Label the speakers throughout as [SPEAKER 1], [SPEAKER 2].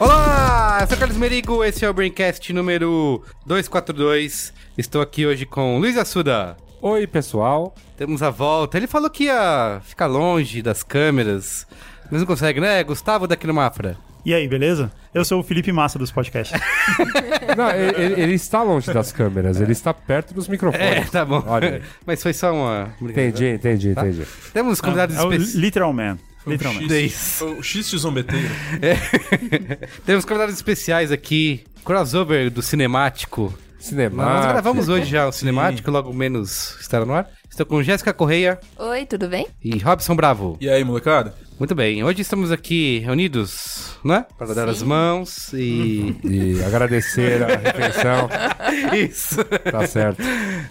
[SPEAKER 1] Olá, eu sou Carlos Merigo, esse é o Braincast número 242. Estou aqui hoje com Luiz Assuda.
[SPEAKER 2] Oi, pessoal.
[SPEAKER 1] Temos a volta. Ele falou que ia ficar longe das câmeras, mas não consegue, né? Gustavo daqui no Mafra.
[SPEAKER 3] E aí, beleza? Eu sou o Felipe Massa dos podcasts.
[SPEAKER 2] Não, ele, ele- ele está longe das câmeras, ele está perto dos
[SPEAKER 1] É,
[SPEAKER 2] microfones.
[SPEAKER 1] tá bom. Tá?
[SPEAKER 2] Olha aí.
[SPEAKER 1] Mas foi só uma.
[SPEAKER 2] Entendi, entendi, entendi.
[SPEAKER 1] Temos convidados É
[SPEAKER 3] é o
[SPEAKER 1] especiais.
[SPEAKER 3] Literal Man.
[SPEAKER 1] um
[SPEAKER 3] Literal Man.
[SPEAKER 1] Dez.
[SPEAKER 4] Xiste, o xiste zombeteiro.
[SPEAKER 1] É. Temos convidados especiais aqui. Crossover do cinemático.
[SPEAKER 2] Cinema.
[SPEAKER 1] Nós gravamos hoje já o cinemático, logo menos estará no ar. Estou com Jéssica Correia
[SPEAKER 5] Oi, tudo bem?
[SPEAKER 1] e Robson Bravo.
[SPEAKER 4] E aí, molecada?
[SPEAKER 1] Muito bem, hoje estamos aqui reunidos, né? Para dar as mãos e.
[SPEAKER 2] E agradecer a refeição,
[SPEAKER 1] isso!
[SPEAKER 2] tá certo.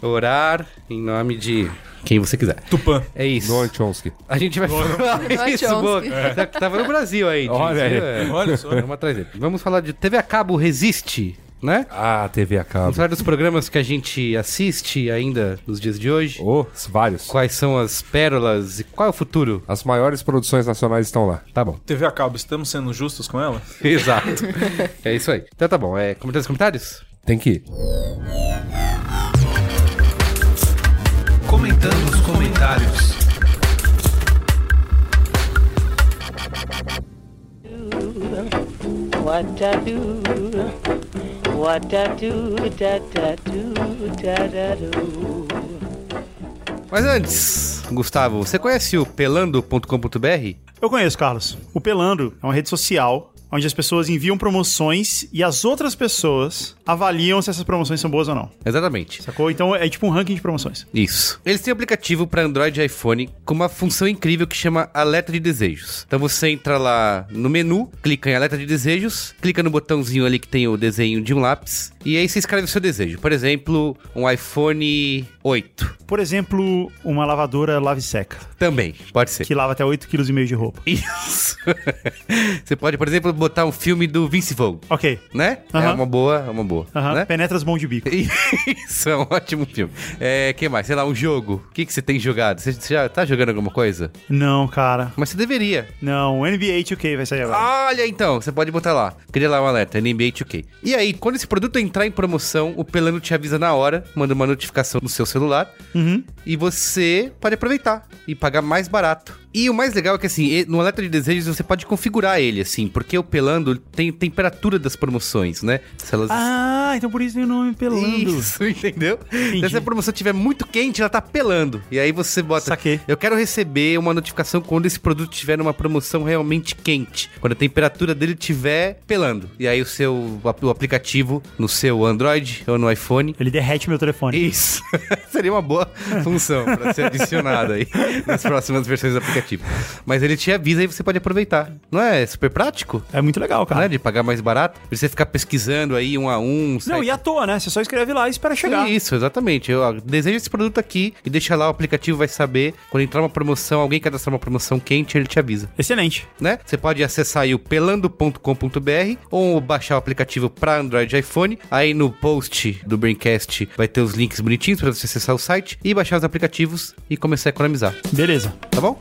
[SPEAKER 1] Orar em nome de quem você quiser.
[SPEAKER 4] Tupã.
[SPEAKER 1] É isso.
[SPEAKER 2] Noam Chomsky.
[SPEAKER 1] A gente vai falar
[SPEAKER 5] Noam
[SPEAKER 1] isso,
[SPEAKER 5] Chomsky.
[SPEAKER 1] boa. Tá, Tava no Brasil aí. disso,
[SPEAKER 2] Olha aí.
[SPEAKER 1] é.
[SPEAKER 4] Olha só.
[SPEAKER 1] Vamos atrás dele. Vamos falar de TV a cabo resiste, né?
[SPEAKER 2] Ah, TV a
[SPEAKER 1] Vamos
[SPEAKER 2] cabo.
[SPEAKER 1] falar dos programas que a gente assiste ainda nos dias de hoje.
[SPEAKER 2] Oh, vários.
[SPEAKER 1] Quais são as pérolas e qual é o futuro?
[SPEAKER 2] As maiores produções nacionais estão lá.
[SPEAKER 1] Tá bom.
[SPEAKER 4] TV a cabo, estamos sendo justos com ela?
[SPEAKER 1] Exato. é isso aí. Então tá bom. É, comentários, comentários?
[SPEAKER 2] Tem que ir.
[SPEAKER 4] Comentando nos comentários.
[SPEAKER 6] What da do? What da do? Da da do? Da da do.
[SPEAKER 1] Mas antes, Gustavo, você conhece o pelando.com.br?
[SPEAKER 3] Eu conheço, Carlos. O Pelando é uma rede social onde as pessoas enviam promoções e as outras pessoas avaliam se essas promoções são boas ou não.
[SPEAKER 1] Exatamente.
[SPEAKER 3] Sacou? Então é tipo um ranking de promoções.
[SPEAKER 1] Isso. Eles têm um aplicativo para Android e iPhone com uma função incrível que chama Alerta de Desejos. Então você entra lá no menu, clica em Alerta de Desejos, clica no botãozinho ali que tem o desenho de um lápis, e aí você escreve o seu desejo. Por exemplo, um iPhone 8.
[SPEAKER 3] Por exemplo, uma lavadora lave seca,
[SPEAKER 1] Também, pode ser.
[SPEAKER 3] que lava até 8,5 kg de roupa.
[SPEAKER 1] Isso. você pode, por exemplo, botar um filme do Vince Vaughn,
[SPEAKER 3] Ok.
[SPEAKER 1] né? É
[SPEAKER 3] Aham.
[SPEAKER 1] uma boa, é uma boa.
[SPEAKER 3] Aham.
[SPEAKER 1] Né?
[SPEAKER 3] Penetras bom de bico.
[SPEAKER 1] Isso é um ótimo filme. É, que mais? Sei lá, um jogo. O que, que você tem jogado? Você, você já tá jogando alguma coisa?
[SPEAKER 3] Não, cara.
[SPEAKER 1] Mas você deveria.
[SPEAKER 3] Não, NBA 2K vai sair agora.
[SPEAKER 1] Olha então, você pode botar lá. Cria lá um alerta, NBA 2K. E aí, quando esse produto entrar em promoção, o Pelano te avisa na hora, manda uma notificação no seu celular.
[SPEAKER 3] Uhum.
[SPEAKER 1] E você pode aproveitar e pagar mais barato. E o mais legal é que, assim, e- no alerta de desejos você pode configurar ele, assim, porque o Pelando tem temperatura das promoções, né? Se elas
[SPEAKER 3] Ah, então por isso tem o nome Pelando.
[SPEAKER 1] isso, entendeu? Então, se a promoção estiver muito quente, ela tá pelando. E aí você bota.
[SPEAKER 3] Saquei.
[SPEAKER 1] Eu quero receber uma notificação quando esse produto estiver numa promoção realmente quente. Quando a temperatura dele estiver pelando. E aí o seu o aplicativo no seu Android ou no iPhone.
[SPEAKER 3] Ele derrete meu telefone.
[SPEAKER 1] Isso. Seria uma boa função pra ser adicionada aí nas próximas versões do aplicativo. Mas ele te avisa e você pode aproveitar. Não é super prático?
[SPEAKER 3] É muito legal, cara.
[SPEAKER 1] Né? De pagar mais barato. Pra você ficar pesquisando aí um a um.
[SPEAKER 3] Não,
[SPEAKER 1] site
[SPEAKER 3] e à toa, né? Você só escreve lá e espera chegar.
[SPEAKER 1] Isso, exatamente. Eu ó, desejo esse produto aqui e deixa lá, o aplicativo vai saber. Quando entrar uma promoção, alguém cadastrar uma promoção quente, ele te avisa,
[SPEAKER 3] Excelente.
[SPEAKER 1] né? Você pode acessar aí o pelando.com.br ou baixar o aplicativo para Android e iPhone. Aí no post do Braincast vai ter os links bonitinhos para você acessar o site e baixar os aplicativos e começar a economizar,
[SPEAKER 3] Beleza.
[SPEAKER 1] tá bom?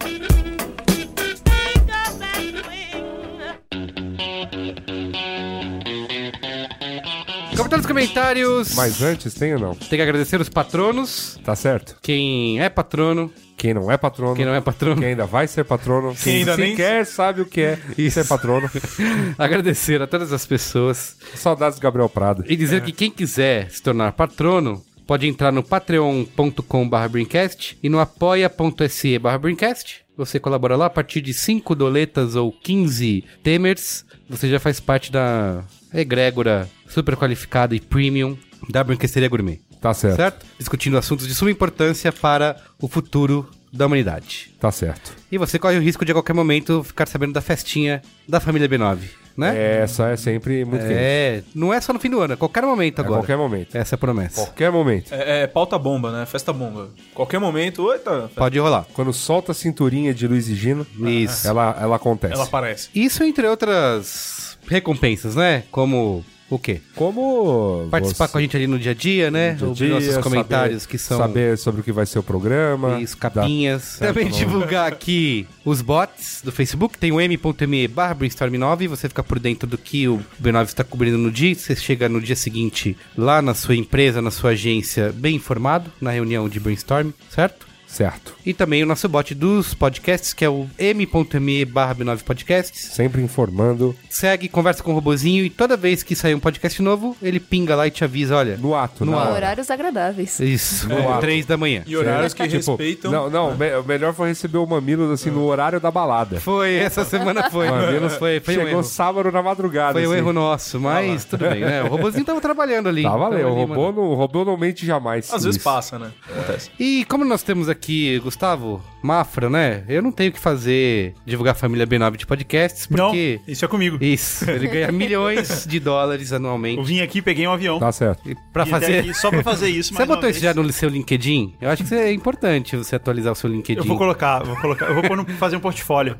[SPEAKER 1] Comentários, comentários.
[SPEAKER 2] Mas antes tem ou não?
[SPEAKER 1] Tem que agradecer os patronos.
[SPEAKER 2] Tá certo?
[SPEAKER 1] Quem é patrono,
[SPEAKER 2] Quem não é patrono.
[SPEAKER 1] quem não é patrono,
[SPEAKER 2] Quem ainda vai ser patrono. Quem
[SPEAKER 4] ainda nem-
[SPEAKER 2] sequer sabe o que é
[SPEAKER 1] Isso.
[SPEAKER 2] ser patrono.
[SPEAKER 1] agradecer a todas as pessoas
[SPEAKER 2] Saudades do Gabriel Prado.
[SPEAKER 1] e dizer que quem quiser se tornar patrono pode entrar no patreon.com.br Brincast e no apoia.se barra Brincast. Você colabora lá a partir de 5 doletas ou 15 temers. Você já faz parte da egrégora super qualificada e premium da Brinquesteria Gourmet.
[SPEAKER 2] Tá certo.
[SPEAKER 1] Certo? Discutindo assuntos de suma importância para o futuro da humanidade.
[SPEAKER 2] Tá certo.
[SPEAKER 1] E você corre o risco de a qualquer momento ficar sabendo da festinha da família B9, né?
[SPEAKER 2] Essa é sempre muito quente.
[SPEAKER 1] É, não é só no fim do ano, é qualquer momento
[SPEAKER 2] A
[SPEAKER 1] agora.
[SPEAKER 2] qualquer momento.
[SPEAKER 1] Essa é a promessa.
[SPEAKER 2] Qualquer momento.
[SPEAKER 4] É, é pauta bomba, né? Festa bomba. Qualquer momento, eita,
[SPEAKER 1] Pode rolar.
[SPEAKER 2] Quando solta a cinturinha de Luiz e Gino,
[SPEAKER 1] Isso.
[SPEAKER 2] ela, ela acontece.
[SPEAKER 4] ela aparece.
[SPEAKER 1] Isso entre outras recompensas, né? Como o quê?
[SPEAKER 2] Como
[SPEAKER 1] Participar com a gente ali no dia a dia, né?
[SPEAKER 2] dia a
[SPEAKER 1] Ouvir nossos
[SPEAKER 2] dia,
[SPEAKER 1] comentários
[SPEAKER 2] saber-
[SPEAKER 1] que são
[SPEAKER 2] Saber Tá sobre o que vai ser o programa.
[SPEAKER 1] Isso, capinhas.
[SPEAKER 2] Dá-
[SPEAKER 1] Também
[SPEAKER 2] certo,
[SPEAKER 1] divulgar aqui os bots do Facebook. Tem o m.me barra brainstorm 9. Você fica por dentro do que o B9 está cobrindo no dia. Você chega no dia seguinte lá na sua empresa, na sua agência, bem informado, na reunião de brainstorm, certo?
[SPEAKER 2] Da- Certo.
[SPEAKER 1] E também o nosso bot dos podcasts, que é o m.me barra B9 podcasts.
[SPEAKER 2] Sempre informando
[SPEAKER 1] Segue, conversa com o robozinho e toda vez que sair um podcast novo, ele pinga lá e te avisa, olha...
[SPEAKER 2] no ato,
[SPEAKER 1] No
[SPEAKER 2] na
[SPEAKER 1] ato.
[SPEAKER 2] hora.
[SPEAKER 5] Horários agradáveis.
[SPEAKER 1] Isso, é,
[SPEAKER 2] No ato.
[SPEAKER 1] três da manhã.
[SPEAKER 4] E horários que
[SPEAKER 2] Tipo,
[SPEAKER 4] respeitam.
[SPEAKER 2] Não, não, me- o melhor foi receber o Mamilos assim no horário da balada.
[SPEAKER 1] Ah. Foi, essa semana foi.
[SPEAKER 2] Mamilos
[SPEAKER 1] foi, foi um
[SPEAKER 2] Chegou
[SPEAKER 1] erro.
[SPEAKER 2] sábado na madrugada.
[SPEAKER 1] Foi um
[SPEAKER 2] assim.
[SPEAKER 1] erro nosso, mas tudo bem, né? O robozinho tava trabalhando ali.
[SPEAKER 2] Tá valeu,
[SPEAKER 1] Tava
[SPEAKER 2] o
[SPEAKER 1] ali,
[SPEAKER 2] robô
[SPEAKER 1] mano.
[SPEAKER 2] não, o robô não mente jamais.
[SPEAKER 4] Às vezes
[SPEAKER 2] Isso.
[SPEAKER 4] passa, né? Acontece.
[SPEAKER 1] E como nós temos aqui Gustavo Mafra, né? Eu não tenho o que fazer divulgar a família B9 de podcasts,
[SPEAKER 3] Não,
[SPEAKER 1] porque.
[SPEAKER 3] isso é comigo.
[SPEAKER 1] Isso, ele ganha milhões de dólares
[SPEAKER 3] Eu
[SPEAKER 1] anualmente
[SPEAKER 3] vim aqui, peguei um avião.
[SPEAKER 2] Tá certo.
[SPEAKER 1] e pra
[SPEAKER 3] vim até
[SPEAKER 1] fazer.
[SPEAKER 3] aqui só pra fazer isso,
[SPEAKER 1] Você
[SPEAKER 3] mais uma
[SPEAKER 1] botou isso
[SPEAKER 3] vez.
[SPEAKER 1] já no seu LinkedIn? Eu acho que é importante você atualizar o seu LinkedIn.
[SPEAKER 3] Eu vou colocar, vou colocar. Eu vou pôr no- fazer um portfólio.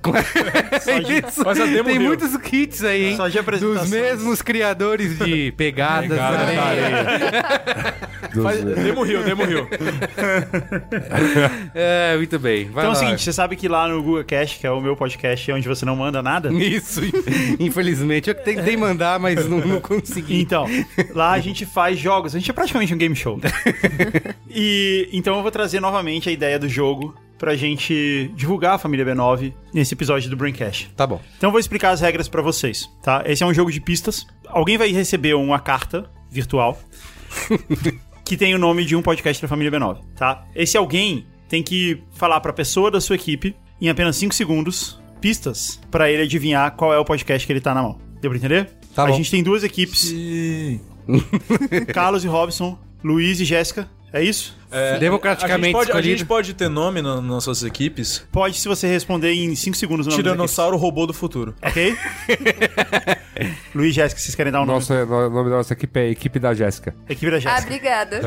[SPEAKER 3] Só de-
[SPEAKER 1] Isso.
[SPEAKER 4] Faz a demo
[SPEAKER 1] Tem
[SPEAKER 4] meu.
[SPEAKER 1] muitos kits aí, hein?
[SPEAKER 3] Só de apresentação.
[SPEAKER 1] Dos mesmos criadores de pegadas. né?
[SPEAKER 2] Dos-
[SPEAKER 4] Demorriu, demorriu.
[SPEAKER 1] É, muito bem. Vai
[SPEAKER 3] Então é o
[SPEAKER 1] lá.
[SPEAKER 3] seguinte, você sabe que lá no Google Cash, que é o meu podcast, é onde você não manda nada.
[SPEAKER 1] Isso, infelizmente. Eu tentei mandar, mas não, não consegui.
[SPEAKER 3] Então, lá a gente faz jogos. A gente é praticamente um game show. e então eu vou trazer novamente a ideia do jogo pra gente divulgar a família B9 nesse episódio do Braincast.
[SPEAKER 1] Tá bom.
[SPEAKER 3] Então eu vou explicar as regras pra vocês, tá? Esse é um jogo de pistas. Alguém vai receber uma carta virtual que tem o nome de um podcast da família B9, tá? Esse alguém tem que falar pra pessoa da sua equipe em apenas 5 segundos pistas pra ele adivinhar qual é o podcast que ele tá na mão. Deu pra entender?
[SPEAKER 1] Tá
[SPEAKER 3] a
[SPEAKER 1] bom.
[SPEAKER 3] gente tem duas equipes, Carlos e Robson, Luiz e Jéssica. É isso?
[SPEAKER 4] É,
[SPEAKER 1] Democraticamente
[SPEAKER 4] a gente pode, a
[SPEAKER 1] escolhido.
[SPEAKER 4] gente pode ter nome na- nas nossas equipes.
[SPEAKER 3] Pode se você responder em 5 segundos o nome
[SPEAKER 4] Tiranossauro robô do futuro.
[SPEAKER 3] da equipe, OK? Luiz e Jéssica, vocês querem dar o um nome?
[SPEAKER 2] Nossa, no- o nome da nossa equipe é a equipe da Jéssica.
[SPEAKER 3] Equipe da
[SPEAKER 5] Ah,
[SPEAKER 3] Jéssica.
[SPEAKER 5] obrigada.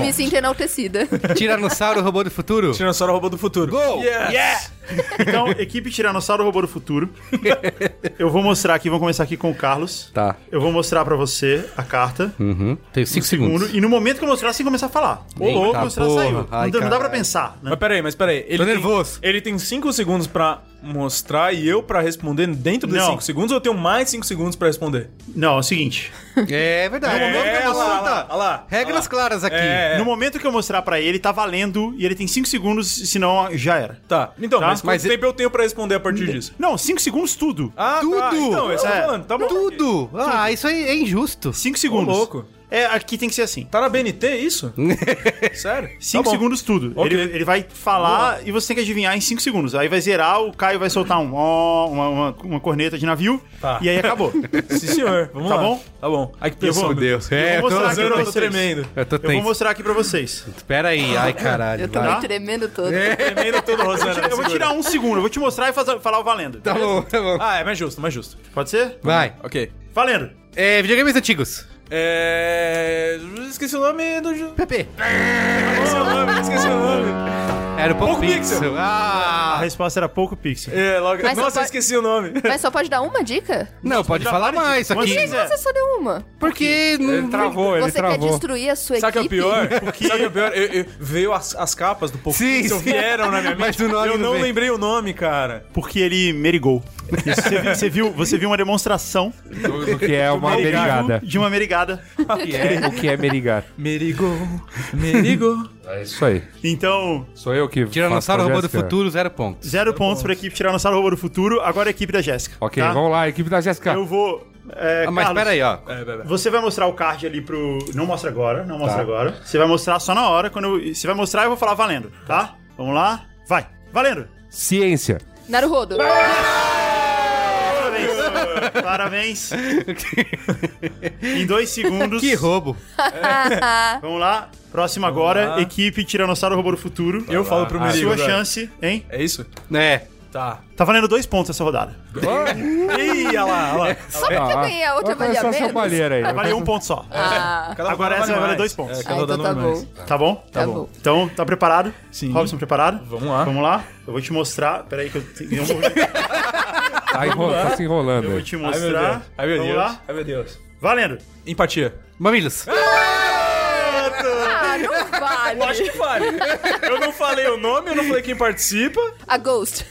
[SPEAKER 5] Me sinto enaltecida.
[SPEAKER 1] Tiranossauro, robô do futuro.
[SPEAKER 4] Tiranossauro robô do futuro.
[SPEAKER 1] Gol!
[SPEAKER 4] Yes!
[SPEAKER 3] Então, equipe Tiranossauro Robô do Futuro. Eu vou mostrar aqui, vamos começar aqui com o Carlos.
[SPEAKER 1] Tá.
[SPEAKER 3] Eu vou mostrar pra você a carta.
[SPEAKER 1] Uhum. Tem cinco segundos.
[SPEAKER 3] E no momento que eu mostrar, você começar a falar. Ô,
[SPEAKER 1] Eita
[SPEAKER 3] louco, mostrar
[SPEAKER 1] porra.
[SPEAKER 3] saiu.
[SPEAKER 1] Ai,
[SPEAKER 3] não, dá- não dá pra
[SPEAKER 1] caralho.
[SPEAKER 3] pensar, né?
[SPEAKER 4] Mas peraí, mas peraí. Ele
[SPEAKER 1] Tô
[SPEAKER 4] tem-
[SPEAKER 1] nervoso.
[SPEAKER 4] ele tem 5 segundos pra mostrar e eu pra responder dentro desses
[SPEAKER 3] Não.
[SPEAKER 4] 5 segundos ou eu tenho mais 5 segundos pra responder?
[SPEAKER 3] Não, é o seguinte.
[SPEAKER 1] É verdade.
[SPEAKER 4] É,
[SPEAKER 1] Vamos ver como
[SPEAKER 4] olha lá,
[SPEAKER 1] você tá.
[SPEAKER 4] olha lá, olha lá.
[SPEAKER 1] Regras claras aqui.
[SPEAKER 4] É.
[SPEAKER 3] No momento que eu mostrar pra ele, tá valendo e ele tem 5 segundos, senão já era.
[SPEAKER 4] Tá. Então,
[SPEAKER 3] Tá.
[SPEAKER 4] mas quanto
[SPEAKER 1] Mas-
[SPEAKER 4] tempo eu tenho pra responder a partir disso?
[SPEAKER 3] Não, 5 segundos tudo.
[SPEAKER 4] Ah, Tá.
[SPEAKER 1] Tudo!
[SPEAKER 4] Então, esse é.
[SPEAKER 3] É.
[SPEAKER 4] o plano, tá bom.
[SPEAKER 1] Tudo. Ah, isso aí é injusto.
[SPEAKER 3] 5 segundos.
[SPEAKER 4] Ô, louco.
[SPEAKER 3] É, aqui tem que ser assim.
[SPEAKER 4] Tá na BNT isso? Sério?
[SPEAKER 3] 5
[SPEAKER 4] Tá bom.
[SPEAKER 3] segundos tudo.
[SPEAKER 4] Ok.
[SPEAKER 3] Ele, ele vai falar e você tem que adivinhar em 5 segundos. Aí vai zerar, o Caio vai soltar um ó, uma, uma, uma corneta de navio
[SPEAKER 4] Tá.
[SPEAKER 3] e aí acabou.
[SPEAKER 4] Sim, senhor. Vamos
[SPEAKER 3] Tá
[SPEAKER 4] lá.
[SPEAKER 3] bom?
[SPEAKER 4] Tá bom. Ai, que
[SPEAKER 3] Eu
[SPEAKER 4] pressão.
[SPEAKER 3] vou-
[SPEAKER 1] Deus.
[SPEAKER 3] eu
[SPEAKER 1] É, eu
[SPEAKER 3] vou
[SPEAKER 1] tô-
[SPEAKER 3] mostrar aqui
[SPEAKER 4] eu
[SPEAKER 3] pra
[SPEAKER 4] tô
[SPEAKER 3] vocês.
[SPEAKER 4] tremendo.
[SPEAKER 1] Eu tô
[SPEAKER 3] Eu vou
[SPEAKER 1] tenso.
[SPEAKER 3] mostrar aqui pra vocês.
[SPEAKER 1] Espera aí. Ai, caralho.
[SPEAKER 5] Eu tô Ah,
[SPEAKER 1] vai.
[SPEAKER 5] me tremendo toda.
[SPEAKER 4] Tremendo todo, Rosana.
[SPEAKER 3] Eu vou tirar um segundo, eu vou te mostrar e fazer- falar o valendo.
[SPEAKER 1] Tá bom, tá bom.
[SPEAKER 4] Ah, é mais justo, mais justo.
[SPEAKER 3] Pode ser?
[SPEAKER 1] Vai.
[SPEAKER 4] Ok.
[SPEAKER 3] Valendo!
[SPEAKER 1] É, videogames antigos.
[SPEAKER 4] É... Esqueci o nome do... jogo.
[SPEAKER 1] PP.
[SPEAKER 4] Esqueci o nome, esqueci o nome.
[SPEAKER 1] Era o Pouco
[SPEAKER 4] Pouco Pixel.
[SPEAKER 1] Pixel.
[SPEAKER 3] A
[SPEAKER 1] Ah.
[SPEAKER 3] resposta era pouco pixel.
[SPEAKER 4] É, logo...
[SPEAKER 5] Mas
[SPEAKER 4] Nossa,
[SPEAKER 5] só
[SPEAKER 4] eu
[SPEAKER 5] pode-
[SPEAKER 4] esqueci o nome.
[SPEAKER 5] Mas só pode dar uma dica?
[SPEAKER 1] Não, pode falar mais. Isso
[SPEAKER 3] Mas
[SPEAKER 1] aqui.
[SPEAKER 3] vocês- É.
[SPEAKER 5] Você só deu uma.
[SPEAKER 1] Porque. não-
[SPEAKER 2] Ele travou, ele
[SPEAKER 5] Você quer
[SPEAKER 2] travou.
[SPEAKER 5] destruir a sua
[SPEAKER 4] Sabe o que é o
[SPEAKER 5] equipe?
[SPEAKER 4] pior? Sabe o que é o pior? Eu, eu- veio as, as capas do Poco
[SPEAKER 1] Sim,
[SPEAKER 4] Pixel
[SPEAKER 1] sim.
[SPEAKER 4] vieram na minha mente.
[SPEAKER 1] Mas o nome
[SPEAKER 4] eu
[SPEAKER 1] não
[SPEAKER 4] não
[SPEAKER 1] vem.
[SPEAKER 4] lembrei o nome, cara.
[SPEAKER 3] Porque ele merigou. Você viu, você viu, você viu uma demonstração
[SPEAKER 2] Que é uma
[SPEAKER 3] ao vivo
[SPEAKER 2] merigada.
[SPEAKER 3] de uma merigada.
[SPEAKER 2] O que é merigar?
[SPEAKER 4] Merigo, merigo.
[SPEAKER 2] É isso aí.
[SPEAKER 3] Então,
[SPEAKER 2] Sou eu que.
[SPEAKER 1] Tiranossauro,
[SPEAKER 2] faço com a
[SPEAKER 1] robô do
[SPEAKER 2] Jéssica.
[SPEAKER 1] futuro, zero pontos.
[SPEAKER 3] zero pontos pra equipe Tiranossauro Robô do Futuro. Agora é a equipe da Jéssica.
[SPEAKER 2] Ok,
[SPEAKER 3] tá?
[SPEAKER 2] vamos lá, equipe da Jéssica.
[SPEAKER 3] Eu vou. é,
[SPEAKER 1] Ah, mas
[SPEAKER 3] Carlos,
[SPEAKER 1] pera aí, ó.
[SPEAKER 4] É, bebê.
[SPEAKER 3] Você vai mostrar o card ali pro. Não mostra agora, não mostra agora. Você vai mostrar só na hora. Quando eu- Você vai mostrar, eu vou falar valendo, tá? Vamos lá? Vai. Valendo!
[SPEAKER 2] Ciência.
[SPEAKER 5] Naruhodo.
[SPEAKER 3] Parabéns! Parabéns. em dois segundos.
[SPEAKER 1] Que roubo.
[SPEAKER 3] Vamos lá. Próximo agora.
[SPEAKER 4] lá.
[SPEAKER 3] Equipe Tiranossauro Robô do Futuro.
[SPEAKER 4] Eu falo pro
[SPEAKER 3] a
[SPEAKER 4] menino.
[SPEAKER 3] Sua
[SPEAKER 4] agora.
[SPEAKER 3] chance, hein?
[SPEAKER 4] É isso?
[SPEAKER 1] É.
[SPEAKER 4] Tá.
[SPEAKER 3] Tá valendo dois pontos essa rodada.
[SPEAKER 4] Ih, olha lá, olha lá.
[SPEAKER 5] Só porque eu ganhei a outra valia
[SPEAKER 2] Só
[SPEAKER 5] menos.
[SPEAKER 2] chabalheira aí.
[SPEAKER 3] Valeu um ponto só.
[SPEAKER 4] É.
[SPEAKER 5] Ah,
[SPEAKER 4] Cada
[SPEAKER 3] Agora
[SPEAKER 4] rodada
[SPEAKER 3] essa vai valer
[SPEAKER 4] mais.
[SPEAKER 3] dois pontos.
[SPEAKER 4] É,
[SPEAKER 5] ah,
[SPEAKER 4] cada
[SPEAKER 5] então
[SPEAKER 4] rodada
[SPEAKER 5] tá
[SPEAKER 4] vale mais.
[SPEAKER 5] bom.
[SPEAKER 3] Tá bom?
[SPEAKER 5] Tá bom.
[SPEAKER 3] Então, tá preparado?
[SPEAKER 4] Sim.
[SPEAKER 3] Robson, preparado?
[SPEAKER 4] Vamos lá.
[SPEAKER 3] Vamos lá. Eu vou te mostrar. Peraí que eu tenho... eu vou-
[SPEAKER 2] Tá, enro- tá se enrolando.
[SPEAKER 3] Eu vou
[SPEAKER 2] aí.
[SPEAKER 3] te
[SPEAKER 4] Ai, meu
[SPEAKER 3] mostrar.
[SPEAKER 4] Deus. Ai, meu
[SPEAKER 3] Vamos
[SPEAKER 4] Deus.
[SPEAKER 3] lá.
[SPEAKER 4] Ai, meu Deus.
[SPEAKER 3] Valendo.
[SPEAKER 4] Empatia.
[SPEAKER 1] Mamilos.
[SPEAKER 5] Ah, não vale.
[SPEAKER 4] Acho que vale. Eu não falei o nome, eu não falei quem participa.
[SPEAKER 5] A Ghost.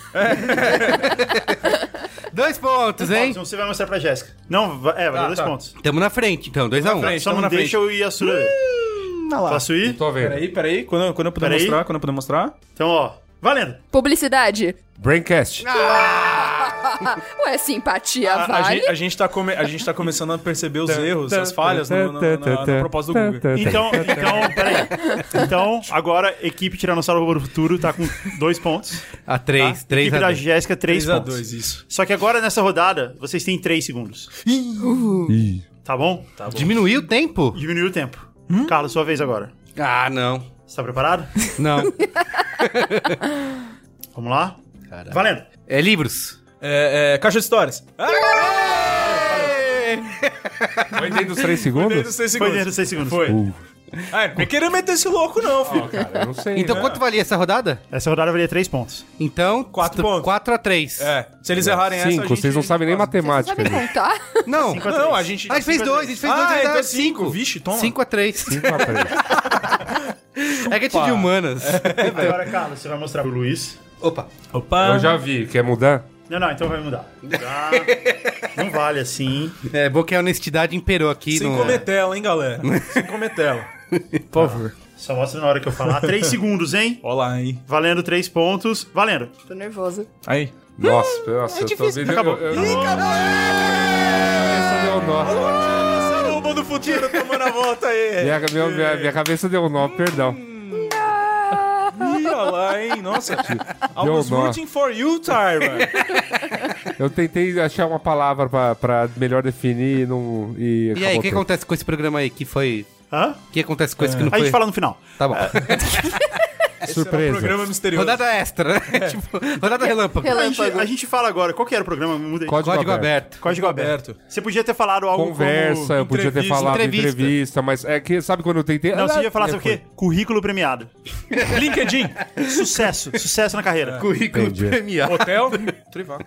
[SPEAKER 1] Dois pontos, hein?
[SPEAKER 3] Robson, você vai mostrar pra Jéssica. Não, va- é, valeu
[SPEAKER 4] Ah,
[SPEAKER 3] dois
[SPEAKER 4] tá.
[SPEAKER 3] pontos.
[SPEAKER 1] Tamo na frente, então. 2x1. Um.
[SPEAKER 4] frente.
[SPEAKER 3] Só
[SPEAKER 4] tamo
[SPEAKER 3] não
[SPEAKER 4] na
[SPEAKER 3] deixa eu ir a sua. Posso ir?
[SPEAKER 2] Tô vendo.
[SPEAKER 4] Peraí, peraí. Quando, eu- quando eu puder
[SPEAKER 3] Peraí.
[SPEAKER 4] mostrar, quando eu puder mostrar.
[SPEAKER 3] Então, ó. Valendo.
[SPEAKER 5] Publicidade.
[SPEAKER 2] Braincast.
[SPEAKER 5] Ué, simpatia
[SPEAKER 4] A, a
[SPEAKER 5] vale?
[SPEAKER 4] gente, a, gente tá come- a gente tá começando a perceber os erros, as falhas no, no, no- na- no propósito do Google.
[SPEAKER 3] Então, então, peraí. Então, agora, equipe Tiranossauro Robô do Futuro tá com dois pontos.
[SPEAKER 1] A
[SPEAKER 4] Tá?
[SPEAKER 1] 3,
[SPEAKER 3] A
[SPEAKER 1] 3
[SPEAKER 3] equipe
[SPEAKER 1] a
[SPEAKER 3] da
[SPEAKER 1] 2.
[SPEAKER 3] Jéssica, três
[SPEAKER 4] 3 a
[SPEAKER 3] pontos.
[SPEAKER 4] 2 isso.
[SPEAKER 3] Só que agora, nessa rodada, vocês têm três segundos. Tá bom?
[SPEAKER 1] Diminuiu o tempo?
[SPEAKER 3] Diminuiu o tempo. Carlos, sua vez agora.
[SPEAKER 1] Ah, não.
[SPEAKER 3] Você tá preparado?
[SPEAKER 1] Não.
[SPEAKER 3] Vamos lá? Valendo.
[SPEAKER 1] É livros.
[SPEAKER 4] É, é, caixa de histórias.
[SPEAKER 2] Foi dentro dos 3
[SPEAKER 4] Foi
[SPEAKER 2] segundos?
[SPEAKER 4] dos seis
[SPEAKER 3] Foi
[SPEAKER 4] segundos.
[SPEAKER 3] dentro dos seis segundos.
[SPEAKER 4] Foi.
[SPEAKER 2] Uh.
[SPEAKER 4] Ai, É, não vem querer meter esse louco, não, filho.
[SPEAKER 2] Cara, eu não sei.
[SPEAKER 1] Então,
[SPEAKER 2] né?
[SPEAKER 1] quanto valia essa rodada?
[SPEAKER 3] Essa rodada valia três pontos.
[SPEAKER 1] Então,
[SPEAKER 4] Quatro pontos.
[SPEAKER 1] 4x3.
[SPEAKER 4] É, se eles errarem essa. a
[SPEAKER 2] Cinco,
[SPEAKER 4] gente-
[SPEAKER 2] vocês não sabem nem
[SPEAKER 5] Vocês
[SPEAKER 2] matemática. né?
[SPEAKER 5] sabem
[SPEAKER 2] gente.
[SPEAKER 5] contar?
[SPEAKER 1] Não.
[SPEAKER 3] Cinco
[SPEAKER 4] Não, a gente.
[SPEAKER 1] Ah, a gente fez 2, a gente fez 2
[SPEAKER 4] Ah,
[SPEAKER 1] e
[SPEAKER 4] então
[SPEAKER 1] dá
[SPEAKER 4] é cinco.
[SPEAKER 1] 5.
[SPEAKER 4] Vixe, toma.
[SPEAKER 1] 5x3.
[SPEAKER 2] Cinco a três.
[SPEAKER 1] É que é de humanas.
[SPEAKER 3] Agora, Carlos, você vai mostrar pro Luiz.
[SPEAKER 1] Opa.
[SPEAKER 4] Opa.
[SPEAKER 2] Eu já vi. Quer mudar?
[SPEAKER 3] Não, não, então vai mudar. Mudar. não vale assim.
[SPEAKER 1] É bom que a honestidade imperou aqui.
[SPEAKER 4] Sem
[SPEAKER 1] não-
[SPEAKER 4] comer tela, hein, galera? Sem comer tela. Por favor.
[SPEAKER 3] Só mostra na hora que eu falar. Três segundos, hein?
[SPEAKER 4] Olha lá, hein.
[SPEAKER 3] Valendo três pontos. Valendo.
[SPEAKER 5] Tô nervosa.
[SPEAKER 4] Aí.
[SPEAKER 2] Nossa, nossa, eu tô vendo.
[SPEAKER 3] Acabou.
[SPEAKER 2] Eu, eu, Ih, acabou! Minha cabeça deu um nó.
[SPEAKER 4] Lobo do futuro tomando a volta aí.
[SPEAKER 2] Minha, minha- minha- minha cabeça deu um nó, perdão.
[SPEAKER 4] Ih, olha lá, hein. Nossa. I was
[SPEAKER 2] nó.
[SPEAKER 4] rooting for you, Tyra.
[SPEAKER 2] Eu tentei achar uma palavra pra, pra melhor definir e não. E,
[SPEAKER 1] E aí, o que
[SPEAKER 2] acabou
[SPEAKER 1] acontece com esse programa aí que foi...
[SPEAKER 3] Hã?
[SPEAKER 1] O que acontece com esse que não
[SPEAKER 3] A
[SPEAKER 1] foi?
[SPEAKER 3] gente fala no final.
[SPEAKER 1] Tá bom.
[SPEAKER 2] tudo.
[SPEAKER 4] Um
[SPEAKER 2] Surpresa.
[SPEAKER 4] programa misterioso.
[SPEAKER 1] Rodada extra, né? tipo, rodada relâmpago.
[SPEAKER 3] A gente,
[SPEAKER 5] Relâmpago.
[SPEAKER 3] a gente fala agora. Qual que era o programa? Muda aí.
[SPEAKER 2] Código,
[SPEAKER 1] Código
[SPEAKER 2] aberto.
[SPEAKER 1] aberto.
[SPEAKER 3] Código
[SPEAKER 4] aberto.
[SPEAKER 3] Você podia ter falado algo
[SPEAKER 2] Conversa, eu podia ter
[SPEAKER 4] entrevista,
[SPEAKER 2] falado entrevista.
[SPEAKER 1] entrevista.
[SPEAKER 2] mas é que sabe quando eu tentei.
[SPEAKER 3] Como... Não, você ia falar
[SPEAKER 2] É,
[SPEAKER 3] sobre o quê? Currículo premiado.
[SPEAKER 4] LinkedIn.
[SPEAKER 3] Sucesso. Sucesso na carreira.
[SPEAKER 1] Currículo
[SPEAKER 2] Entendi.
[SPEAKER 1] premiado.
[SPEAKER 4] Hotel. Trivago.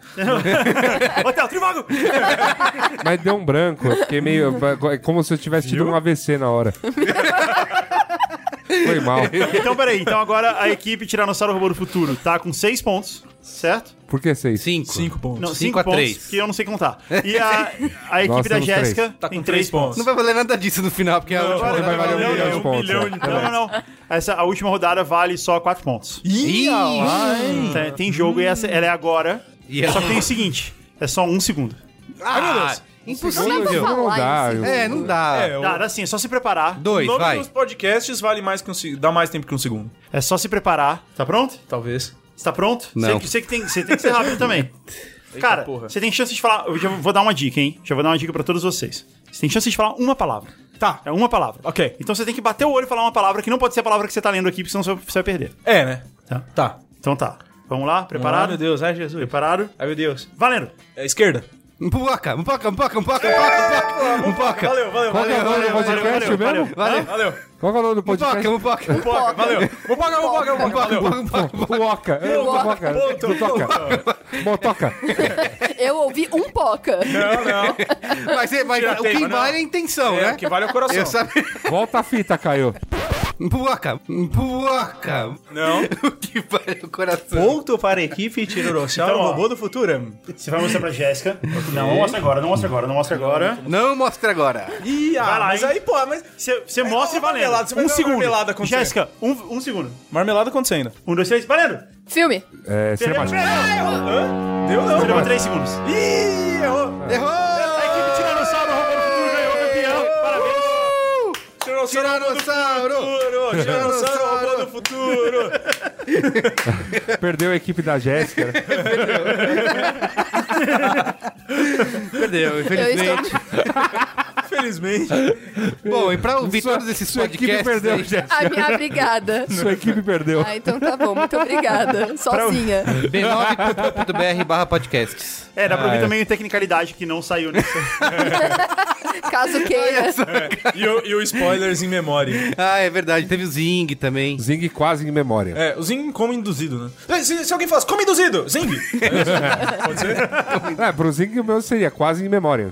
[SPEAKER 3] Hotel Trivago.
[SPEAKER 2] foi. Mas deu um branco, eu fiquei meio. é como se eu tivesse tido um AVC na hora. Foi mal.
[SPEAKER 3] Então, peraí. Então, agora a equipe Tiranossauro Robô do Futuro tá com seis pontos, certo?
[SPEAKER 2] Por que seis?
[SPEAKER 1] 5.
[SPEAKER 4] 5 pontos.
[SPEAKER 3] Não,
[SPEAKER 1] Cinco
[SPEAKER 3] cinco
[SPEAKER 1] a
[SPEAKER 3] pontos,
[SPEAKER 1] três.
[SPEAKER 3] que eu não sei contar. E a, a
[SPEAKER 2] Nós
[SPEAKER 3] equipe da
[SPEAKER 2] temos três.
[SPEAKER 3] Jéssica
[SPEAKER 4] Tá com
[SPEAKER 3] tem
[SPEAKER 4] 3
[SPEAKER 3] três
[SPEAKER 4] pontos.
[SPEAKER 1] Não vai valer nada disso no final, porque é a última
[SPEAKER 3] Agora
[SPEAKER 1] rodada.
[SPEAKER 2] vai valer um
[SPEAKER 3] não,
[SPEAKER 2] milhão
[SPEAKER 3] não,
[SPEAKER 2] de
[SPEAKER 3] um
[SPEAKER 2] pontos,
[SPEAKER 3] milhão
[SPEAKER 2] é.
[SPEAKER 3] de- Não, não, não. Essa, a última rodada vale só quatro pontos.
[SPEAKER 1] Ih,
[SPEAKER 3] Tem, tem jogo e essa, ela é agora.
[SPEAKER 1] E ela-
[SPEAKER 3] Só que tem o seguinte: é só um segundo.
[SPEAKER 1] ah,
[SPEAKER 5] Não dá pra
[SPEAKER 1] impossível.
[SPEAKER 5] falar
[SPEAKER 2] Não dá.
[SPEAKER 5] isso.
[SPEAKER 2] eu-
[SPEAKER 1] É, não dá.
[SPEAKER 4] É, o-
[SPEAKER 3] Cara, assim, é só se preparar.
[SPEAKER 4] o
[SPEAKER 1] Dois,
[SPEAKER 4] nome
[SPEAKER 1] vai.
[SPEAKER 4] dos podcasts vale mais que um se- dá mais tempo que um segundo.
[SPEAKER 3] É só se preparar. Tá pronto?
[SPEAKER 4] Talvez.
[SPEAKER 3] Você tá pronto?
[SPEAKER 1] Não.
[SPEAKER 3] Você, você que tem, você tem que ser rápido também. Cara,
[SPEAKER 4] porra.
[SPEAKER 3] você tem chance de falar. Eu já vou dar uma dica, hein? Já vou dar uma dica pra todos vocês. Você tem chance de falar uma palavra.
[SPEAKER 4] Tá.
[SPEAKER 3] É uma palavra.
[SPEAKER 4] Ok.
[SPEAKER 3] Então você tem que bater o olho e falar uma palavra que não pode ser a palavra que você tá lendo aqui, porque senão você vai- você vai perder.
[SPEAKER 4] É, né?
[SPEAKER 3] Tá.
[SPEAKER 4] Tá.
[SPEAKER 3] Então tá. Vamos lá? Preparado?
[SPEAKER 4] Ah, meu Deus. Ai, Jesus.
[SPEAKER 3] Preparado?
[SPEAKER 4] Ai, meu Deus.
[SPEAKER 3] Valendo!
[SPEAKER 4] É esquerda.
[SPEAKER 1] Mupoca, mupoca, mupoca, mupoca, mupoca, mupoca, mupoca.
[SPEAKER 4] Valeu, valeu,
[SPEAKER 2] Qual que é o
[SPEAKER 4] valeu.
[SPEAKER 2] nome do
[SPEAKER 3] valeu,
[SPEAKER 2] podcast
[SPEAKER 3] valeu, valeu.
[SPEAKER 2] mesmo?
[SPEAKER 1] Valeu.
[SPEAKER 4] Valeu.
[SPEAKER 2] Qual que é o nome do
[SPEAKER 1] Mupoca,
[SPEAKER 2] podcast?
[SPEAKER 1] mupoca.
[SPEAKER 4] Poca, valeu. Vou pagar, vou pagar, vou pagar. Valeu.
[SPEAKER 2] Mupoca. É, Mupoca.
[SPEAKER 4] Ponto.
[SPEAKER 2] Motoca.
[SPEAKER 5] Eu ouvi um poca.
[SPEAKER 4] Não, não.
[SPEAKER 1] Mas, é- mas
[SPEAKER 4] Tira
[SPEAKER 1] o que
[SPEAKER 4] tema, não.
[SPEAKER 1] vale é a intenção,
[SPEAKER 4] É,
[SPEAKER 1] né?
[SPEAKER 4] o que vale é o coração.
[SPEAKER 1] Eu sabe...
[SPEAKER 2] Volta a fita, Caio.
[SPEAKER 1] Mupoca, mupoca.
[SPEAKER 4] Não.
[SPEAKER 1] O que vale é o coração.
[SPEAKER 4] Ponto para a equipe Tirorossauro,
[SPEAKER 3] Então, ó.
[SPEAKER 4] robô do futuro.
[SPEAKER 3] Você vai mostrar pra Jéssica. Não, não mostra agora, não mostra agora, não mostra agora.
[SPEAKER 1] Não mostra agora.
[SPEAKER 4] Ih, ah,
[SPEAKER 3] Vai lá,
[SPEAKER 4] mas
[SPEAKER 3] hein?
[SPEAKER 4] aí, pô, mas...
[SPEAKER 3] Você, você
[SPEAKER 4] Vai
[SPEAKER 3] mostra e
[SPEAKER 4] dar uma
[SPEAKER 3] valendo.
[SPEAKER 4] marmelada, você vai
[SPEAKER 3] um
[SPEAKER 4] dar uma
[SPEAKER 3] segundo.
[SPEAKER 4] marmelada acontecer.
[SPEAKER 3] Jéssica, um, um segundo.
[SPEAKER 4] Marmelada acontecendo.
[SPEAKER 3] Um, dois, três, valendo!
[SPEAKER 5] Filme.
[SPEAKER 2] É, Sebastião.
[SPEAKER 4] Hã? Deu não,
[SPEAKER 3] Você levou
[SPEAKER 4] mano.
[SPEAKER 3] três segundos.
[SPEAKER 4] Ih, errou.
[SPEAKER 3] A
[SPEAKER 1] Errou!
[SPEAKER 3] equipe Tiranossauro Robô do Futuro ganhou campeão. Parabéns! Uh!
[SPEAKER 4] Tirorossauro, robô do
[SPEAKER 1] Tiranossauro!
[SPEAKER 4] futuro. Tirorossauro, robô do futuro.
[SPEAKER 2] Perdeu a equipe da Jéssica. né?
[SPEAKER 1] Perdeu,
[SPEAKER 5] Eu
[SPEAKER 1] infelizmente.
[SPEAKER 5] estou...
[SPEAKER 4] Infelizmente.
[SPEAKER 1] Bom, e pra ouvir
[SPEAKER 2] Sua-
[SPEAKER 1] todos esses
[SPEAKER 2] sua equipe
[SPEAKER 1] podcasts...
[SPEAKER 2] perdeu,
[SPEAKER 1] aí-
[SPEAKER 2] Jéssica.
[SPEAKER 5] A minha obrigada.
[SPEAKER 2] Sua equipe perdeu.
[SPEAKER 5] Ah, então tá bom. Muito obrigada. Sozinha.
[SPEAKER 1] b9.com.br barra podcasts.
[SPEAKER 3] É, dá pra ouvir também o Tecnicalidade que não saiu né? nessa.
[SPEAKER 5] Caso
[SPEAKER 2] É.
[SPEAKER 5] queira.
[SPEAKER 4] E o, e o spoilers em memória.
[SPEAKER 1] Ah, é verdade. Teve o Zing também.
[SPEAKER 2] Zing quase em memória.
[SPEAKER 4] É, o Zing como induzido, né? É, Se, se alguém falasse como induzido, Zing!
[SPEAKER 2] É, pro Zing o meu seria quase em memória.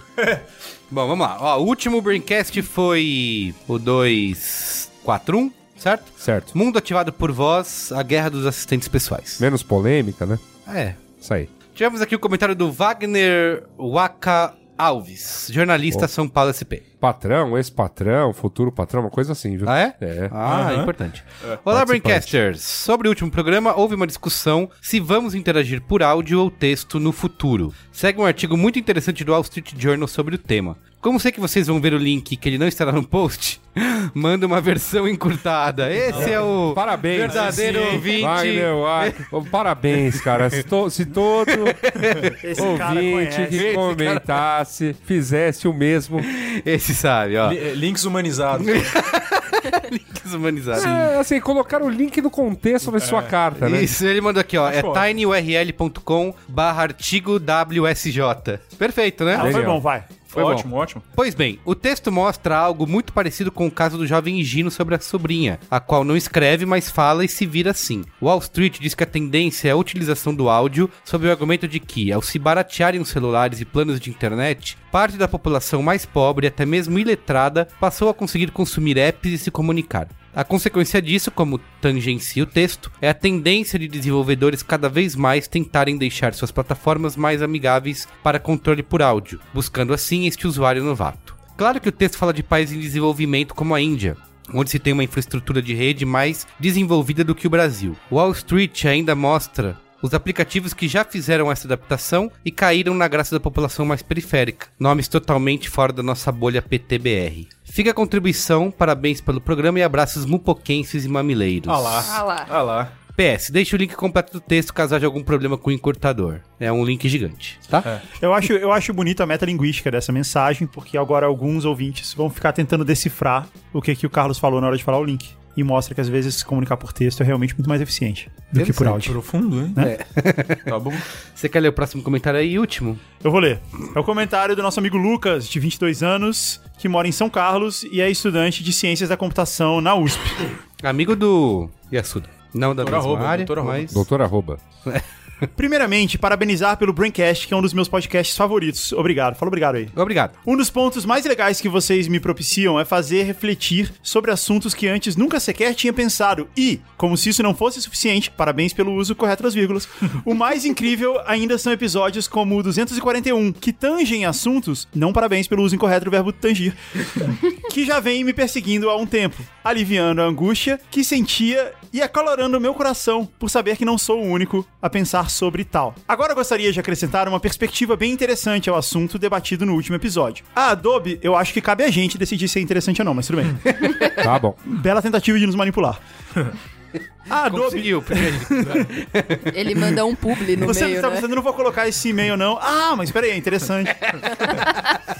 [SPEAKER 1] Bom, vamos lá. Ó, o último Braincast foi o 241, certo?
[SPEAKER 2] Certo.
[SPEAKER 1] Mundo ativado por voz, a guerra dos assistentes pessoais.
[SPEAKER 2] Menos polêmica, né?
[SPEAKER 1] É.
[SPEAKER 2] Isso aí.
[SPEAKER 1] Tivemos aqui o comentário do Wagner Waka Alves, jornalista São Paulo SP.
[SPEAKER 2] Patrão, ex-patrão, futuro patrão, uma coisa assim, viu?
[SPEAKER 1] Ah, é?
[SPEAKER 2] É.
[SPEAKER 1] Ah, importante. Olá, Braincasters. Sobre o último programa, houve uma discussão se vamos interagir por áudio ou texto no futuro. Segue um artigo muito interessante do Wall Street Journal sobre o tema. Como sei que vocês vão ver o link que ele não estará no post, manda uma versão encurtada. Esse é o
[SPEAKER 2] Parabéns.
[SPEAKER 1] verdadeiro
[SPEAKER 4] Sim.
[SPEAKER 1] ouvinte.
[SPEAKER 2] Wagner, Wag- Oh, Parabéns, cara. Se, to- se todo
[SPEAKER 3] Esse cara
[SPEAKER 2] ouvinte
[SPEAKER 3] conhece.
[SPEAKER 2] que comentasse fizesse o mesmo,
[SPEAKER 1] Esse sabe, ó.
[SPEAKER 4] Li- eh, Links humanizados.
[SPEAKER 1] Desumanizado.
[SPEAKER 2] é, assim, colocar o link no contexto da sua carta, né?
[SPEAKER 1] É. Isso, ele mandou aqui, ó. É
[SPEAKER 4] ótimo.
[SPEAKER 1] tinyurl.com barra artigo WSJ. Perfeito, né?
[SPEAKER 3] Ah, foi
[SPEAKER 2] Legal.
[SPEAKER 3] bom, vai.
[SPEAKER 4] Foi
[SPEAKER 1] bom.
[SPEAKER 4] ótimo, ótimo.
[SPEAKER 1] Pois bem, o texto mostra algo muito parecido com o caso do jovem Gino sobre a sobrinha, a qual não escreve, mas fala e se vira assim. Wall Street diz que a tendência é a utilização do áudio sob o argumento de que, ao se baratearem os celulares e planos de internet, parte da população mais pobre, até mesmo iletrada, passou a conseguir consumir apps e se comunicar. A consequência disso, como tangencia o texto, é a tendência de desenvolvedores cada vez mais tentarem deixar suas plataformas mais amigáveis para controle por áudio, buscando assim este usuário novato. Claro que o texto fala de países em desenvolvimento como a Índia, onde se tem uma infraestrutura de rede mais desenvolvida do que o Brasil. Wall Street ainda mostra os aplicativos que já fizeram essa adaptação e caíram na graça da população mais periférica, nomes totalmente fora da nossa bolha PTBR. Fica a contribuição, parabéns pelo programa e abraços mupoquenses e mamileiros.
[SPEAKER 4] Ah lá.
[SPEAKER 5] Ah lá.
[SPEAKER 4] Ah lá.
[SPEAKER 1] PS, deixa o link completo do texto caso haja algum problema com o encurtador. É um link gigante, tá?
[SPEAKER 3] Eu acho, eu acho bonito a metalinguística dessa mensagem, porque agora alguns ouvintes vão ficar tentando decifrar o que, que o Carlos falou na hora de falar o link. E mostra que às vezes se comunicar por texto é realmente muito mais eficiente do que por áudio.
[SPEAKER 4] Profundo, hein?
[SPEAKER 1] Né?
[SPEAKER 4] tá bom.
[SPEAKER 1] Você quer ler o próximo comentário aí, último?
[SPEAKER 3] Eu vou ler. É o comentário do nosso amigo Lucas, de 22 anos, que mora em São Carlos e é estudante de Ciências da Computação na USP.
[SPEAKER 1] Amigo do Yasuda. Não da
[SPEAKER 4] Doutor
[SPEAKER 1] mesma
[SPEAKER 4] arroba,
[SPEAKER 1] área,
[SPEAKER 4] doutor arroba.
[SPEAKER 1] mas...
[SPEAKER 2] Doutor arroba.
[SPEAKER 3] Primeiramente, parabenizar pelo Braincast, que é um dos meus podcasts favoritos. Obrigado. Fala obrigado aí.
[SPEAKER 1] Obrigado.
[SPEAKER 3] Um dos pontos mais legais que vocês me propiciam é fazer refletir sobre assuntos que antes nunca sequer tinha pensado. E, como se isso não fosse suficiente, parabéns pelo uso correto das vírgulas. o mais incrível ainda são episódios como o 241, que tangem assuntos, não parabéns pelo uso incorreto do verbo tangir, que já vem me perseguindo há um tempo, aliviando a angústia que sentia e acalorando meu coração por saber que não sou o único a pensar sobre tal. Agora gostaria de acrescentar uma perspectiva bem interessante ao assunto debatido no último episódio. A Adobe, eu acho que cabe a gente decidir se é interessante ou não, mas tudo bem.
[SPEAKER 2] Tá bom.
[SPEAKER 3] Bela tentativa de nos manipular. A Adobe
[SPEAKER 1] Conseguiu, primeiro.
[SPEAKER 5] Ele manda um publi no
[SPEAKER 3] você
[SPEAKER 5] meio,
[SPEAKER 3] tá
[SPEAKER 5] né?
[SPEAKER 3] pensando, não vou colocar esse e-mail, não. Ah, mas peraí, é interessante.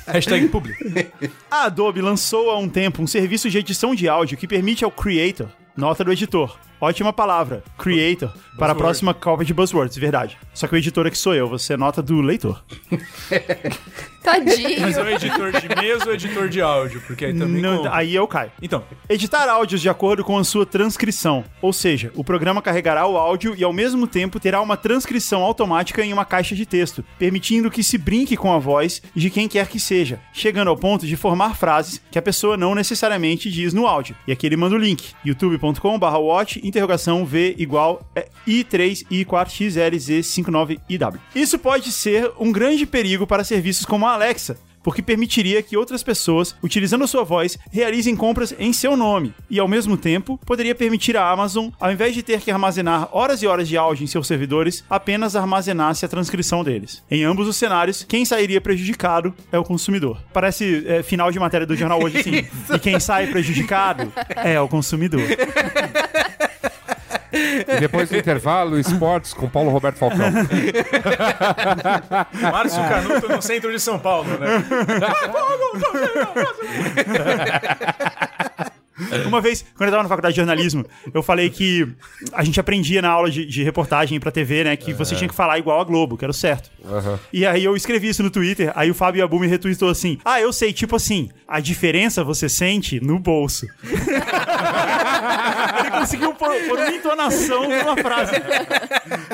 [SPEAKER 4] Hashtag public.
[SPEAKER 3] A Adobe lançou há um tempo um serviço de edição de áudio que permite ao creator, nota do editor, ótima palavra, creator, para a próxima copa de buzzwords, verdade. Só que o editor é que sou eu, você é nota do leitor.
[SPEAKER 4] Mas é
[SPEAKER 5] Tadinho.
[SPEAKER 4] o editor de mesa ou editor de áudio? Porque aí também
[SPEAKER 3] Não,
[SPEAKER 4] conta.
[SPEAKER 3] aí eu caio.
[SPEAKER 4] Então,
[SPEAKER 3] Editar áudios de acordo com a sua transcrição, ou seja, o programa carregará o áudio e ao mesmo tempo terá uma transcrição automática em uma caixa de texto, permitindo que se brinque com a voz de quem quer que seja, chegando ao ponto de formar frases que a pessoa não necessariamente diz no áudio. E aqui ele manda o link: youtube.com/watch interrogação v igual é, i3i4xlz59iw. Isso pode ser um grande perigo para serviços como a Alexa, porque permitiria que outras pessoas, utilizando a sua voz, realizem compras em seu nome. E ao mesmo tempo, poderia permitir à Amazon, ao invés de ter que armazenar horas e horas de áudio em seus servidores, apenas armazenasse a transcrição deles. Em ambos os cenários, quem sairia prejudicado é o consumidor. Parece é, final de matéria do jornal hoje, assim, sim. e quem sai prejudicado é o consumidor.
[SPEAKER 2] E depois do intervalo, esportes com Paulo Roberto Falcão.
[SPEAKER 4] Márcio Canuto no centro de São Paulo, né?
[SPEAKER 3] Uma vez, quando eu tava na faculdade de jornalismo, eu falei que a gente aprendia na aula de, de reportagem pra TV, né? Que você tinha que falar igual a Globo, que era o certo. E aí eu escrevi isso no Twitter, aí o Fábio Abu me retweetou assim: Ah, eu sei, tipo assim, a diferença você sente no bolso. Ele conseguiu pôr, pôr uma entonação numa frase.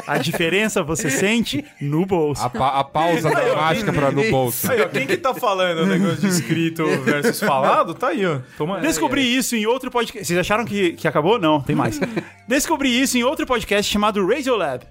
[SPEAKER 3] A diferença você sente no bolso.
[SPEAKER 2] A, pa- a pausa dramática pra no bolso.
[SPEAKER 4] Aí, ó, quem que tá falando o negócio de escrito versus falado? Tá aí, ó. Toma essa.
[SPEAKER 3] Descobri isso em outro podcast. Vocês acharam que, que acabou? Não, tem mais. Descobri isso em outro podcast chamado Radiolab.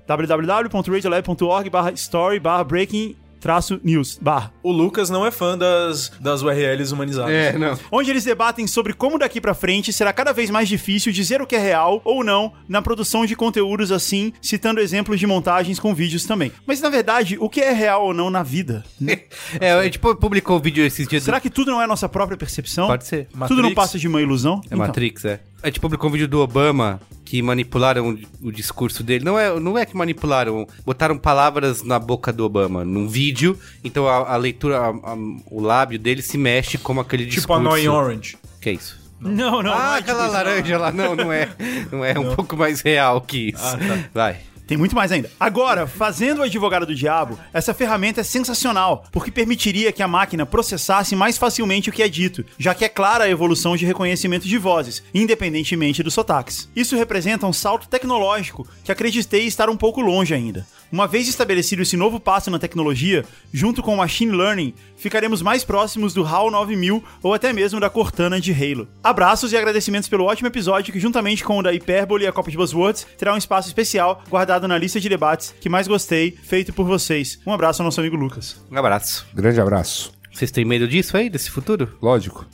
[SPEAKER 3] www.radiolab.org barra story barra breaking traço news barra.
[SPEAKER 4] O Lucas não é fã das, das URLs humanizadas.
[SPEAKER 1] É, não.
[SPEAKER 3] Onde eles debatem sobre como daqui pra frente será cada vez mais difícil dizer o que é real ou não na produção de conteúdos assim, citando exemplos de montagens com vídeos também. Mas na verdade, o que é real ou não na vida?
[SPEAKER 1] É, a gente pu- publicou o vídeo esses dias. do-
[SPEAKER 3] Será que tudo não é nossa própria percepção?
[SPEAKER 1] Pode ser.
[SPEAKER 3] Tudo não
[SPEAKER 4] Matrix?
[SPEAKER 3] passa de uma ilusão?
[SPEAKER 1] É
[SPEAKER 3] Então.
[SPEAKER 1] Matrix, é. A gente publicou um vídeo do Obama que manipularam o discurso dele. Não é, não é que manipularam, botaram palavras na boca do Obama num vídeo. Então a, a leitura, a- a- o lábio dele se mexe como aquele discurso.
[SPEAKER 4] Tipo a Annoying Orange.
[SPEAKER 1] Que é isso?
[SPEAKER 3] Não, não.
[SPEAKER 1] ah,
[SPEAKER 3] não é tipo
[SPEAKER 1] aquela
[SPEAKER 3] isso, não.
[SPEAKER 1] laranja lá. Não, não é. Não é um pouco mais real que
[SPEAKER 3] Ah,
[SPEAKER 1] isso.
[SPEAKER 3] tá.
[SPEAKER 1] Vai.
[SPEAKER 3] Tem muito mais ainda. Agora, fazendo o advogado do diabo, essa ferramenta é sensacional, porque permitiria que a máquina processasse mais facilmente o que é dito, já que é clara a evolução de reconhecimento de vozes, independentemente dos sotaques. Isso representa um salto tecnológico que acreditei estar um pouco longe ainda. Uma vez estabelecido esse novo passo na tecnologia, junto com o machine learning, ficaremos mais próximos do HAL 9000 ou até mesmo da Cortana de Halo. Abraços e agradecimentos pelo ótimo episódio que, juntamente com o da Hipérbole e a Copa de Buzzwords, terá um espaço especial guardado na lista de debates que mais gostei, feito por vocês. Um abraço ao nosso amigo Lucas.
[SPEAKER 1] Um abraço.
[SPEAKER 2] Grande abraço.
[SPEAKER 1] Vocês têm medo disso aí, desse futuro?
[SPEAKER 2] Lógico.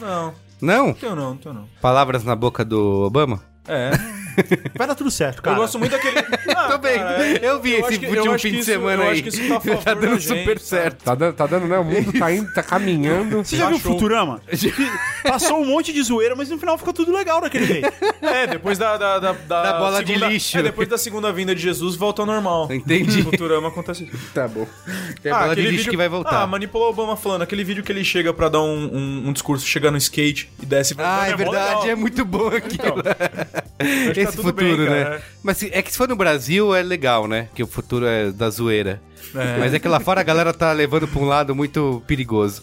[SPEAKER 4] Não,
[SPEAKER 1] Não?
[SPEAKER 4] teu não, teu não.
[SPEAKER 1] Palavras na boca do Obama?
[SPEAKER 4] É.
[SPEAKER 3] Vai dar tudo certo,
[SPEAKER 4] Eu
[SPEAKER 3] cara.
[SPEAKER 4] gosto muito daquele. Ah,
[SPEAKER 1] Tô bem.
[SPEAKER 4] cara, é-
[SPEAKER 1] eu vi
[SPEAKER 4] eu
[SPEAKER 1] esse
[SPEAKER 4] acho que- eu
[SPEAKER 1] último
[SPEAKER 4] acho
[SPEAKER 1] fim
[SPEAKER 4] que
[SPEAKER 1] de
[SPEAKER 4] isso-
[SPEAKER 1] semana
[SPEAKER 4] eu
[SPEAKER 1] aí.
[SPEAKER 4] acho que isso tá a favor
[SPEAKER 1] tá dando
[SPEAKER 4] da gente,
[SPEAKER 1] super
[SPEAKER 4] sabe?
[SPEAKER 1] certo.
[SPEAKER 2] Tá dando, tá dando, né? O mundo tá indo, tá caminhando.
[SPEAKER 3] Você já viu o
[SPEAKER 4] Baixou.
[SPEAKER 3] Futurama? Passou um monte de zoeira, mas no final ficou tudo legal daquele jeito.
[SPEAKER 4] É, depois da. Da, da,
[SPEAKER 1] Da bola de
[SPEAKER 4] segunda-
[SPEAKER 1] lixo.
[SPEAKER 4] É, depois da segunda vinda de Jesus, volta ao normal.
[SPEAKER 1] Entendi.
[SPEAKER 4] Futurama acontece isso.
[SPEAKER 2] Tá bom.
[SPEAKER 1] Tem a bola de
[SPEAKER 4] aquele
[SPEAKER 1] lixo
[SPEAKER 4] vídeo-
[SPEAKER 1] que vai voltar.
[SPEAKER 4] Ah, manipulou o Obama falando. Aquele vídeo que ele chega pra dar um, um, um discurso, chega no skate e desce.
[SPEAKER 1] Ah,
[SPEAKER 4] voltando,
[SPEAKER 1] é
[SPEAKER 4] mó
[SPEAKER 1] verdade, é
[SPEAKER 4] Então legal. Então,
[SPEAKER 1] muito bom aqui.
[SPEAKER 4] Acho que
[SPEAKER 1] Esse
[SPEAKER 4] tá tudo
[SPEAKER 1] futuro,
[SPEAKER 4] bem, cara.
[SPEAKER 1] né? Mas se- é que se for no Brasil é legal, né? Que o futuro é da zoeira. Mas é que lá fora a galera tá levando pra um lado muito perigoso.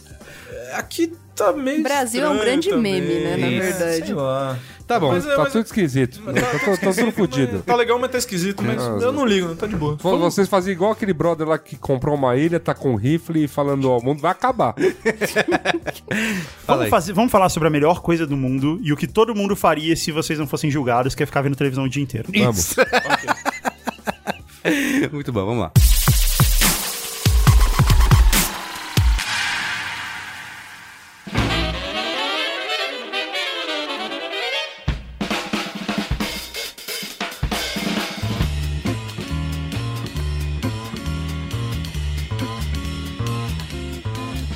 [SPEAKER 1] é-
[SPEAKER 4] Aqui tá meio.
[SPEAKER 5] Brasil é um
[SPEAKER 4] estranho
[SPEAKER 5] grande
[SPEAKER 4] também.
[SPEAKER 5] meme, né, na
[SPEAKER 4] É,
[SPEAKER 5] verdade.
[SPEAKER 4] Sei lá.
[SPEAKER 1] Tá bom.
[SPEAKER 4] Mas é-
[SPEAKER 2] Tá tudo esquisito. Tá, tô- tô tudo fodido.
[SPEAKER 4] Tá legal, mas tá esquisito, mas eu não ligo, tá de boa.
[SPEAKER 2] Pô, Vocês fazem igual aquele brother lá que comprou uma ilha, tá com um rifle e falando, ó, o mundo vai acabar.
[SPEAKER 1] Fala
[SPEAKER 3] Vamos,
[SPEAKER 1] aí.
[SPEAKER 3] fazer- vamos falar sobre a melhor coisa do mundo e o que todo mundo faria se vocês não fossem julgados, que é ficar vendo televisão o dia inteiro.
[SPEAKER 2] Vamos.
[SPEAKER 1] Muito bom, vamos lá.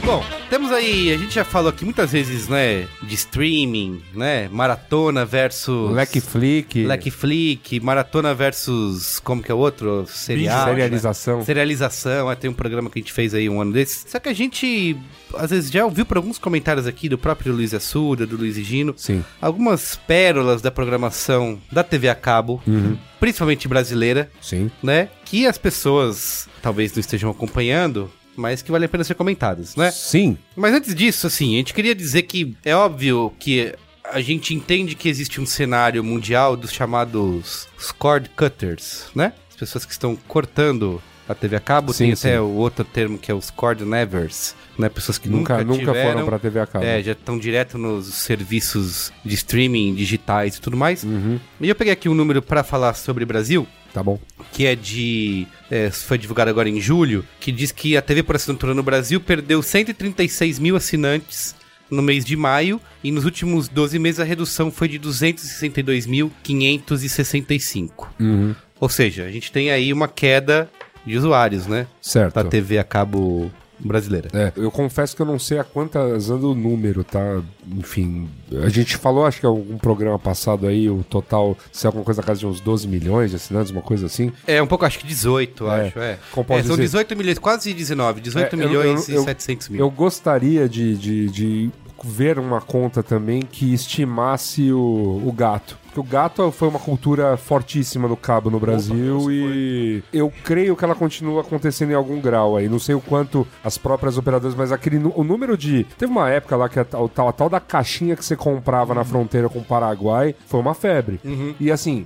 [SPEAKER 1] Bom, temos aí, a gente já falou aqui muitas vezes, né, de streaming, né, maratona versus...
[SPEAKER 2] Leque flick.
[SPEAKER 1] Black Flick, Maratona versus. Como que é o outro? Serial.
[SPEAKER 2] Serialização.
[SPEAKER 1] né? Serialização, é, tem um programa que a gente fez aí um ano desses. Só que a gente, às vezes, já ouviu por alguns comentários aqui do próprio Luiz Assuda, do Luiz Gino,
[SPEAKER 2] Sim.
[SPEAKER 1] algumas pérolas da programação da TV a cabo,
[SPEAKER 2] Uhum.
[SPEAKER 1] principalmente brasileira,
[SPEAKER 2] Sim.
[SPEAKER 1] né? Que as pessoas talvez não estejam acompanhando, mas que vale a pena ser comentadas, né?
[SPEAKER 2] Sim.
[SPEAKER 1] Mas antes disso, assim, a gente queria dizer que é óbvio que a gente entende que existe um cenário mundial dos chamados os cord cutters, né? As pessoas que estão cortando a TV a cabo,
[SPEAKER 2] Sim,
[SPEAKER 1] tem
[SPEAKER 2] sim.
[SPEAKER 1] até o outro termo que é os cord nevers, né? Pessoas que nunca
[SPEAKER 2] Nunca, nunca,
[SPEAKER 1] tiveram,
[SPEAKER 2] foram pra TV a cabo.
[SPEAKER 1] É, já estão direto nos serviços de streaming digitais e tudo mais.
[SPEAKER 2] Uhum.
[SPEAKER 1] E eu peguei aqui um número pra falar sobre Brasil,
[SPEAKER 2] Tá bom.
[SPEAKER 1] que é de. é, foi divulgado agora em julho, que diz que a TV por assinatura no Brasil perdeu 136 mil assinantes no mês de maio e nos últimos 12 meses a redução foi de 262.565.
[SPEAKER 2] Uhum.
[SPEAKER 1] Ou seja, a gente tem aí uma queda de usuários, né?
[SPEAKER 2] Certo.
[SPEAKER 1] Da TV a cabo brasileira.
[SPEAKER 2] É, eu confesso que eu não sei a quantas anda o número, tá? Enfim, a gente falou, acho que algum programa passado aí, o total, se é alguma coisa na casa de uns 12 milhões de assinantes, uma coisa assim.
[SPEAKER 1] É, um pouco, acho que 18,
[SPEAKER 2] É.
[SPEAKER 1] acho. É.
[SPEAKER 2] Como posso
[SPEAKER 1] É, são
[SPEAKER 2] dizer?
[SPEAKER 1] 18 milhões, quase 19, 18
[SPEAKER 2] É, eu-
[SPEAKER 1] milhões
[SPEAKER 2] eu- eu-
[SPEAKER 1] e 700 mil.
[SPEAKER 2] Eu gostaria de, de, de ver uma conta também que estimasse o, o gato. Porque o gato foi uma cultura fortíssima no cabo no Brasil e eu creio que ela continua acontecendo em algum grau aí. Não sei o quanto as próprias operadoras, mas aquele nu- o número de. Teve uma época lá que a, tal- tal, a tal da caixinha que você comprava na fronteira com o Paraguai foi uma febre. E assim,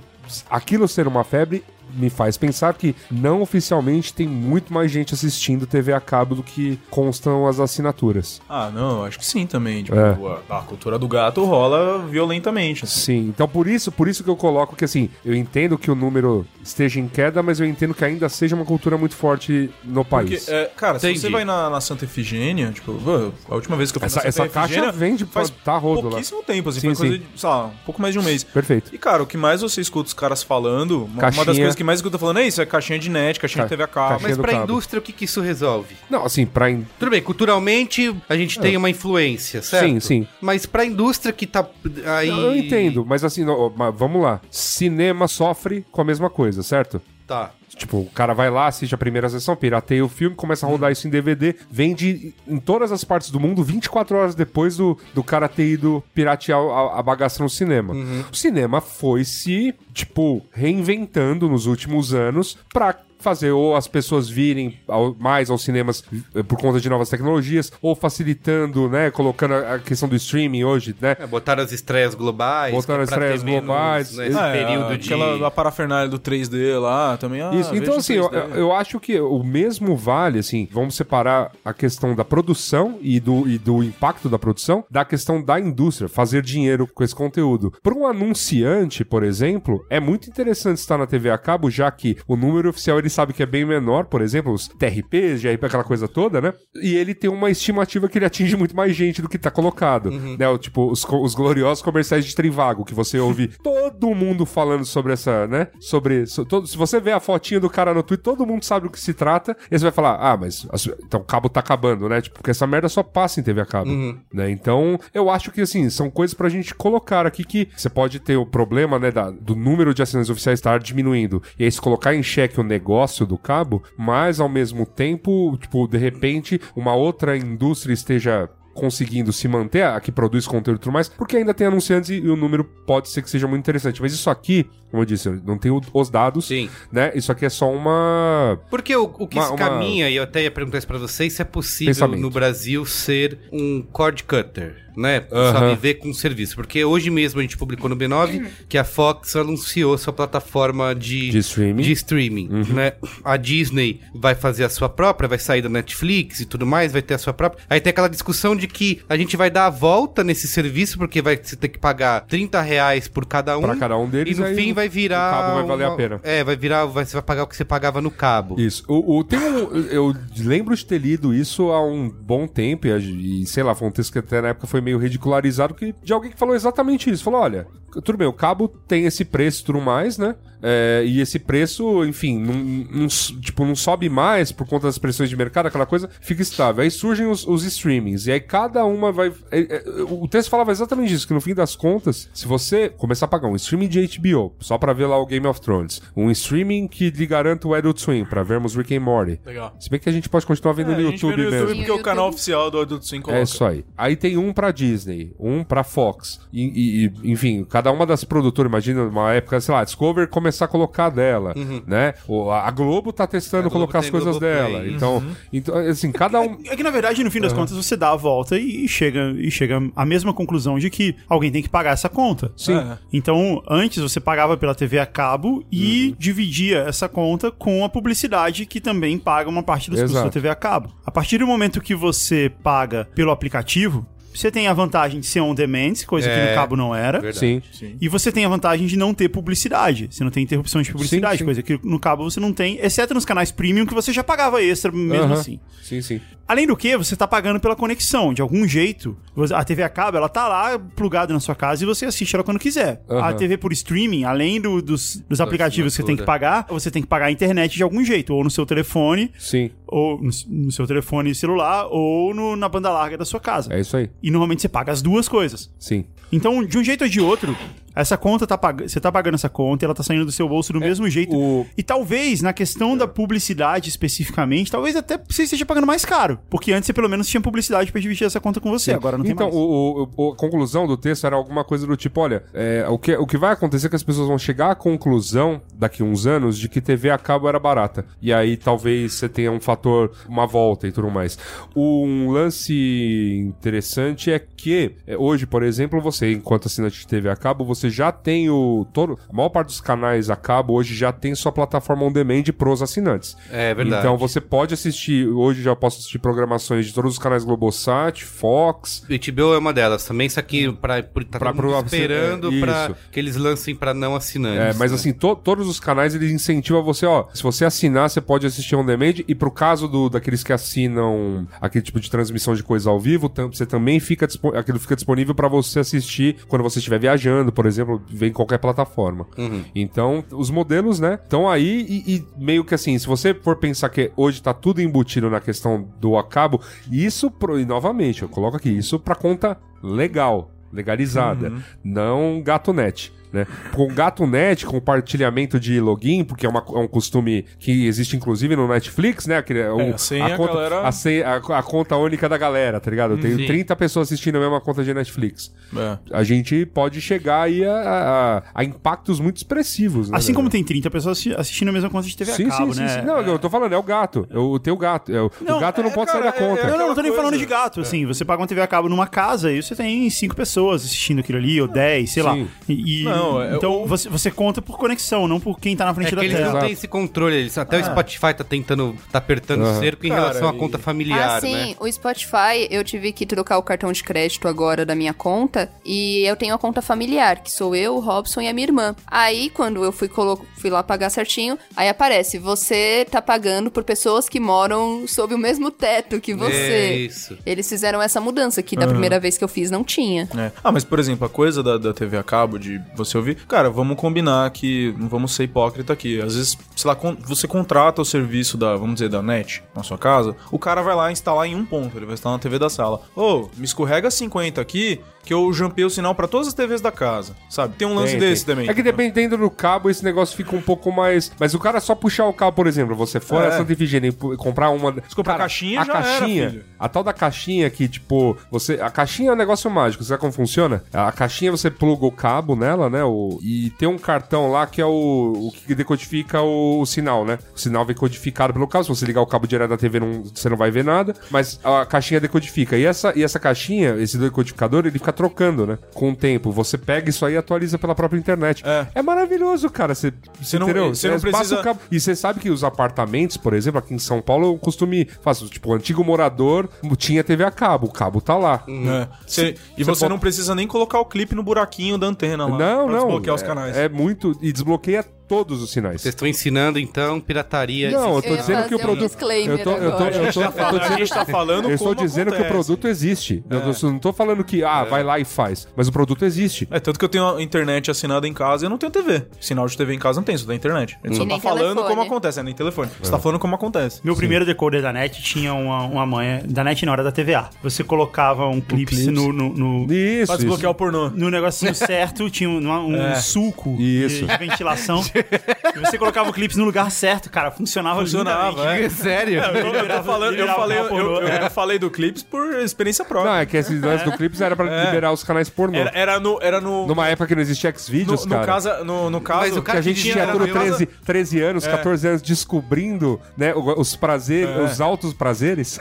[SPEAKER 2] aquilo ser uma febre me faz pensar que não oficialmente tem muito mais gente assistindo TV a cabo do que constam as assinaturas.
[SPEAKER 4] Ah, não, acho que sim também. Tipo,
[SPEAKER 2] É.
[SPEAKER 4] a, a cultura do gato rola violentamente. assim.
[SPEAKER 2] Sim, então por isso, por isso que eu coloco que assim, eu entendo que o número esteja em queda, mas eu entendo que ainda seja uma cultura muito forte no
[SPEAKER 4] Porque,
[SPEAKER 2] país.
[SPEAKER 4] é, cara,
[SPEAKER 1] Entendi.
[SPEAKER 4] se você vai na, na Santa Efigênia, tipo, pô, a última vez que eu fui
[SPEAKER 2] Essa-
[SPEAKER 4] na Santa
[SPEAKER 2] essa caixa
[SPEAKER 4] Efigênia
[SPEAKER 2] vende pra-
[SPEAKER 4] faz
[SPEAKER 2] tá rodo lá.
[SPEAKER 4] pouquíssimo tempo, assim,
[SPEAKER 2] Sim,
[SPEAKER 4] foi coisa
[SPEAKER 2] sim.
[SPEAKER 4] de, sei lá, um pouco mais de um mês.
[SPEAKER 2] Perfeito.
[SPEAKER 4] E, cara, o que mais você escuta os caras falando, uma- uma das
[SPEAKER 2] Caixinha.
[SPEAKER 4] coisas que mais escuta falando é isso, é caixinha de net, caixinha
[SPEAKER 2] Ca-
[SPEAKER 4] de TV a cabo.
[SPEAKER 2] caixinha
[SPEAKER 1] Mas
[SPEAKER 2] do
[SPEAKER 1] pra
[SPEAKER 2] cabo.
[SPEAKER 1] indústria, o que, que isso resolve?
[SPEAKER 2] Não, assim, pra. in-
[SPEAKER 1] Tudo bem, culturalmente a gente tem uma influência, certo?
[SPEAKER 2] É. Sim, sim.
[SPEAKER 1] Mas pra indústria que tá aí...
[SPEAKER 2] Eu entendo, mas assim, não, mas vamos lá. Cinema sofre com a mesma coisa, certo?
[SPEAKER 1] Tá.
[SPEAKER 2] Tipo, o cara vai lá, assiste a primeira sessão, pirateia o filme, começa a rodar isso em DVD, vende em todas as partes do mundo 24 horas depois do, do cara ter ido piratear a, a bagaça no cinema. O cinema foi se, tipo, reinventando nos últimos anos pra fazer ou as pessoas virem ao- mais aos cinemas eh, por conta de novas tecnologias, ou facilitando, né, colocando a a questão do streaming hoje, né?
[SPEAKER 1] É, botaram as estreias globais.
[SPEAKER 2] Botaram
[SPEAKER 1] que é
[SPEAKER 2] as
[SPEAKER 1] pra
[SPEAKER 2] estreias
[SPEAKER 1] ter menos,
[SPEAKER 2] globais,
[SPEAKER 1] né,
[SPEAKER 2] ex-
[SPEAKER 1] esse
[SPEAKER 4] Ah, é,
[SPEAKER 1] período de...
[SPEAKER 4] Aquela a parafernália do 3D lá também. Ah,
[SPEAKER 2] Isso, então
[SPEAKER 4] veja
[SPEAKER 2] assim,
[SPEAKER 4] 3D.
[SPEAKER 2] eu, eu acho que o mesmo vale, assim, vamos separar a questão da produção e do, e do impacto da produção da questão da indústria, fazer dinheiro com esse conteúdo. Para um anunciante, por exemplo, é muito interessante estar na TV a cabo, já que o número oficial ele sabe que é bem menor, por exemplo, os TRPs, GRP, aquela coisa toda, né? E ele tem uma estimativa que ele atinge muito mais gente do que tá colocado, né? O, tipo, os, co- os gloriosos comerciais de Trivago, que você ouve todo mundo falando sobre essa, né? Sobre. so- todo, se você vê a fotinha do cara no Twitter, todo mundo sabe do que se trata. E você vai falar, ah, mas as- então o cabo tá acabando, né? Tipo, porque essa merda só passa em TV a cabo, né? Então, eu acho que, assim, são coisas pra gente colocar aqui que você pode ter o problema, né, da- do número de assinantes oficiais estar diminuindo. E aí, se colocar em xeque o negócio do cabo, mas, ao mesmo tempo, tipo, de repente, uma outra indústria esteja conseguindo se manter, a que produz conteúdo e tudo mais, porque ainda tem anunciantes e, e o número pode ser que seja muito interessante. Mas isso aqui, como eu disse, eu não tenho os dados,
[SPEAKER 1] Sim.
[SPEAKER 2] né? Isso aqui é só uma...
[SPEAKER 1] Porque o, o que
[SPEAKER 2] Uma-
[SPEAKER 1] se
[SPEAKER 2] uma-
[SPEAKER 1] caminha, e eu até ia perguntar isso pra vocês, se é possível
[SPEAKER 2] Pensamento.
[SPEAKER 1] no Brasil ser um cord cutter, né? Só
[SPEAKER 2] Aham.
[SPEAKER 1] viver com serviço. Porque hoje mesmo a gente publicou no B9 que a Fox anunciou sua plataforma de,
[SPEAKER 2] De streaming.
[SPEAKER 1] de streaming,
[SPEAKER 2] Uhum.
[SPEAKER 1] né? A Disney vai fazer a sua própria, vai sair da Netflix e tudo mais, vai ter a sua própria. Aí tem aquela discussão de que a gente vai dar a volta nesse serviço, porque vai se ter que pagar 30 reais por cada um.
[SPEAKER 2] Pra cada um deles,
[SPEAKER 1] E no
[SPEAKER 2] aí
[SPEAKER 1] fim vai virar...
[SPEAKER 2] o cabo vai valer a
[SPEAKER 1] uma-
[SPEAKER 2] pena.
[SPEAKER 1] É, vai virar... Vai, você vai pagar o que você pagava no cabo.
[SPEAKER 2] Isso. O, o- tem um- eu lembro de ter lido isso há um bom tempo, e, e sei lá, foi um texto que até na época foi meio ridicularizado, que, de alguém que falou exatamente isso. Falou, olha, tudo bem, o cabo tem esse preço e tudo mais, né? É, e esse preço, enfim, não, não s- tipo, não sobe mais por conta das pressões de mercado, aquela coisa, fica estável. Aí surgem os, os streamings, e aí cada uma vai... é, é, o texto falava exatamente isso, que no fim das contas, se você começar a pagar um streaming de HBO, só pra ver lá o Game of Thrones, um streaming que lhe garanta o Adult Swim, pra vermos Rick and Morty,
[SPEAKER 4] Legal.
[SPEAKER 2] se bem que a gente pode continuar vendo
[SPEAKER 4] É,
[SPEAKER 2] no
[SPEAKER 4] a gente vê
[SPEAKER 2] YouTube
[SPEAKER 4] no YouTube
[SPEAKER 2] mesmo.
[SPEAKER 4] porque
[SPEAKER 5] Sim, o
[SPEAKER 4] o canal
[SPEAKER 5] YouTube.
[SPEAKER 4] oficial do Adult Swim coloca.
[SPEAKER 2] É isso aí. Aí tem um pra Disney, um pra Fox. E, e- e, enfim, cada uma das produtoras, imagina uma época, sei lá, a Discovery começar a colocar dela, né? Ou a a Globo tá testando
[SPEAKER 1] Uhum. A Globo
[SPEAKER 2] colocar as
[SPEAKER 1] tem
[SPEAKER 2] coisas
[SPEAKER 1] Globoplay.
[SPEAKER 2] dela. Então,
[SPEAKER 3] Uhum.
[SPEAKER 2] então, assim, cada um.
[SPEAKER 3] É que na verdade, no fim das contas, você dá a volta e chega, e chega à mesma conclusão de que alguém tem que pagar essa conta.
[SPEAKER 2] Sim.
[SPEAKER 4] É.
[SPEAKER 3] Então, antes você pagava pela TV a cabo e
[SPEAKER 2] Uhum.
[SPEAKER 3] dividia essa conta com a publicidade que também paga uma parte dos custos
[SPEAKER 2] Exato.
[SPEAKER 3] da TV a cabo. A partir do momento que você paga pelo aplicativo, Você tem a vantagem de ser on demand, coisa que
[SPEAKER 1] É.
[SPEAKER 3] no cabo não era.
[SPEAKER 1] Verdade.
[SPEAKER 2] Sim.
[SPEAKER 3] E você tem a vantagem de não ter publicidade. Você não tem interrupção de publicidade,
[SPEAKER 2] Sim, sim.
[SPEAKER 3] coisa que no cabo você não tem, exceto nos canais premium que você já pagava extra mesmo
[SPEAKER 2] Aham.
[SPEAKER 3] assim.
[SPEAKER 2] Sim, sim.
[SPEAKER 3] Além do que, você tá pagando pela conexão. De algum jeito, você- a TV a cabo, ela tá lá plugada na sua casa e você assiste ela quando quiser.
[SPEAKER 2] Aham.
[SPEAKER 3] A TV por streaming, além do- dos, dos aplicativos que você tem que
[SPEAKER 1] assinatura.
[SPEAKER 3] pagar, você tem que pagar a internet de algum jeito. Ou no seu telefone,
[SPEAKER 2] Sim.
[SPEAKER 3] ou no, no seu telefone celular, ou no- na banda larga da sua casa.
[SPEAKER 2] É isso aí.
[SPEAKER 3] E normalmente você paga as duas coisas.
[SPEAKER 2] Sim.
[SPEAKER 3] Então, de um jeito ou de outro, essa conta tá pagando. Você tá pagando essa conta e ela tá saindo do seu bolso do mesmo jeito.
[SPEAKER 2] o-
[SPEAKER 3] E talvez, na questão da publicidade especificamente, talvez até você esteja pagando mais caro. Porque antes você pelo menos tinha publicidade pra dividir essa conta com você. Agora não tem
[SPEAKER 2] então,
[SPEAKER 3] mais.
[SPEAKER 2] o- o- o- a conclusão do texto era alguma coisa do tipo: olha, é, o, que, o que vai acontecer é que as pessoas vão chegar à conclusão, daqui uns anos, de que TV a cabo era barata. E aí talvez você tenha um fator, uma volta e tudo mais. Um lance interessante é que, é, hoje, por exemplo, você, enquanto assinante de TV a cabo, você já tem o. Todo, a maior parte dos canais a cabo hoje já tem sua plataforma on demand pros assinantes.
[SPEAKER 1] É verdade.
[SPEAKER 2] Então você pode assistir, hoje já posso assistir programações de todos os canais Globosat, Fox,
[SPEAKER 1] O HBO é uma delas. Também isso aqui pra, por, tá
[SPEAKER 2] Pra
[SPEAKER 1] todo mundo
[SPEAKER 2] pro-
[SPEAKER 1] esperando
[SPEAKER 2] é,
[SPEAKER 1] pra
[SPEAKER 2] isso.
[SPEAKER 1] que eles lancem pra não
[SPEAKER 2] É,
[SPEAKER 1] assinantes.
[SPEAKER 2] mas
[SPEAKER 1] né?
[SPEAKER 2] assim, to- todos os canais eles incentivam você, ó. Se você assinar, você pode assistir on demand. E pro caso do, daqueles que assinam aquele tipo de transmissão de coisa ao vivo, tam- você também fica dispo- aquilo fica disponível pra você assistir quando você estiver viajando, por exemplo, vem em qualquer plataforma. Então, os modelos, né, estão aí e, e meio que assim, se você for pensar que hoje tá tudo embutido na questão do acabo, isso, pro- e novamente, eu coloco aqui, isso pra conta legal, legalizada,
[SPEAKER 4] Uhum.
[SPEAKER 2] não gato net né? Com GatoNet, compartilhamento de login, porque é, uma- é um costume que existe inclusive no Netflix, né? Aquele, o-
[SPEAKER 4] É, a senha, a
[SPEAKER 2] conta,
[SPEAKER 4] galera- Uhum.
[SPEAKER 2] a senha- a- a conta única da galera, tá ligado? Eu tenho 30 pessoas assistindo a mesma conta de Netflix.
[SPEAKER 4] É.
[SPEAKER 2] A gente pode chegar aí a, a- a impactos muito expressivos, né?
[SPEAKER 3] Assim
[SPEAKER 2] velho?
[SPEAKER 3] como tem 30 pessoas assi- assistindo a mesma conta de TV
[SPEAKER 2] Sim,
[SPEAKER 3] a cabo,
[SPEAKER 2] sim,
[SPEAKER 3] né?
[SPEAKER 2] sim, sim. Não, eu tô falando, é o gato. Eu, o teu gato. é o, o gato não
[SPEAKER 4] é,
[SPEAKER 2] pode sair
[SPEAKER 4] cara,
[SPEAKER 2] da conta.
[SPEAKER 4] é-
[SPEAKER 3] Não, não, não tô nem
[SPEAKER 4] Aquela
[SPEAKER 3] falando de
[SPEAKER 4] coisa.
[SPEAKER 3] gato, assim. Você paga uma TV a cabo numa casa e você tem cinco pessoas assistindo aquilo ali, ou 10, sei lá.
[SPEAKER 2] Sim.
[SPEAKER 3] E, e-
[SPEAKER 4] Não, é-
[SPEAKER 3] então você, você conta por conexão, não por quem tá na
[SPEAKER 1] É
[SPEAKER 3] frente
[SPEAKER 1] que
[SPEAKER 3] da
[SPEAKER 1] eles não
[SPEAKER 3] tela.
[SPEAKER 1] têm esse controle. Eles, até o Spotify tá tentando, tá apertando o
[SPEAKER 2] Aham.
[SPEAKER 1] cerco em
[SPEAKER 4] Cara,
[SPEAKER 1] relação à
[SPEAKER 4] e-
[SPEAKER 1] conta familiar,
[SPEAKER 5] Ah, sim,
[SPEAKER 1] né?
[SPEAKER 5] o Spotify, eu tive que trocar o cartão de crédito agora da minha conta e eu tenho a conta familiar, que sou eu, o Robson e a minha irmã. Aí, quando eu fui, colo- fui lá pagar certinho, aí aparece, você tá pagando por pessoas que moram sob o mesmo teto que
[SPEAKER 1] É
[SPEAKER 5] você.
[SPEAKER 1] isso.
[SPEAKER 5] Eles fizeram essa mudança, que da primeira vez que eu fiz não tinha.
[SPEAKER 4] É. Ah, mas por exemplo, a coisa da, da TV a cabo, de você ouvir. Cara, vamos combinar que. Não vamos ser hipócrita aqui. Às vezes, sei lá, con- você contrata o serviço da, vamos dizer, da net na sua casa, o cara vai lá instalar em um ponto, ele vai instalar na TV da sala. Ô, me escorrega 50 aqui, que eu jampei o sinal pra todas as TVs da casa, sabe? Tem um lance
[SPEAKER 2] Tem,
[SPEAKER 4] desse
[SPEAKER 2] tem.
[SPEAKER 4] também.
[SPEAKER 2] É que dependendo do cabo, esse negócio fica um pouco mais. Mas o cara só puxar o cabo, por exemplo, você for
[SPEAKER 4] É.
[SPEAKER 2] a Santa Ifigênia e pu- comprar uma. Você
[SPEAKER 4] comprar a caixinha,
[SPEAKER 2] a
[SPEAKER 4] já era,
[SPEAKER 2] caixinha,
[SPEAKER 4] filho.
[SPEAKER 2] A tal da caixinha que, tipo, você. A caixinha é um negócio mágico, sabe como funciona? A caixinha você pluga o cabo nela, né? O, e tem um cartão lá que é o, o que decodifica o, o sinal, né? O sinal vem codificado pelo cabo. Se você ligar o cabo direto da TV, não- você não vai ver nada. Mas a caixinha decodifica. E essa, e essa caixinha, esse decodificador, ele fica trocando, né? Com o tempo. Você pega isso aí e atualiza pela própria internet.
[SPEAKER 4] É.
[SPEAKER 2] maravilhoso, cara. Você,
[SPEAKER 4] Você não-
[SPEAKER 2] entendeu?
[SPEAKER 4] você não
[SPEAKER 2] passa
[SPEAKER 4] precisa-
[SPEAKER 2] o cabo- e você sabe que os apartamentos, por exemplo, aqui em São Paulo, eu costume faço, tipo, o antigo morador tinha TV a cabo, o cabo tá lá.
[SPEAKER 4] É. Você- e você,
[SPEAKER 2] pode-
[SPEAKER 4] não precisa nem colocar o clipe no buraquinho da antena lá.
[SPEAKER 2] não,
[SPEAKER 4] pra
[SPEAKER 2] não.
[SPEAKER 4] Desbloquear os
[SPEAKER 2] é-
[SPEAKER 4] canais.
[SPEAKER 2] É, muito e desbloqueia todos os sinais.
[SPEAKER 1] Vocês estão ensinando, então, pirataria.
[SPEAKER 2] Não, eu tô
[SPEAKER 5] Eu ia
[SPEAKER 2] dizendo que o
[SPEAKER 5] fazer um
[SPEAKER 2] produto
[SPEAKER 5] disclaimer
[SPEAKER 2] eu tô, eu tô,
[SPEAKER 5] agora.
[SPEAKER 2] eu tô, eu tô
[SPEAKER 4] a
[SPEAKER 2] dizendo
[SPEAKER 4] gente tá falando
[SPEAKER 2] eu estou
[SPEAKER 4] como
[SPEAKER 2] dizendo que o
[SPEAKER 4] acontece.
[SPEAKER 2] produto existe. Eu não- eu não tô falando que, ah, vai lá e faz. Mas o produto existe.
[SPEAKER 4] É, tanto que eu tenho a internet assinada em casa e eu não tenho TV. Sinal de TV em casa não tem, só tem internet. A gente
[SPEAKER 5] E
[SPEAKER 4] só tá
[SPEAKER 5] nem
[SPEAKER 4] falando
[SPEAKER 5] telefone.
[SPEAKER 4] como acontece, é nem telefone. Você tá falando como acontece.
[SPEAKER 3] Meu primeiro decoder da net tinha uma, uma manha. Da net na hora da TVA. Você colocava um clipe
[SPEAKER 4] clips.
[SPEAKER 3] no, no, no,
[SPEAKER 2] Isso,
[SPEAKER 4] Pra desbloquear o pornô.
[SPEAKER 3] no negocinho certo, tinha um, uma- um
[SPEAKER 4] É.
[SPEAKER 3] sulco
[SPEAKER 2] Isso.
[SPEAKER 3] De, de ventilação. e você colocava o clipe no lugar certo, cara. Funcionava
[SPEAKER 4] Funcionava,
[SPEAKER 1] É
[SPEAKER 4] é.
[SPEAKER 1] sério?
[SPEAKER 4] Eu, eu tô falando- eu
[SPEAKER 3] Liberava
[SPEAKER 4] falei,
[SPEAKER 3] o pornô,
[SPEAKER 4] eu, eu
[SPEAKER 3] é.
[SPEAKER 4] falei do Clips por experiência
[SPEAKER 2] isso. Não,
[SPEAKER 4] própria.
[SPEAKER 2] é que esses lance do Clips era pra liberar os canais pornô.
[SPEAKER 4] É. Era, era no. Era no,
[SPEAKER 2] Numa época que não existia
[SPEAKER 4] no,
[SPEAKER 2] X-Videos,
[SPEAKER 4] no
[SPEAKER 2] cara.
[SPEAKER 4] casa- no, no caso.
[SPEAKER 1] Mas o
[SPEAKER 2] que
[SPEAKER 1] cara
[SPEAKER 2] a gente tinha É. tudo
[SPEAKER 1] problema-
[SPEAKER 2] 13, 13 anos, 14 anos, descobrindo né, o- os prazeres, os altos prazeres.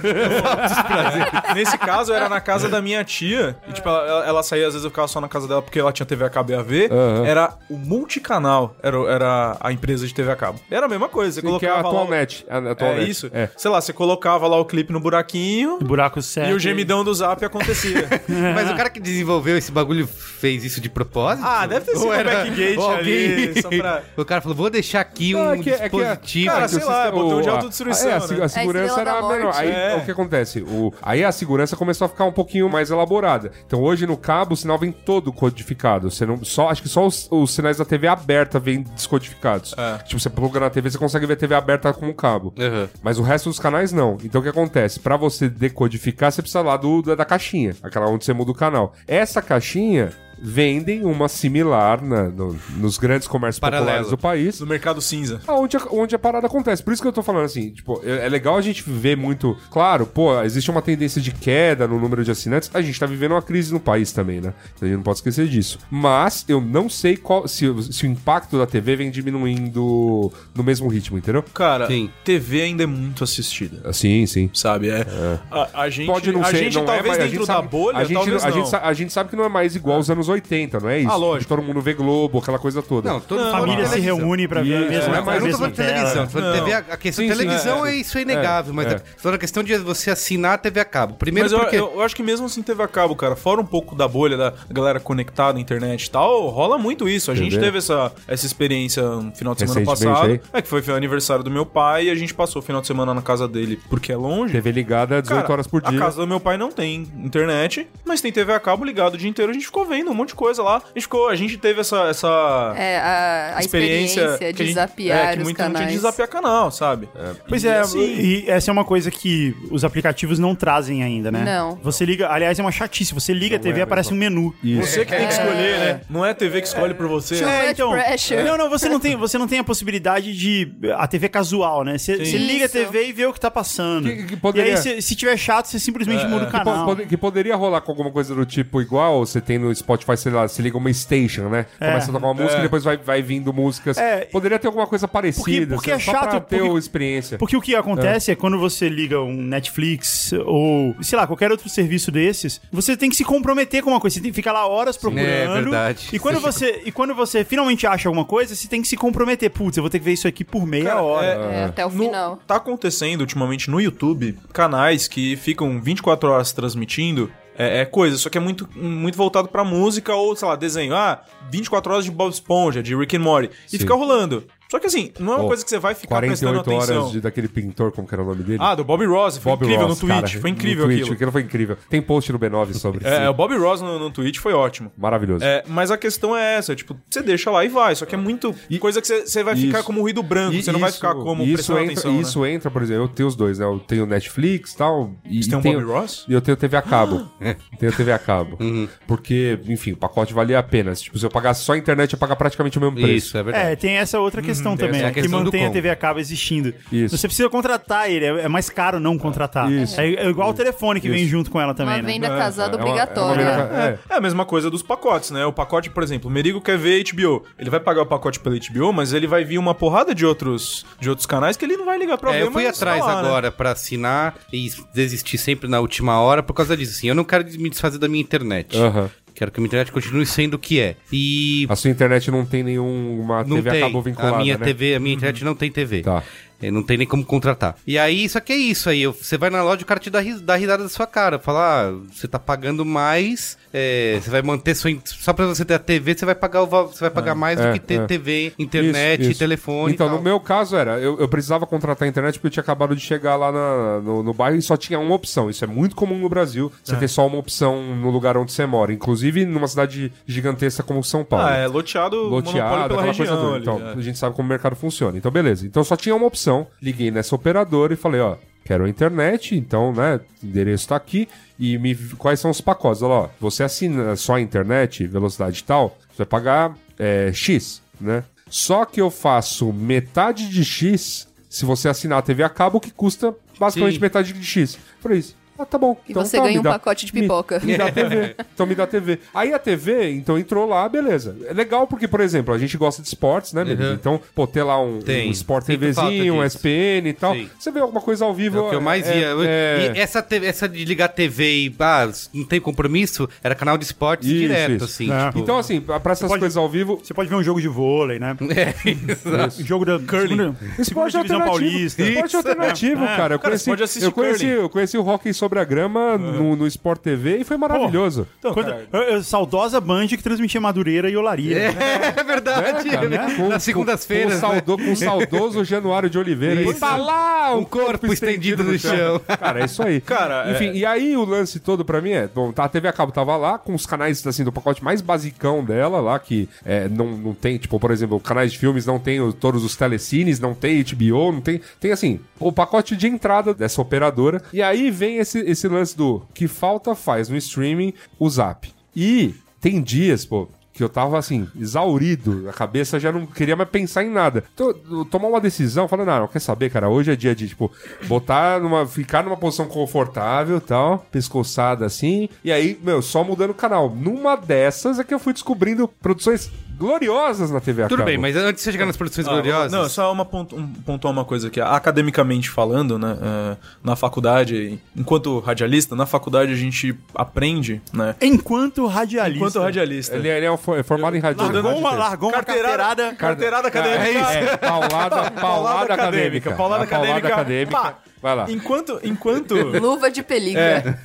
[SPEAKER 4] É. Nesse caso, era na casa da minha tia. E, tipo, ela, ela- ela saía, às vezes eu ficava só na casa dela porque ela tinha TV a cabo e AV.
[SPEAKER 2] Aham.
[SPEAKER 4] Era o multicanal. Era, o- era era a empresa de TV a cabo. Era a mesma coisa, você
[SPEAKER 2] que é a
[SPEAKER 4] colocava lá... o-
[SPEAKER 2] atualmente. a
[SPEAKER 4] É
[SPEAKER 2] atualmente.
[SPEAKER 4] isso?
[SPEAKER 2] É.
[SPEAKER 4] Sei lá, você colocava lá o clipe no buraquinho
[SPEAKER 3] Buraco certo.
[SPEAKER 4] é. e o gemidão do zap acontecia.
[SPEAKER 1] Mas o cara que desenvolveu esse bagulho fez isso de propósito?
[SPEAKER 4] Ah, deve ter sido
[SPEAKER 1] Ou
[SPEAKER 4] um
[SPEAKER 1] era-
[SPEAKER 4] backgate
[SPEAKER 1] ou
[SPEAKER 4] ali, só pra-
[SPEAKER 1] O cara falou, vou deixar aqui
[SPEAKER 2] Não,
[SPEAKER 1] um
[SPEAKER 2] é que- é que-
[SPEAKER 1] dispositivo.
[SPEAKER 4] cara,
[SPEAKER 2] é que o
[SPEAKER 4] sei lá,
[SPEAKER 2] sistema-
[SPEAKER 4] botão de
[SPEAKER 2] o- a-
[SPEAKER 4] autodestruição,
[SPEAKER 2] é, a,
[SPEAKER 4] né?
[SPEAKER 2] se- a
[SPEAKER 4] É a
[SPEAKER 2] segurança
[SPEAKER 5] estrela
[SPEAKER 2] era
[SPEAKER 5] da
[SPEAKER 2] menor.
[SPEAKER 5] morte.
[SPEAKER 2] Aí
[SPEAKER 4] É.
[SPEAKER 2] o que acontece? O, aí a segurança começou a ficar um pouquinho mais elaborada. Então hoje no cabo o sinal vem todo codificado. Você não, só, acho que só os, os sinais da TV aberta vêm descodificados.
[SPEAKER 4] É.
[SPEAKER 2] Tipo, você pluga na TV, você consegue ver a TV aberta com o cabo.
[SPEAKER 1] Aham.
[SPEAKER 2] Mas o resto dos canais não. Então o que acontece? Pra você decodificar, você precisa lá do, da, da caixinha, aquela onde você muda o canal. Essa caixinha vendem uma similar na- no- nos grandes comércios
[SPEAKER 1] Paralelo.
[SPEAKER 2] populares do país.
[SPEAKER 4] do mercado cinza.
[SPEAKER 2] Onde a, onde a parada acontece. Por isso que eu tô falando assim, tipo, é, é legal a gente ver muito. Claro, pô, existe uma tendência de queda no número de assinantes. A gente tá vivendo uma crise no país também, né? A gente não pode esquecer disso. Mas eu não sei qual se, se o impacto da TV vem diminuindo no mesmo ritmo, entendeu? Ah,
[SPEAKER 4] Cara,
[SPEAKER 1] Sim.
[SPEAKER 4] TV ainda é muito assistida.
[SPEAKER 2] Sim, sim.
[SPEAKER 4] Sabe? É, A, a gente,
[SPEAKER 2] Pode não
[SPEAKER 4] a
[SPEAKER 2] ser,
[SPEAKER 4] gente
[SPEAKER 2] não
[SPEAKER 4] talvez
[SPEAKER 2] é, mas a
[SPEAKER 4] dentro
[SPEAKER 2] gente
[SPEAKER 4] da
[SPEAKER 2] sabe-
[SPEAKER 4] bolha,
[SPEAKER 2] a gente,
[SPEAKER 4] talvez
[SPEAKER 2] a
[SPEAKER 4] não.
[SPEAKER 2] Gente, sa- a gente sabe que não é mais igual aos anos 80, não é isso?
[SPEAKER 4] Ah, lógico.
[SPEAKER 2] Todo mundo vê Globo, aquela coisa toda.
[SPEAKER 1] Não, todo
[SPEAKER 3] A
[SPEAKER 1] mundo
[SPEAKER 3] família
[SPEAKER 4] é
[SPEAKER 3] se reúne né, pra ver a
[SPEAKER 2] Isso,
[SPEAKER 3] mesma
[SPEAKER 2] é, mas
[SPEAKER 1] Mas eu não tô
[SPEAKER 3] coisa.
[SPEAKER 1] falando de televisão, tô falando de
[SPEAKER 4] Não.
[SPEAKER 1] TV a, a questão
[SPEAKER 2] Sim, sim,
[SPEAKER 1] televisão
[SPEAKER 2] é,
[SPEAKER 1] é,
[SPEAKER 2] é.
[SPEAKER 1] isso é inegável, mas
[SPEAKER 2] É.
[SPEAKER 1] é. só na questão de você assinar a TV a cabo. Primeiro
[SPEAKER 4] Mas eu,
[SPEAKER 1] porque...
[SPEAKER 4] eu acho que mesmo assim teve a cabo, cara. Fora um pouco da bolha da galera conectada à internet e tal, rola muito isso. A gente
[SPEAKER 2] Entendeu?
[SPEAKER 4] teve essa, essa experiência no final de semana
[SPEAKER 2] Recentemente,
[SPEAKER 4] passado.
[SPEAKER 2] aí.
[SPEAKER 4] É que foi o aniversário do meu pai e a gente passou o final de semana na casa dele porque é longe.
[SPEAKER 2] TV ligada 18
[SPEAKER 4] Cara,
[SPEAKER 2] horas por dia.
[SPEAKER 4] A casa do meu pai não tem internet, mas tem TV a cabo ligado o dia inteiro. A gente ficou vendo um monte de coisa lá. A gente, ficou, a gente teve essa, essa
[SPEAKER 5] É, a, a experiência,
[SPEAKER 4] que
[SPEAKER 5] de
[SPEAKER 4] a gente-
[SPEAKER 5] desafiar
[SPEAKER 4] é, que
[SPEAKER 5] os
[SPEAKER 4] muita gente
[SPEAKER 5] canais.
[SPEAKER 4] desafiar canal, sabe?
[SPEAKER 3] Pois
[SPEAKER 4] E
[SPEAKER 3] é,
[SPEAKER 4] assim,
[SPEAKER 3] e essa é uma coisa que os aplicativos não trazem ainda, né?
[SPEAKER 5] Não.
[SPEAKER 3] Você liga, aliás, é uma chatice. Você liga a TV,
[SPEAKER 2] é
[SPEAKER 3] aparece um menu.
[SPEAKER 4] Você que tem que escolher, né? Não é a TV que escolhe por você.
[SPEAKER 5] Too much pressure.
[SPEAKER 3] É, então, Não, não, você não tem, você não tem a possibilidade de a TV casual, né? Você você liga a
[SPEAKER 5] Isso.
[SPEAKER 3] TV e vê o que tá passando.
[SPEAKER 2] Que- que poderia-
[SPEAKER 3] E aí se, se tiver chato, você simplesmente muda o
[SPEAKER 2] Que, po-
[SPEAKER 3] canal.
[SPEAKER 2] pode- que poderia rolar com alguma coisa do tipo igual você tem no Spotify, sei lá, se liga uma station, né?
[SPEAKER 4] É.
[SPEAKER 2] Começa a tocar uma música e depois vai, vai vindo músicas.
[SPEAKER 3] É.
[SPEAKER 2] Poderia ter alguma coisa parecida,
[SPEAKER 3] porque
[SPEAKER 2] assim,
[SPEAKER 3] é
[SPEAKER 2] só
[SPEAKER 3] chato,
[SPEAKER 2] pra ter
[SPEAKER 3] porque-
[SPEAKER 2] o experiência.
[SPEAKER 3] Porque o que acontece é. quando você liga um Netflix ou, sei lá, qualquer outro serviço desses, você tem que se comprometer com uma coisa, você tem que ficar lá horas procurando.
[SPEAKER 1] É verdade.
[SPEAKER 3] E quando você, e quando você finalmente acha alguma coisa, você tem que se comprometer. Putz, eu vou ter que ver isso aqui por meia
[SPEAKER 4] Cara,
[SPEAKER 3] hora.
[SPEAKER 4] é-
[SPEAKER 5] É, até o
[SPEAKER 4] No-
[SPEAKER 5] final.
[SPEAKER 4] Tá acontecendo ultimamente no YouTube canais que ficam 24 horas transmitindo. É, é coisa, só que é muito, muito voltado pra música ou, sei lá, desenho. Ah, 24 horas de Bob Esponja, de Rick and Morty. E
[SPEAKER 2] Sim.
[SPEAKER 4] fica rolando. Só que assim, não é uma
[SPEAKER 2] Pô,
[SPEAKER 4] coisa que você vai ficar prestando
[SPEAKER 2] 48 horas
[SPEAKER 4] atenção.
[SPEAKER 2] de, daquele pintor, como que era o nome dele?
[SPEAKER 4] Ah, do Bob Ross, foi
[SPEAKER 2] Bob
[SPEAKER 4] incrível
[SPEAKER 2] Ross,
[SPEAKER 4] no Twitch.
[SPEAKER 2] cara.
[SPEAKER 4] foi
[SPEAKER 2] No
[SPEAKER 4] incrível
[SPEAKER 2] Twitch,
[SPEAKER 4] aquilo.
[SPEAKER 2] aquilo foi incrível. Tem post no B9 sobre
[SPEAKER 4] É, o
[SPEAKER 2] isso.
[SPEAKER 4] Bob Ross no, no Twitch foi ótimo.
[SPEAKER 2] Maravilhoso.
[SPEAKER 4] É, mas a questão é essa, tipo, você deixa lá e vai, só que é muito coisa que você, você vai
[SPEAKER 2] Isso.
[SPEAKER 4] ficar como ruído branco,
[SPEAKER 2] E
[SPEAKER 4] você não vai
[SPEAKER 2] isso-
[SPEAKER 4] ficar como
[SPEAKER 2] isso
[SPEAKER 4] prestando
[SPEAKER 2] entra,
[SPEAKER 4] atenção, né?
[SPEAKER 2] Isso entra, por exemplo, eu tenho os dois, né? Eu tenho Netflix e tal, e
[SPEAKER 4] Você tem um
[SPEAKER 2] tenho-
[SPEAKER 4] Bob Ross?
[SPEAKER 2] E eu tenho TV a cabo. É, tenho TV a cabo.
[SPEAKER 1] Uhum.
[SPEAKER 2] Porque, enfim, o pacote valia a pena. Tipo, se eu pagasse só a internet, eu ia pagar praticamente o mesmo preço.
[SPEAKER 1] Isso, é verdade.
[SPEAKER 3] É, tem essa outra questão
[SPEAKER 1] tem
[SPEAKER 3] também,
[SPEAKER 1] essa
[SPEAKER 3] né, que
[SPEAKER 1] questão do
[SPEAKER 3] mantém a
[SPEAKER 1] como.
[SPEAKER 3] TV a cabo existindo.
[SPEAKER 2] Isso.
[SPEAKER 3] Você precisa contratar ele, é é mais caro não contratar.
[SPEAKER 2] Isso.
[SPEAKER 3] É, é igual o telefone que vem
[SPEAKER 2] Isso.
[SPEAKER 3] junto com ela também,
[SPEAKER 5] Uma
[SPEAKER 3] né?
[SPEAKER 5] venda
[SPEAKER 4] É,
[SPEAKER 5] casada
[SPEAKER 2] é uma-
[SPEAKER 5] obrigatória.
[SPEAKER 2] é uma venda-
[SPEAKER 4] né? É. é a mesma coisa dos pacotes, né? O pacote, por exemplo, o Merigo quer ver HBO. Ele vai pagar o pacote pela HBO, mas ele vai vir uma porrada de outros, de outros canais que ele não vai ligar pra
[SPEAKER 1] É,
[SPEAKER 4] ver,
[SPEAKER 1] eu fui
[SPEAKER 4] mas tá
[SPEAKER 1] atrás
[SPEAKER 4] lá, né?
[SPEAKER 1] agora pra assinar e desistir sempre na última hora por causa disso. Assim, eu não quero me desfazer da minha internet.
[SPEAKER 2] Aham.
[SPEAKER 1] Quero que a minha internet continue sendo o que é. E
[SPEAKER 2] A sua internet não tem nenhuma
[SPEAKER 1] não
[SPEAKER 2] TV
[SPEAKER 1] tem.
[SPEAKER 2] a cabo vinculada,
[SPEAKER 1] a minha
[SPEAKER 2] né?
[SPEAKER 1] TV, a minha internet não tem TV.
[SPEAKER 2] Tá.
[SPEAKER 1] É, não tem nem como contratar. E aí, só que é isso aí. eu- Você vai na loja e o cara te dá, ris- dá risada da sua cara. Fala, ah, você tá pagando mais, é, você vai manter sua. in- Só pra você ter a TV, você vai pagar, o val- você vai pagar mais
[SPEAKER 2] é,
[SPEAKER 1] do que ter
[SPEAKER 2] é.
[SPEAKER 1] TV, internet,
[SPEAKER 2] Isso, isso.
[SPEAKER 1] telefone.
[SPEAKER 2] Então,
[SPEAKER 1] e tal.
[SPEAKER 2] no meu caso era, eu, eu precisava contratar a internet porque eu tinha acabado de chegar lá na- no, no bairro e só tinha uma opção. Isso é muito comum no Brasil,
[SPEAKER 4] Ah.
[SPEAKER 2] você ter só uma opção no lugar onde você mora, inclusive numa cidade gigantesca como São Paulo.
[SPEAKER 4] Ah, é loteado, monopólio
[SPEAKER 2] loteado,
[SPEAKER 4] pela
[SPEAKER 2] aquela coisa
[SPEAKER 4] região
[SPEAKER 2] toda.
[SPEAKER 4] ali,
[SPEAKER 2] Então,
[SPEAKER 4] é.
[SPEAKER 2] a gente sabe como o mercado funciona. Então, beleza. Então, só tinha uma opção. Liguei nessa operadora e falei, ó, quero a internet, então, né, o endereço tá aqui. E me, quais são os pacotes? Olha lá, ó, você assina só a internet, velocidade tal, você vai pagar é, X, né? Só que eu faço metade de X se você assinar a TV a cabo, que custa basicamente
[SPEAKER 1] Sim.
[SPEAKER 2] metade de X. Por isso. Ah, tá bom.
[SPEAKER 5] E você ganha
[SPEAKER 2] me
[SPEAKER 5] um pacote de
[SPEAKER 2] me-
[SPEAKER 5] pipoca.
[SPEAKER 2] Me, dá TV. Então me dá TV. Aí a TV, então entrou lá, beleza. É legal porque, por exemplo, a gente gosta de esportes, né, menino?
[SPEAKER 1] Uhum.
[SPEAKER 2] Então, pô, ter lá um,
[SPEAKER 1] Tem.
[SPEAKER 2] um Sport
[SPEAKER 1] Sinto falta
[SPEAKER 2] TVzinho, um
[SPEAKER 1] disso.
[SPEAKER 2] SPN e tal.
[SPEAKER 1] Sim.
[SPEAKER 2] Você vê alguma coisa ao
[SPEAKER 1] É
[SPEAKER 2] vivo.
[SPEAKER 1] o que eu mais
[SPEAKER 2] é-
[SPEAKER 1] via. Eu-
[SPEAKER 2] é-
[SPEAKER 1] E essa, TV essa de ligar TV e ah, não tem compromisso, era canal de esportes
[SPEAKER 2] Isso,
[SPEAKER 1] direto,
[SPEAKER 2] isso.
[SPEAKER 1] assim.
[SPEAKER 3] É.
[SPEAKER 1] tipo-
[SPEAKER 2] Então, assim, pra pra essas
[SPEAKER 3] pode-
[SPEAKER 2] coisas ao vivo,
[SPEAKER 3] Você pode ver um jogo de vôlei, né?
[SPEAKER 1] É, exato.
[SPEAKER 3] Jogo da segunda, segunda
[SPEAKER 2] Esporte
[SPEAKER 3] divisão
[SPEAKER 2] alternativo.
[SPEAKER 3] paulista.
[SPEAKER 2] Esporte alternativo,
[SPEAKER 1] Ah,
[SPEAKER 3] É.
[SPEAKER 2] cara. Eu
[SPEAKER 4] Cara,
[SPEAKER 2] conheci,
[SPEAKER 4] você pode assistir
[SPEAKER 2] eu, conheci,
[SPEAKER 4] curling.
[SPEAKER 2] eu conheci o Hockey sobre a
[SPEAKER 1] Ah.
[SPEAKER 2] Grama no, no Sport TV e foi maravilhoso.
[SPEAKER 4] Então,
[SPEAKER 3] Quando-
[SPEAKER 4] cara,
[SPEAKER 3] eu- eu- saudosa Band que transmitia Madureira e Olaria.
[SPEAKER 1] É, verdade.
[SPEAKER 2] Cara, né?
[SPEAKER 1] né?
[SPEAKER 2] Com-
[SPEAKER 1] Nas segundas-feiras.
[SPEAKER 2] Com,
[SPEAKER 1] né?
[SPEAKER 2] com, saudo- com o saudoso Januário de Oliveira.
[SPEAKER 1] Isso.
[SPEAKER 2] E tá lá
[SPEAKER 1] O corpo estendido no chão.
[SPEAKER 2] Cara, é isso aí.
[SPEAKER 4] Cara,
[SPEAKER 2] Enfim,
[SPEAKER 4] é-
[SPEAKER 2] e aí o lance todo pra mim é... Bom, tá, a TV a cabo tava lá com os canais, assim, do pacote mais basicão dela lá, que é, não, não tem, tipo, por exemplo, canais de filmes não tem o- todos os telecines, não tem HBO, não tem... Tem, assim, o pacote de entrada dessa operadora. E aí vem esse, esse lance do que falta faz no streaming o Zap. E tem dias, pô, que eu tava assim, exaurido, a cabeça já não queria mais pensar em nada. Então, eu tomar uma decisão, falando, não, quer saber, cara, hoje é dia de, tipo, botar numa, ficar numa posição confortável, tal, pescoçada assim, e aí, meu, só mudando o canal. Numa dessas é que eu fui descobrindo produções gloriosas na TV a
[SPEAKER 1] Tudo
[SPEAKER 2] cabo.
[SPEAKER 1] bem, mas antes de você chegar nas produções
[SPEAKER 4] Ah,
[SPEAKER 1] gloriosas.
[SPEAKER 4] Não, só uma pontu um, pontuar uma coisa aqui. Academicamente falando, né? eh, na faculdade, enquanto radialista, na faculdade a gente aprende, né?
[SPEAKER 3] Enquanto radialista.
[SPEAKER 4] Enquanto radialista.
[SPEAKER 2] Ele, ele é um fo- é formado em rádio.
[SPEAKER 3] Largou uma, largou uma carteirada.
[SPEAKER 4] Carteirada acadêmica.
[SPEAKER 2] É isso. É, paulada, paulada acadêmica.
[SPEAKER 4] Paulada
[SPEAKER 2] A Paulada
[SPEAKER 4] acadêmica.
[SPEAKER 2] acadêmica.
[SPEAKER 4] Pá.
[SPEAKER 2] Vai lá.
[SPEAKER 4] Enquanto. enquanto
[SPEAKER 5] Luva de pelica.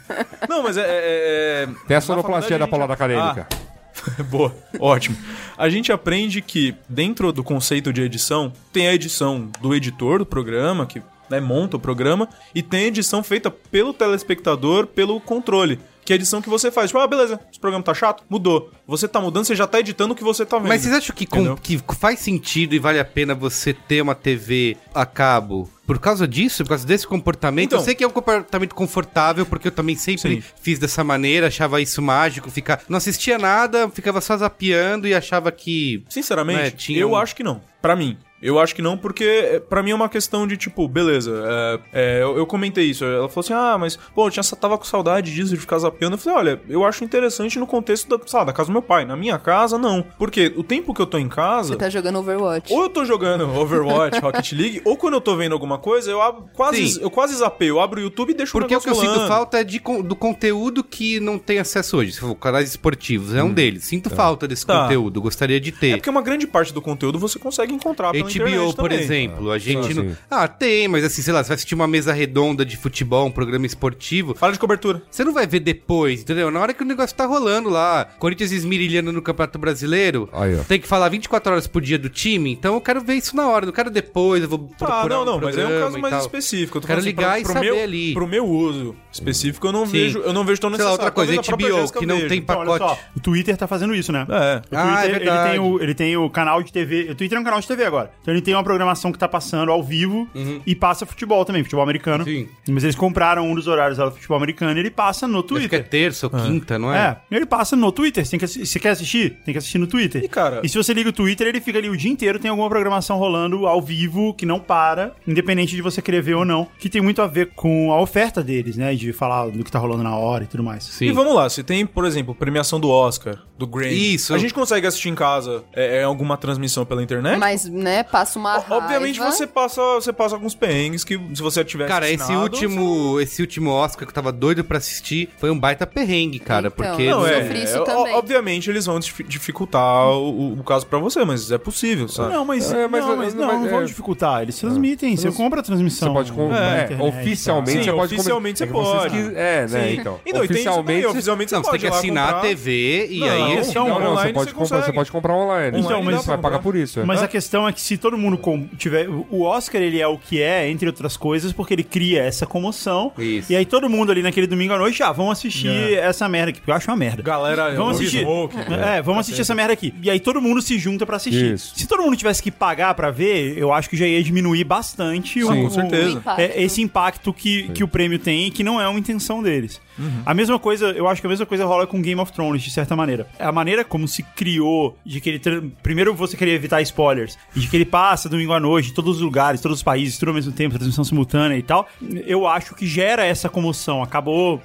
[SPEAKER 4] não, mas é. é, é-
[SPEAKER 2] Tem a
[SPEAKER 4] na
[SPEAKER 2] sonoplastia da
[SPEAKER 4] faculdade gente-
[SPEAKER 2] paulada acadêmica.
[SPEAKER 4] Ah, Boa, ótimo. A gente aprende que dentro do conceito de edição, tem a edição do editor do programa, que né, monta o programa, e tem a edição feita pelo telespectador, pelo controle. Que é a edição que você faz. Tipo, ah, beleza, esse programa tá chato, mudou. Você tá mudando, você já tá editando o que você tá vendo.
[SPEAKER 1] Mas vocês acham que, com-
[SPEAKER 4] Entendeu?
[SPEAKER 1] que faz sentido e vale a pena você ter uma TV a cabo por causa disso, por causa desse comportamento?
[SPEAKER 4] Então.
[SPEAKER 1] eu sei que é um comportamento confortável, porque eu também sempre
[SPEAKER 4] Sim.
[SPEAKER 1] fiz dessa maneira, achava isso mágico, ficar, não assistia nada, ficava só zapeando e achava que.
[SPEAKER 4] Sinceramente,
[SPEAKER 1] né, tinha
[SPEAKER 4] eu
[SPEAKER 1] um-
[SPEAKER 4] acho que não. Pra mim. Eu acho que não, porque é, pra mim é uma questão de tipo, beleza, é, é, eu, eu comentei isso. Ela falou assim: ah, mas, pô, eu tinha, tava com saudade disso, de ficar zapeando. Eu falei: olha, eu acho interessante no contexto da, sei lá, da casa do meu pai. Na minha casa, não. Porque o tempo que eu tô em casa.
[SPEAKER 5] Você tá jogando Overwatch.
[SPEAKER 4] Ou eu tô jogando Overwatch, Rocket League, ou quando eu tô vendo alguma coisa, eu abro quase,
[SPEAKER 1] Sim.
[SPEAKER 4] eu quase zapeio, eu abro o YouTube e deixo
[SPEAKER 1] Porque o que eu
[SPEAKER 4] negócio
[SPEAKER 1] sinto
[SPEAKER 4] rolando.
[SPEAKER 1] falta é de, con- do conteúdo que não tem acesso hoje. Se for canais esportivos, é um deles. Sinto falta desse
[SPEAKER 4] Hum. Tá.
[SPEAKER 1] conteúdo, gostaria de ter.
[SPEAKER 4] É porque uma grande parte do conteúdo você consegue encontrar
[SPEAKER 1] HBO,
[SPEAKER 4] pela internet
[SPEAKER 1] por
[SPEAKER 4] também.
[SPEAKER 1] exemplo, a gente
[SPEAKER 2] Sim,
[SPEAKER 1] não.
[SPEAKER 2] sim.
[SPEAKER 1] Ah, tem, mas assim, sei lá, você vai assistir uma mesa redonda de futebol, um programa esportivo.
[SPEAKER 4] Fala de cobertura.
[SPEAKER 1] Você não vai ver depois, entendeu? Na hora que o negócio tá rolando lá, Corinthians esmirilhando no Campeonato Brasileiro,
[SPEAKER 2] Aí, ó.
[SPEAKER 1] tem que falar 24 horas por dia do time, então eu quero ver isso na hora, não quero depois, eu vou procurar
[SPEAKER 4] Ah, não,
[SPEAKER 1] um
[SPEAKER 4] não, mas aí é um
[SPEAKER 1] programa
[SPEAKER 4] caso
[SPEAKER 1] e
[SPEAKER 4] mais
[SPEAKER 1] tal.
[SPEAKER 4] específico. Eu tô
[SPEAKER 1] Quero
[SPEAKER 4] falando assim,
[SPEAKER 1] ligar
[SPEAKER 4] pra-
[SPEAKER 1] e
[SPEAKER 4] pro
[SPEAKER 1] saber
[SPEAKER 4] meu,
[SPEAKER 1] ali.
[SPEAKER 4] Pro meu uso específico, eu não
[SPEAKER 1] Sim.
[SPEAKER 4] vejo, eu não vejo tão
[SPEAKER 1] Sei lá,
[SPEAKER 4] necessário.
[SPEAKER 1] outra coisa,
[SPEAKER 4] Talvez a própria
[SPEAKER 1] HBO,
[SPEAKER 4] Jéssica
[SPEAKER 1] que não
[SPEAKER 4] veja.
[SPEAKER 1] tem
[SPEAKER 4] Então,
[SPEAKER 1] pacote.
[SPEAKER 4] olha só.
[SPEAKER 3] O Twitter tá fazendo isso, né?
[SPEAKER 4] É.
[SPEAKER 3] O
[SPEAKER 1] Ah,
[SPEAKER 3] Twitter,
[SPEAKER 1] é verdade.
[SPEAKER 3] Ele tem, o, ele tem o canal de TV. O Twitter é um canal de TV agora. Então ele tem uma programação que tá passando ao vivo e passa futebol também, futebol americano.
[SPEAKER 1] Uhum. Sim.
[SPEAKER 3] Mas eles compraram um dos horários lá do futebol americano e ele passa no
[SPEAKER 1] Acho que é
[SPEAKER 3] Twitter.
[SPEAKER 1] terça ou quinta, não é?
[SPEAKER 3] É, ele passa no Twitter. Você, tem que, assi- você quer assistir? Tem que assistir no Twitter.
[SPEAKER 4] E, cara-
[SPEAKER 3] e se você liga o Twitter, ele fica ali o dia inteiro, tem alguma programação rolando ao vivo que não para, independente de você querer ver ou não, que tem muito a ver com a oferta deles, né? De falar do que tá rolando na hora e tudo mais.
[SPEAKER 1] Sim.
[SPEAKER 4] E vamos lá, se tem, por exemplo, premiação do Oscar, do Grammy.
[SPEAKER 1] Isso.
[SPEAKER 4] A gente consegue assistir em casa é, é, alguma transmissão pela internet?
[SPEAKER 5] Mas, né, passa uma
[SPEAKER 4] O- Obviamente
[SPEAKER 5] raiva. Um
[SPEAKER 4] você passa, você passa alguns perrengues que se você tiver
[SPEAKER 1] Cara, esse
[SPEAKER 4] É, assinado,
[SPEAKER 1] último, esse último Oscar que eu tava doido pra assistir foi um baita perrengue, cara,
[SPEAKER 5] Então,
[SPEAKER 1] porque
[SPEAKER 4] você-
[SPEAKER 5] Eu
[SPEAKER 4] Não, é,
[SPEAKER 5] sofri isso
[SPEAKER 4] é, o-
[SPEAKER 5] também.
[SPEAKER 4] Obviamente eles vão dif- dificultar o, o- o caso pra você, mas é possível, sabe?
[SPEAKER 3] Não, mas
[SPEAKER 2] É, mas-
[SPEAKER 3] não, mas não,
[SPEAKER 2] mas-
[SPEAKER 3] não vão
[SPEAKER 2] é.
[SPEAKER 3] dificultar. Eles transmitem. Você compra a transmissão.
[SPEAKER 2] Você pode com...
[SPEAKER 3] na
[SPEAKER 2] é,
[SPEAKER 3] internet, tá?
[SPEAKER 2] oficialmente
[SPEAKER 4] tá. Sim,
[SPEAKER 2] você pode
[SPEAKER 4] oficialmente
[SPEAKER 2] comer-
[SPEAKER 4] você
[SPEAKER 2] é que
[SPEAKER 4] pode.
[SPEAKER 2] vocês quis- É, né,
[SPEAKER 4] Sim.
[SPEAKER 2] então.
[SPEAKER 4] Então, e tem isso
[SPEAKER 2] oficialmente
[SPEAKER 4] também, oficialmente
[SPEAKER 1] não,
[SPEAKER 4] você
[SPEAKER 1] você tem
[SPEAKER 4] pode
[SPEAKER 1] que
[SPEAKER 4] ir lá
[SPEAKER 1] assinar
[SPEAKER 4] comprar.
[SPEAKER 1] a TV e
[SPEAKER 4] Não,
[SPEAKER 1] aí
[SPEAKER 4] então,
[SPEAKER 2] Não, não, você
[SPEAKER 4] online
[SPEAKER 2] pode,
[SPEAKER 4] você
[SPEAKER 2] comprar, você
[SPEAKER 4] consegue.
[SPEAKER 2] pode comprar online.
[SPEAKER 4] Então,
[SPEAKER 2] mas
[SPEAKER 4] mas-
[SPEAKER 2] você vai pagar por isso. é.
[SPEAKER 3] Mas a questão é que se todo mundo com- tiver. O Oscar, ele é o que é, entre outras coisas, porque ele cria essa comoção.
[SPEAKER 1] Isso.
[SPEAKER 3] E aí todo mundo ali naquele domingo à noite, ah, vamos assistir
[SPEAKER 2] É.
[SPEAKER 3] essa merda aqui, porque eu acho uma merda.
[SPEAKER 4] Galera,
[SPEAKER 3] Vamos
[SPEAKER 4] Luke
[SPEAKER 3] assistir.
[SPEAKER 4] Smoke,
[SPEAKER 3] É, vamos assistir essa merda aqui. E aí todo mundo se junta pra assistir.
[SPEAKER 2] tá Isso.
[SPEAKER 3] Se todo mundo tivesse que pagar pra ver, eu acho que já ia diminuir bastante o,
[SPEAKER 4] Sim,
[SPEAKER 3] o-
[SPEAKER 4] com certeza.
[SPEAKER 5] impacto.
[SPEAKER 3] é, esse impacto que, que o prêmio tem e que não é uma intenção deles.
[SPEAKER 1] Uhum.
[SPEAKER 3] A mesma coisa, eu acho que a mesma coisa rola com Game of Thrones, de certa maneira. A maneira como se criou de que ele. tra- Primeiro você queria evitar spoilers, e de que ele passa domingo à noite, em todos os lugares, todos os países, tudo ao mesmo tempo, transmissão simultânea e tal, eu acho que gera essa comoção. Acabou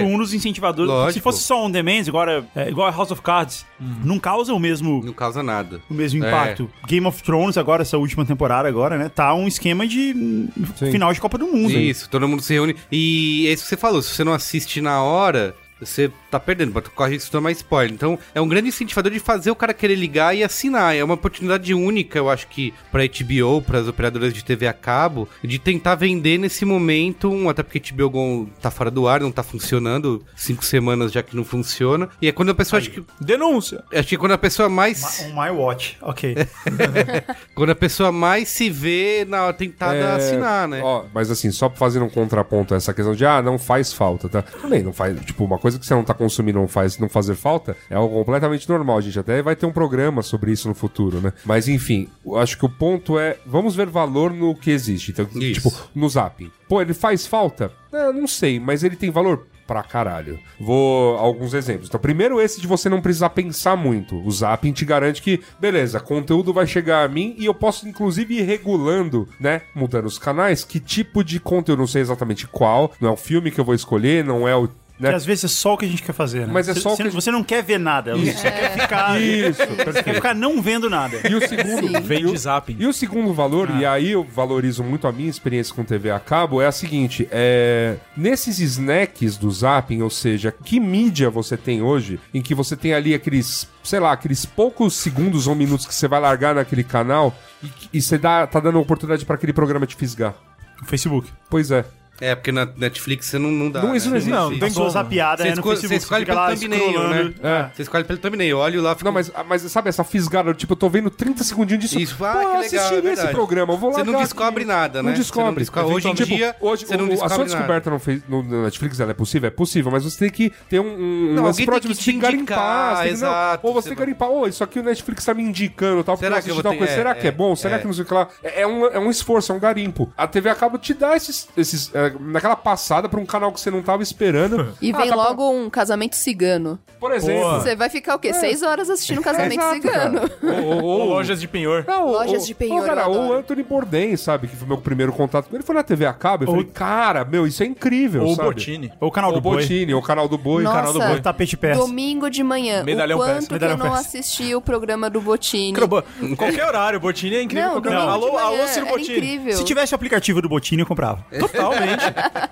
[SPEAKER 1] É.
[SPEAKER 3] um dos incentivadores.
[SPEAKER 1] Lógico. Uhum.
[SPEAKER 3] Se fosse só on demand, agora, é, igual a House of Cards, não causa o mesmo
[SPEAKER 1] Não causa nada.
[SPEAKER 3] o mesmo
[SPEAKER 1] É.
[SPEAKER 3] impacto. Game of Thrones agora, essa última temporada agora, né? Tá um esquema de hum, final de Copa do
[SPEAKER 4] Um
[SPEAKER 3] Mundo. hein?
[SPEAKER 1] Isso, todo mundo se reúne. E é isso que você falou, se você não assiste na hora, você tá perdendo, mas corre isso tomar spoiler. Então, é um grande incentivador de fazer o cara querer ligar e assinar. É uma oportunidade única, eu acho que, pra HBO, pras operadoras de TV a cabo, de tentar vender nesse momento, um, até porque HBO Go tá fora do ar, não tá funcionando, cinco semanas já que não funciona. E é quando a pessoa, acho que,
[SPEAKER 4] Denúncia.
[SPEAKER 1] acho que quando a pessoa mais...
[SPEAKER 3] Ma- On Ah, my watch, ok.
[SPEAKER 4] é.
[SPEAKER 1] Quando a pessoa mais se vê na tentada
[SPEAKER 2] É,
[SPEAKER 1] assinar, né?
[SPEAKER 2] Ó, mas assim, só fazendo um contraponto a essa questão de ah, não faz falta, tá? Também não faz, tipo, uma coisa que você não tá consumindo não faz não fazer falta é algo completamente normal, gente. Até vai ter um programa sobre isso no futuro, né? Mas enfim, eu acho que o ponto é, vamos ver valor no que existe. Então,
[SPEAKER 1] Isso.
[SPEAKER 2] tipo, no Zap. Pô, ele faz falta? É, não sei, mas ele tem valor pra caralho. Vou alguns exemplos. Então, primeiro esse de você não precisar pensar muito. O Zapping te garante que, beleza, conteúdo vai chegar a mim e eu posso inclusive ir regulando, né, mudando os canais, que tipo de conteúdo, não sei exatamente qual, não é o filme que eu vou escolher, não é o, né?
[SPEAKER 3] Porque às vezes é só o que a gente quer fazer, né?
[SPEAKER 2] Mas é
[SPEAKER 3] Você-
[SPEAKER 2] só o
[SPEAKER 3] você,
[SPEAKER 2] que a gente-
[SPEAKER 3] você não quer ver nada, você quer ficar,
[SPEAKER 2] Isso,
[SPEAKER 3] quer
[SPEAKER 2] perfeito.
[SPEAKER 3] ficar não vendo nada.
[SPEAKER 2] E o segundo, e o-
[SPEAKER 4] Vende zapping. Ah.
[SPEAKER 2] E o segundo valor, e aí eu valorizo muito a minha experiência com TV a cabo, é a seguinte: é, nesses snacks do zapping, ou seja, que mídia você tem hoje, em que você tem ali aqueles, sei lá, aqueles poucos segundos ou minutos que você vai largar naquele canal e, que- e você dá, tá dando oportunidade pra aquele programa te fisgar.
[SPEAKER 3] No Facebook.
[SPEAKER 2] Pois é.
[SPEAKER 1] É, porque na Netflix você não, não dá.
[SPEAKER 2] Não,
[SPEAKER 1] né?
[SPEAKER 2] isso não existe.
[SPEAKER 4] Não, não
[SPEAKER 3] Tem
[SPEAKER 4] tem
[SPEAKER 3] sua
[SPEAKER 4] como.
[SPEAKER 3] zapiada
[SPEAKER 1] Você
[SPEAKER 3] é no
[SPEAKER 1] esco-
[SPEAKER 3] Facebook,
[SPEAKER 1] você escolhe
[SPEAKER 3] fica
[SPEAKER 1] pelo
[SPEAKER 3] lá
[SPEAKER 1] thumbnail, né?
[SPEAKER 3] scrollando.
[SPEAKER 2] É.
[SPEAKER 1] Você escolhe pelo thumbnail, olha lá, fica...
[SPEAKER 2] Não, mas, ah, mas sabe, essa fisgada, tipo, eu tô vendo 30 segundinhos disso.
[SPEAKER 1] Isso, ah, que
[SPEAKER 2] Pô, eu
[SPEAKER 1] legal,
[SPEAKER 2] assistiria
[SPEAKER 1] é verdade.
[SPEAKER 2] esse programa, eu vou lá.
[SPEAKER 1] Você não descobre nada, né?
[SPEAKER 2] Não
[SPEAKER 1] Você
[SPEAKER 2] descobre.
[SPEAKER 1] não descobre. Hoje em
[SPEAKER 2] Tipo,
[SPEAKER 1] dia,
[SPEAKER 2] hoje,
[SPEAKER 1] você não
[SPEAKER 2] o- a
[SPEAKER 1] descobre
[SPEAKER 2] sua
[SPEAKER 1] nada.
[SPEAKER 2] descoberta no, Face- no- no Netflix, ela é possível? É possível, mas você tem que ter um, um
[SPEAKER 1] Não,
[SPEAKER 2] lance
[SPEAKER 1] alguém tem
[SPEAKER 2] próximo,
[SPEAKER 1] que
[SPEAKER 2] você tem
[SPEAKER 1] te
[SPEAKER 2] que garimpar.
[SPEAKER 1] indicar,
[SPEAKER 2] você tem que- não,
[SPEAKER 1] exato,
[SPEAKER 2] Ou você
[SPEAKER 1] você
[SPEAKER 2] tem que
[SPEAKER 1] vai-
[SPEAKER 2] garimpar, ô, isso aqui o Netflix tá me indicando, tal, porque
[SPEAKER 1] Será
[SPEAKER 2] eu
[SPEAKER 1] que eu
[SPEAKER 2] assisti
[SPEAKER 1] vou
[SPEAKER 2] tal
[SPEAKER 1] ter-
[SPEAKER 2] coisa.
[SPEAKER 1] é,
[SPEAKER 2] Será que é
[SPEAKER 1] é,
[SPEAKER 2] bom? Será
[SPEAKER 1] é.
[SPEAKER 2] que não sei o que lá? É é um, é um esforço, é um garimpo. A TV acaba te dá esses, esses é, naquela passada pra um canal que você não tava esperando.
[SPEAKER 5] E
[SPEAKER 2] Ah,
[SPEAKER 5] vem
[SPEAKER 2] tá pra-
[SPEAKER 5] logo um casamento cigano.
[SPEAKER 2] Por exemplo.
[SPEAKER 5] Você vai ficar o
[SPEAKER 4] É.
[SPEAKER 5] quê? Seis horas assistindo um casamento cigano.
[SPEAKER 2] Ou- ou-
[SPEAKER 4] Ou
[SPEAKER 2] ou-
[SPEAKER 4] lojas de penhor.
[SPEAKER 2] Não,
[SPEAKER 5] Lojas
[SPEAKER 2] o-
[SPEAKER 5] de penhor,
[SPEAKER 2] o cara,
[SPEAKER 5] eu
[SPEAKER 2] o
[SPEAKER 5] adoro.
[SPEAKER 2] Anthony Bourdain, sabe? Que foi meu primeiro contato com ele. Foi na TV a cabo. Eu falei, cara, meu, isso é incrível,
[SPEAKER 4] Ou
[SPEAKER 2] sabe?
[SPEAKER 4] Botini.
[SPEAKER 3] Ou o canal
[SPEAKER 2] Ou
[SPEAKER 3] do Boi.
[SPEAKER 2] Botini, ou o canal do Boi.
[SPEAKER 5] Nossa,
[SPEAKER 2] canal do
[SPEAKER 3] Boi, tapete persa.
[SPEAKER 5] Domingo de manhã.
[SPEAKER 4] Medalhão
[SPEAKER 5] o quanto
[SPEAKER 4] persa,
[SPEAKER 5] que eu
[SPEAKER 3] medalhão
[SPEAKER 5] não
[SPEAKER 3] persa.
[SPEAKER 5] assisti o programa do Botini.
[SPEAKER 4] Em qualquer horário, Botini é incrível.
[SPEAKER 5] Não,
[SPEAKER 4] qualquer
[SPEAKER 5] domingo
[SPEAKER 4] horário.
[SPEAKER 5] de
[SPEAKER 4] Alô,
[SPEAKER 5] manhã,
[SPEAKER 4] alô, Ciro
[SPEAKER 5] era
[SPEAKER 4] Botini.
[SPEAKER 5] incrível.
[SPEAKER 3] Se tivesse o aplicativo do Botini, eu comprava. Totalmente.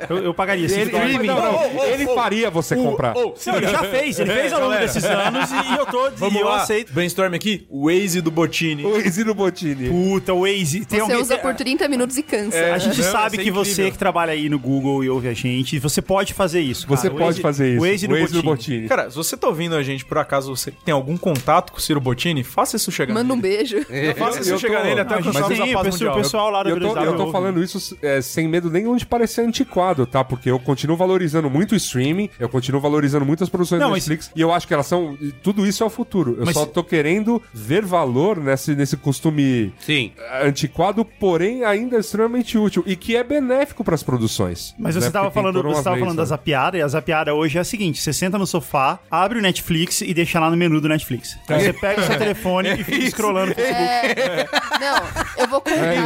[SPEAKER 3] eu, eu pagaria. cinco
[SPEAKER 2] Ele,
[SPEAKER 3] dólares.
[SPEAKER 2] ele, não, não,
[SPEAKER 4] Oh, oh, oh,
[SPEAKER 2] ele
[SPEAKER 4] oh.
[SPEAKER 2] faria você comprar.
[SPEAKER 4] Ô, ô,
[SPEAKER 3] Não, ele já fez, ele fez ao longo
[SPEAKER 4] Galera.
[SPEAKER 3] desses anos e, e eu tô
[SPEAKER 4] Vamos
[SPEAKER 3] e eu
[SPEAKER 4] lá.
[SPEAKER 3] aceito.
[SPEAKER 4] Brainstorm aqui. Waze do Botini.
[SPEAKER 2] O Exílio Botini.
[SPEAKER 3] Puta, Waze. Tem
[SPEAKER 5] Você
[SPEAKER 3] alguém, é-
[SPEAKER 5] usa por 30 minutos e cansa.
[SPEAKER 3] A gente
[SPEAKER 4] Não,
[SPEAKER 3] sabe
[SPEAKER 4] isso é
[SPEAKER 3] que você
[SPEAKER 4] incrível.
[SPEAKER 3] que trabalha aí no Google e ouve a gente, você pode fazer isso.
[SPEAKER 2] Você
[SPEAKER 3] cara.
[SPEAKER 2] pode
[SPEAKER 3] Waze-
[SPEAKER 2] fazer isso.
[SPEAKER 3] Waze no
[SPEAKER 2] do
[SPEAKER 3] Botini.
[SPEAKER 2] Botini.
[SPEAKER 4] Cara, se você tá ouvindo a gente, por acaso você tem algum contato com o Ciro Botini, faça isso chegar
[SPEAKER 5] Manda um
[SPEAKER 4] nele.
[SPEAKER 5] beijo.
[SPEAKER 4] Faça
[SPEAKER 2] Eu-
[SPEAKER 4] isso
[SPEAKER 2] eu
[SPEAKER 4] chegar
[SPEAKER 2] tô-
[SPEAKER 4] nele até
[SPEAKER 3] Não, a gente
[SPEAKER 4] alcançarmos
[SPEAKER 3] tem
[SPEAKER 4] a paz
[SPEAKER 3] pessoa- o
[SPEAKER 4] mundial.
[SPEAKER 3] pessoal lá da
[SPEAKER 2] Eu tô,
[SPEAKER 3] Velocidade
[SPEAKER 2] eu tô
[SPEAKER 3] ouve.
[SPEAKER 2] falando isso é, sem medo nenhum de parecer antiquado, tá? Porque eu continuo valorizando muito o streaming, eu continuo valorizando muito as produções
[SPEAKER 3] Não,
[SPEAKER 2] da
[SPEAKER 3] mas-
[SPEAKER 2] Netflix, e eu acho que elas são. e Tudo isso é o futuro. Eu
[SPEAKER 3] Mas-
[SPEAKER 2] só tô querendo ver valor nesse, nesse costume
[SPEAKER 1] Sim.
[SPEAKER 2] antiquado, porém ainda extremamente útil e que é benéfico pras produções.
[SPEAKER 3] Mas
[SPEAKER 2] né?
[SPEAKER 3] você tava
[SPEAKER 2] Porque tem
[SPEAKER 3] falando,
[SPEAKER 2] por
[SPEAKER 3] você
[SPEAKER 2] uma
[SPEAKER 3] tava
[SPEAKER 2] vez,
[SPEAKER 3] falando
[SPEAKER 2] né?
[SPEAKER 3] da zapiada, e a zapiada hoje é a seguinte: você senta no sofá, abre o Netflix e deixa lá no menu do Netflix. Aí você pega o seu telefone e fica scrollando.
[SPEAKER 2] É
[SPEAKER 4] É.
[SPEAKER 5] É. Não, eu
[SPEAKER 3] É
[SPEAKER 5] vou contar.
[SPEAKER 2] Ele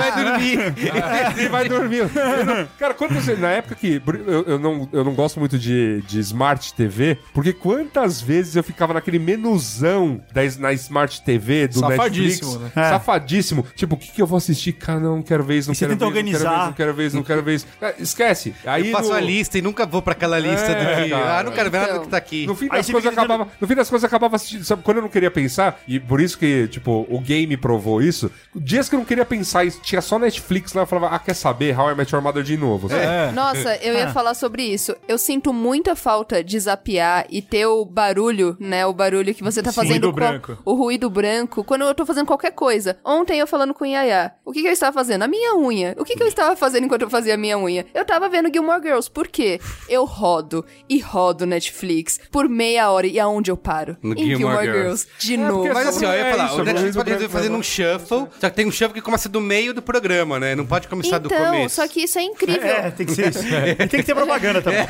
[SPEAKER 2] vai dormir. Eu não- Cara, quantas na época que eu, eu não, eu não gosto muito de, de Smart TV, porque quantas vezes eu ficava naquele menuzão da, s- na Smart TV do
[SPEAKER 4] Safadíssimo,
[SPEAKER 2] Netflix,
[SPEAKER 3] né? É.
[SPEAKER 2] Safadíssimo. Tipo, o que, que eu vou assistir? Cara, não quero ver isso, não
[SPEAKER 3] E você
[SPEAKER 2] quero ver
[SPEAKER 3] tenta
[SPEAKER 2] isso, não quero ver isso,
[SPEAKER 3] organizar.
[SPEAKER 2] não quero ver isso, não quero ver isso. Cara, esquece. Aí
[SPEAKER 1] Eu faço
[SPEAKER 2] no-
[SPEAKER 1] a lista e nunca vou pra aquela lista
[SPEAKER 2] É,
[SPEAKER 1] do que...
[SPEAKER 2] cara.
[SPEAKER 1] Ah, não quero ver nada
[SPEAKER 5] Então,
[SPEAKER 1] do que tá aqui.
[SPEAKER 2] No fim,
[SPEAKER 3] Aí
[SPEAKER 2] das
[SPEAKER 3] você
[SPEAKER 2] coisas
[SPEAKER 3] fica
[SPEAKER 2] eu acabava, no fim das coisas eu acabava assistindo. Sabe, quando eu não queria pensar, e por isso que, tipo, o game provou isso, dias que eu não queria pensar isso, tinha só Netflix lá, eu falava, ah, quer saber? How I Met Your Mother de novo. sabe?
[SPEAKER 5] É.
[SPEAKER 3] É.
[SPEAKER 5] Nossa, eu
[SPEAKER 3] Ah.
[SPEAKER 5] ia falar sobre isso. Eu sinto muita falta de zapear e ter o barulho, né? O barulho que você tá
[SPEAKER 3] Sim,
[SPEAKER 5] fazendo.
[SPEAKER 3] ruído
[SPEAKER 5] com-
[SPEAKER 3] branco.
[SPEAKER 5] O ruído branco. Quando eu tô fazendo qualquer coisa. Ontem eu falando com o Yaya. O que, que eu estava fazendo? A minha unha. O que, que eu estava fazendo enquanto eu fazia a minha unha? Eu tava vendo Gilmore Girls. Por quê? Eu rodo e rodo Netflix por meia hora. E aonde eu paro?
[SPEAKER 1] No
[SPEAKER 5] em
[SPEAKER 1] Gilmore
[SPEAKER 5] Gilmore,
[SPEAKER 1] Girls.
[SPEAKER 5] Girls. De
[SPEAKER 2] É,
[SPEAKER 5] novo.
[SPEAKER 2] porque
[SPEAKER 1] Mas assim, ó, eu
[SPEAKER 2] É
[SPEAKER 1] ia falar,
[SPEAKER 2] isso,
[SPEAKER 1] o Netflix
[SPEAKER 2] Bruno
[SPEAKER 1] pode resolver
[SPEAKER 2] Branco,
[SPEAKER 1] fazendo um shuffle, só que tem um shuffle que começa do meio do programa, né? Não pode começar do
[SPEAKER 5] Então,
[SPEAKER 1] começo.
[SPEAKER 5] só que isso é incrível.
[SPEAKER 3] É, tem que ser isso. E tem que ter propaganda também.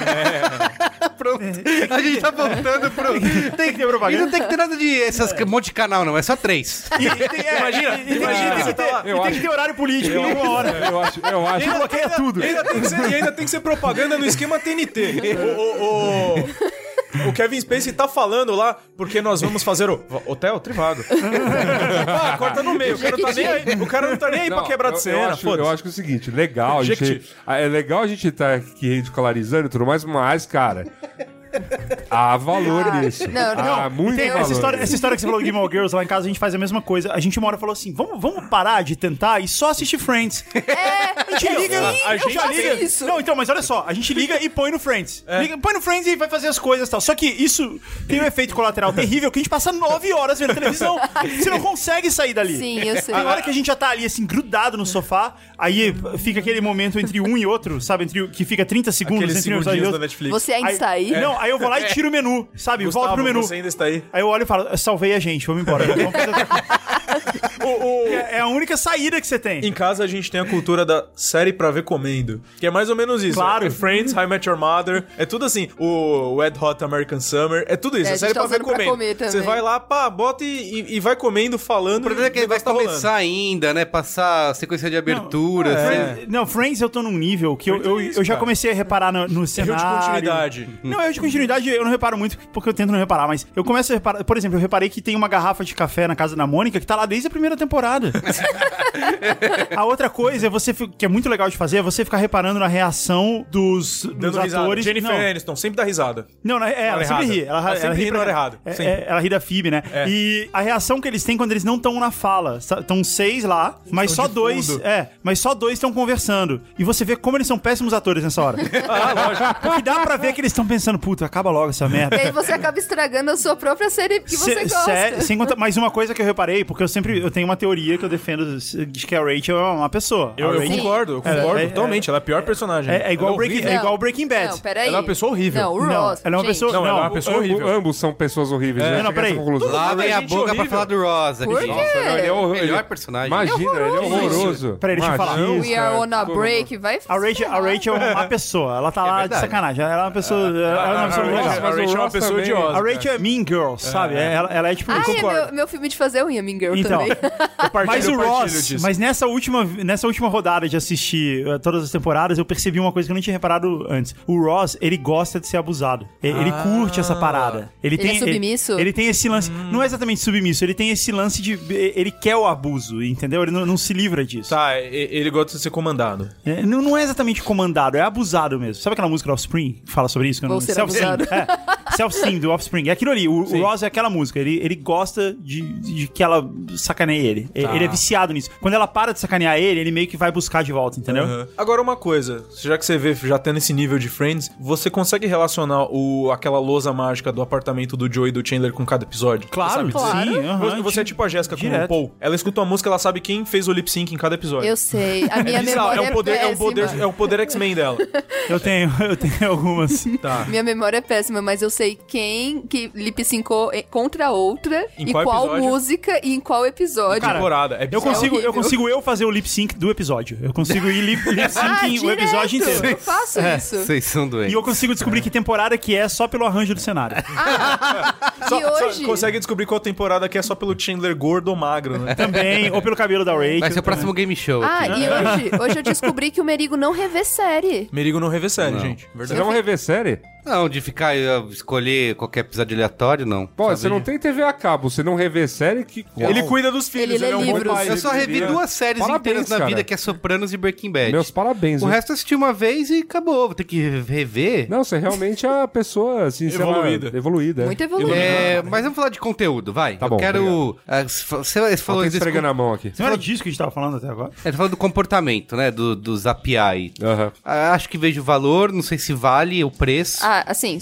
[SPEAKER 1] A pronto. A gente tá voltando pro.
[SPEAKER 3] Tem que ter
[SPEAKER 1] E não
[SPEAKER 3] propaganda.
[SPEAKER 1] tem que ter nada de essas, um monte de canal, não. É só três.
[SPEAKER 4] é,
[SPEAKER 3] Imagina, imagina, você tá lá.
[SPEAKER 2] Eu
[SPEAKER 3] E tem
[SPEAKER 2] acho-
[SPEAKER 3] que ter horário político em uma hora.
[SPEAKER 2] Eu acho, eu acho.
[SPEAKER 3] Bloqueia tudo.
[SPEAKER 4] E ainda tem que ser, e ainda tem que ser propaganda no esquema TNT. O, o- o- o Kevin Spacey tá falando lá, porque nós vamos fazer o
[SPEAKER 2] tá
[SPEAKER 4] hotel privado. ah, corta no meio. O cara, tá nem aí, o cara não tá nem aí
[SPEAKER 2] Não,
[SPEAKER 4] pra quebrar de
[SPEAKER 2] eu-
[SPEAKER 4] cena.
[SPEAKER 2] Eu acho,
[SPEAKER 4] foda-se.
[SPEAKER 2] eu acho que é o seguinte, legal, a gente,
[SPEAKER 4] Jequiti.
[SPEAKER 2] é legal a gente tá aqui ridicularizando e tudo mais, mas, cara, há valor
[SPEAKER 5] Ah,
[SPEAKER 2] nisso.
[SPEAKER 5] não, não.
[SPEAKER 2] Há muito
[SPEAKER 3] Tem
[SPEAKER 2] valor.
[SPEAKER 3] essa, história, essa história que você falou de Gilmore Girls lá em casa, a gente faz a mesma coisa. A gente uma hora falou assim: vamos, vamos parar de tentar e só assistir Friends.
[SPEAKER 5] É,
[SPEAKER 3] A gente liga,
[SPEAKER 5] sim,
[SPEAKER 3] a
[SPEAKER 5] eu
[SPEAKER 3] gente
[SPEAKER 5] faço
[SPEAKER 3] liga.
[SPEAKER 5] isso.
[SPEAKER 3] Não, então, mas olha só, a gente liga e põe no Friends. Liga- põe no Friends e vai fazer as coisas e tal. Só que isso tem um efeito colateral terrível que a gente passa nove horas vendo televisão. Você não consegue sair dali.
[SPEAKER 5] Sim, eu sei.
[SPEAKER 3] Tem hora que a gente já tá ali, assim, grudado no sofá, aí fica aquele momento entre um e outro, sabe? Entre, o- que fica 30 segundos
[SPEAKER 4] Aqueles
[SPEAKER 3] entre um episódio e
[SPEAKER 4] segundinhos da
[SPEAKER 3] outro.
[SPEAKER 4] Netflix.
[SPEAKER 5] Você ainda está aí?
[SPEAKER 3] Não, aí eu vou lá e tiro o menu, sabe? Volto pro menu.
[SPEAKER 4] Você ainda está aí.
[SPEAKER 3] Aí eu olho e falo, salvei a gente, vamos embora. Vamos fazer outra coisa. O- o- é a única saída que você tem.
[SPEAKER 4] Em casa a gente tem a cultura da série pra ver comendo. Que é mais ou menos isso.
[SPEAKER 3] Claro.
[SPEAKER 4] É Friends, How I Met Your Mother. É tudo assim. O Red Hot American Summer. É tudo isso.
[SPEAKER 5] É,
[SPEAKER 4] É,
[SPEAKER 5] a gente
[SPEAKER 4] série
[SPEAKER 5] tá
[SPEAKER 4] pra ver
[SPEAKER 5] usando pra
[SPEAKER 4] comendo.
[SPEAKER 5] comer também.
[SPEAKER 4] Você vai lá, pá, bota e, e- e vai comendo, falando.
[SPEAKER 1] O problema é que ele
[SPEAKER 4] tá
[SPEAKER 1] vai começar ainda, né? Passar sequência de abertura.
[SPEAKER 4] É.
[SPEAKER 3] é.
[SPEAKER 1] assim.
[SPEAKER 3] Friends- Não, Friends eu tô num nível que eu, eu, eu já comecei a reparar no, no
[SPEAKER 4] Erro
[SPEAKER 3] cenário.
[SPEAKER 4] É de continuidade.
[SPEAKER 3] Não, eu de continuidade eu não reparo muito, porque eu tento não reparar, mas eu começo a reparar. Por exemplo, eu reparei que tem uma garrafa de café na casa da Mônica que tá lá desde a primeira temporada. a outra coisa é você, fi- que é muito legal de fazer, é você ficar reparando na reação dos, dos
[SPEAKER 4] Dando risada.
[SPEAKER 3] atores.
[SPEAKER 4] Jennifer
[SPEAKER 3] não,
[SPEAKER 4] Aniston sempre dá risada.
[SPEAKER 3] não, na- é, ela
[SPEAKER 4] hora
[SPEAKER 3] sempre
[SPEAKER 4] errada.
[SPEAKER 3] ri. Ela,
[SPEAKER 4] Ela sempre
[SPEAKER 3] ri
[SPEAKER 4] ri na
[SPEAKER 3] pra-
[SPEAKER 4] hora errada,
[SPEAKER 3] é,
[SPEAKER 4] sempre.
[SPEAKER 3] é, ela ri da Fib, né?
[SPEAKER 4] É.
[SPEAKER 3] E a reação que eles têm quando eles não estão na fala. Estão seis lá, mas
[SPEAKER 4] Estão
[SPEAKER 3] só
[SPEAKER 4] de
[SPEAKER 3] dois.
[SPEAKER 4] fundo.
[SPEAKER 3] É, mas só dois estão conversando. E você vê como eles são péssimos atores nessa hora. Porque dá pra ver que eles estão pensando, puta, acaba logo essa merda.
[SPEAKER 5] E aí você acaba estragando a sua própria série que É, você
[SPEAKER 3] Se-
[SPEAKER 5] gosta.
[SPEAKER 3] se- sem contar, mas uma coisa que eu reparei, porque eu sempre eu tenho uma teoria que eu defendo de que a Rachel é uma pessoa.
[SPEAKER 4] Eu,
[SPEAKER 3] A
[SPEAKER 4] eu
[SPEAKER 3] Rachel-
[SPEAKER 4] concordo, eu
[SPEAKER 3] É,
[SPEAKER 4] concordo
[SPEAKER 3] é,
[SPEAKER 4] totalmente. Ela é a pior personagem.
[SPEAKER 3] é, é igual
[SPEAKER 4] Ela
[SPEAKER 3] Breaking,
[SPEAKER 4] horrível.
[SPEAKER 3] é igual Breaking Bad.
[SPEAKER 5] Não, peraí.
[SPEAKER 4] Ela é uma pessoa horrível.
[SPEAKER 5] Não, o
[SPEAKER 3] Não,
[SPEAKER 5] Ross.
[SPEAKER 3] ela é uma
[SPEAKER 5] gente.
[SPEAKER 3] pessoa-
[SPEAKER 4] Não, ela é uma
[SPEAKER 3] Não,
[SPEAKER 4] pessoa horrível.
[SPEAKER 2] Ambos são pessoas horríveis.
[SPEAKER 3] não,
[SPEAKER 2] É, não,
[SPEAKER 3] peraí.
[SPEAKER 2] peraí. Conclusão.
[SPEAKER 1] Lavem a
[SPEAKER 4] gente
[SPEAKER 1] boca pra
[SPEAKER 4] horrível.
[SPEAKER 1] falar do Ross
[SPEAKER 5] Por
[SPEAKER 1] aqui.
[SPEAKER 5] quê?
[SPEAKER 1] Nossa, não, ele é o
[SPEAKER 2] Ele-
[SPEAKER 1] melhor personagem.
[SPEAKER 2] Imagina, ele é
[SPEAKER 5] horroroso.
[SPEAKER 2] horroroso.
[SPEAKER 3] Peraí, deixa eu falar.
[SPEAKER 2] Machista,
[SPEAKER 5] We
[SPEAKER 4] é,
[SPEAKER 5] are on a break. Vai
[SPEAKER 3] é A Rachel, a Rachel é uma pessoa, ela tá lá de
[SPEAKER 1] verdade.
[SPEAKER 3] sacanagem. Ela é uma pessoa. Ela é uma
[SPEAKER 4] A
[SPEAKER 3] pessoa legal.
[SPEAKER 4] Rachel- a Rachel é uma
[SPEAKER 2] Ross
[SPEAKER 4] pessoa
[SPEAKER 2] também.
[SPEAKER 4] odiosa.
[SPEAKER 3] A Rachel é Mean Girl, sabe? Ela, ela é tipo.
[SPEAKER 5] Ah, é meu, meu filme de fazer unha, Mean Girl
[SPEAKER 3] Então,
[SPEAKER 5] também.
[SPEAKER 4] Eu partilho-
[SPEAKER 3] mas o
[SPEAKER 4] eu partilho
[SPEAKER 3] Ross,
[SPEAKER 4] disso.
[SPEAKER 3] mas nessa última, nessa última rodada de assistir eh, todas as temporadas, eu percebi uma coisa que eu não tinha reparado antes. O Ross, ele gosta de ser abusado. E- Ele curte essa parada. Ele,
[SPEAKER 5] Ele
[SPEAKER 3] tem
[SPEAKER 5] é submisso?
[SPEAKER 3] Ele, ele tem esse lance, não é exatamente submisso, ele tem esse lance de eh, ele quer o abuso, entendeu? Ele não, não se livra disso.
[SPEAKER 4] Tá, e- ele gosta de ser comandado.
[SPEAKER 3] É, não, não é exatamente comandado, é abusado mesmo. Sabe aquela música do Offspring que fala sobre isso? Que eu
[SPEAKER 5] Vou
[SPEAKER 3] não
[SPEAKER 5] ser
[SPEAKER 3] Self-Esteem.
[SPEAKER 5] abusado.
[SPEAKER 3] É. Self-Esteem do Offspring. É aquilo ali. O, o Ross é aquela música. Ele, ele gosta de, de que ela sacaneie ele. E-
[SPEAKER 4] Tá.
[SPEAKER 3] Ele é viciado nisso. Quando ela para de sacanear ele, ele meio que vai buscar de volta, entendeu?
[SPEAKER 4] Aham. Agora uma coisa, já que você vê, já tendo esse nível de Friends, você consegue relacionar o, aquela lousa mágica do apartamento do Joey e do Chandler com cada episódio?
[SPEAKER 3] Claro,
[SPEAKER 4] Você sabe disso?
[SPEAKER 5] Claro.
[SPEAKER 3] sim. aham,
[SPEAKER 4] Você, você é tipo a Jéssica com
[SPEAKER 3] Direto.
[SPEAKER 4] o Paul. Ela escuta uma música, ela sabe quem fez o lip sync em cada episódio.
[SPEAKER 5] Eu sei. A minha
[SPEAKER 4] bizarro,
[SPEAKER 5] memória
[SPEAKER 4] é um poder, é um poder,
[SPEAKER 5] péssima.
[SPEAKER 4] é um poder X-Men dela.
[SPEAKER 3] Eu tenho, eu tenho algumas.
[SPEAKER 4] Tá.
[SPEAKER 5] Minha memória é péssima, mas eu sei quem que lip syncou eh, contra a outra
[SPEAKER 4] Em
[SPEAKER 5] e
[SPEAKER 4] qual
[SPEAKER 5] qual,
[SPEAKER 4] episódio?
[SPEAKER 5] música e em qual episódio.
[SPEAKER 3] Cara,
[SPEAKER 4] Temporada. É
[SPEAKER 3] Eu
[SPEAKER 4] bizarro.
[SPEAKER 3] consigo, eu
[SPEAKER 5] horrível.
[SPEAKER 3] consigo eu fazer o lip sync do episódio. Eu consigo ir lip, lip
[SPEAKER 5] ah,
[SPEAKER 3] sync o
[SPEAKER 5] direto,
[SPEAKER 3] episódio inteiro.
[SPEAKER 5] Eu faço isso.
[SPEAKER 1] É, Vocês são
[SPEAKER 3] E
[SPEAKER 1] doentes.
[SPEAKER 3] eu consigo descobrir que temporada que é só pelo arranjo do cenário.
[SPEAKER 5] E hoje.
[SPEAKER 4] consegue descobrir qual temporada que é só pelo Chandler gordo ou magro, né?
[SPEAKER 3] Também, ou pelo cabelo da Rachel.
[SPEAKER 1] Vai ser o
[SPEAKER 3] também.
[SPEAKER 1] próximo game show.
[SPEAKER 5] Ah,
[SPEAKER 1] aqui.
[SPEAKER 5] e hoje, hoje eu descobri que o Merigo não revê série.
[SPEAKER 4] Merigo não revê série, gente.
[SPEAKER 2] Vocês
[SPEAKER 4] Verdade.
[SPEAKER 2] vão rever série?
[SPEAKER 1] Não, de ficar eh, escolher qualquer episódio aleatório, não.
[SPEAKER 2] Pô, você não tem TV a cabo, você não rever série que...
[SPEAKER 4] Ele cuida dos filhos,
[SPEAKER 5] Ele lê
[SPEAKER 4] é um bom
[SPEAKER 5] livros.
[SPEAKER 4] pai.
[SPEAKER 1] Eu só
[SPEAKER 4] ele
[SPEAKER 1] revi
[SPEAKER 4] devia-
[SPEAKER 1] duas séries
[SPEAKER 2] Parabéns,
[SPEAKER 1] inteiras na
[SPEAKER 2] cara.
[SPEAKER 1] vida, que é Sopranos e Breaking Bad.
[SPEAKER 2] Meus parabéns.
[SPEAKER 1] O
[SPEAKER 2] hein?
[SPEAKER 1] resto eu assisti uma vez e acabou. Vou ter que rever.
[SPEAKER 2] Não, você realmente é a pessoa, assim, sei lá,
[SPEAKER 4] Evoluída.
[SPEAKER 2] evoluída. é.
[SPEAKER 5] Muito evoluído.
[SPEAKER 1] É, mas vamos falar de conteúdo, vai.
[SPEAKER 2] Tá
[SPEAKER 1] eu
[SPEAKER 2] bom,
[SPEAKER 1] quero. ah, Você você
[SPEAKER 2] Ó,
[SPEAKER 1] falou
[SPEAKER 2] tá
[SPEAKER 1] disso.
[SPEAKER 2] esfregando a mão aqui.
[SPEAKER 3] Não era disso que a gente tava falando até agora?
[SPEAKER 1] É, tá falando do comportamento, né? Do, dos API.
[SPEAKER 2] Aham.
[SPEAKER 1] Ah, Acho que vejo o valor, não sei se vale o preço.
[SPEAKER 5] Ah, assim,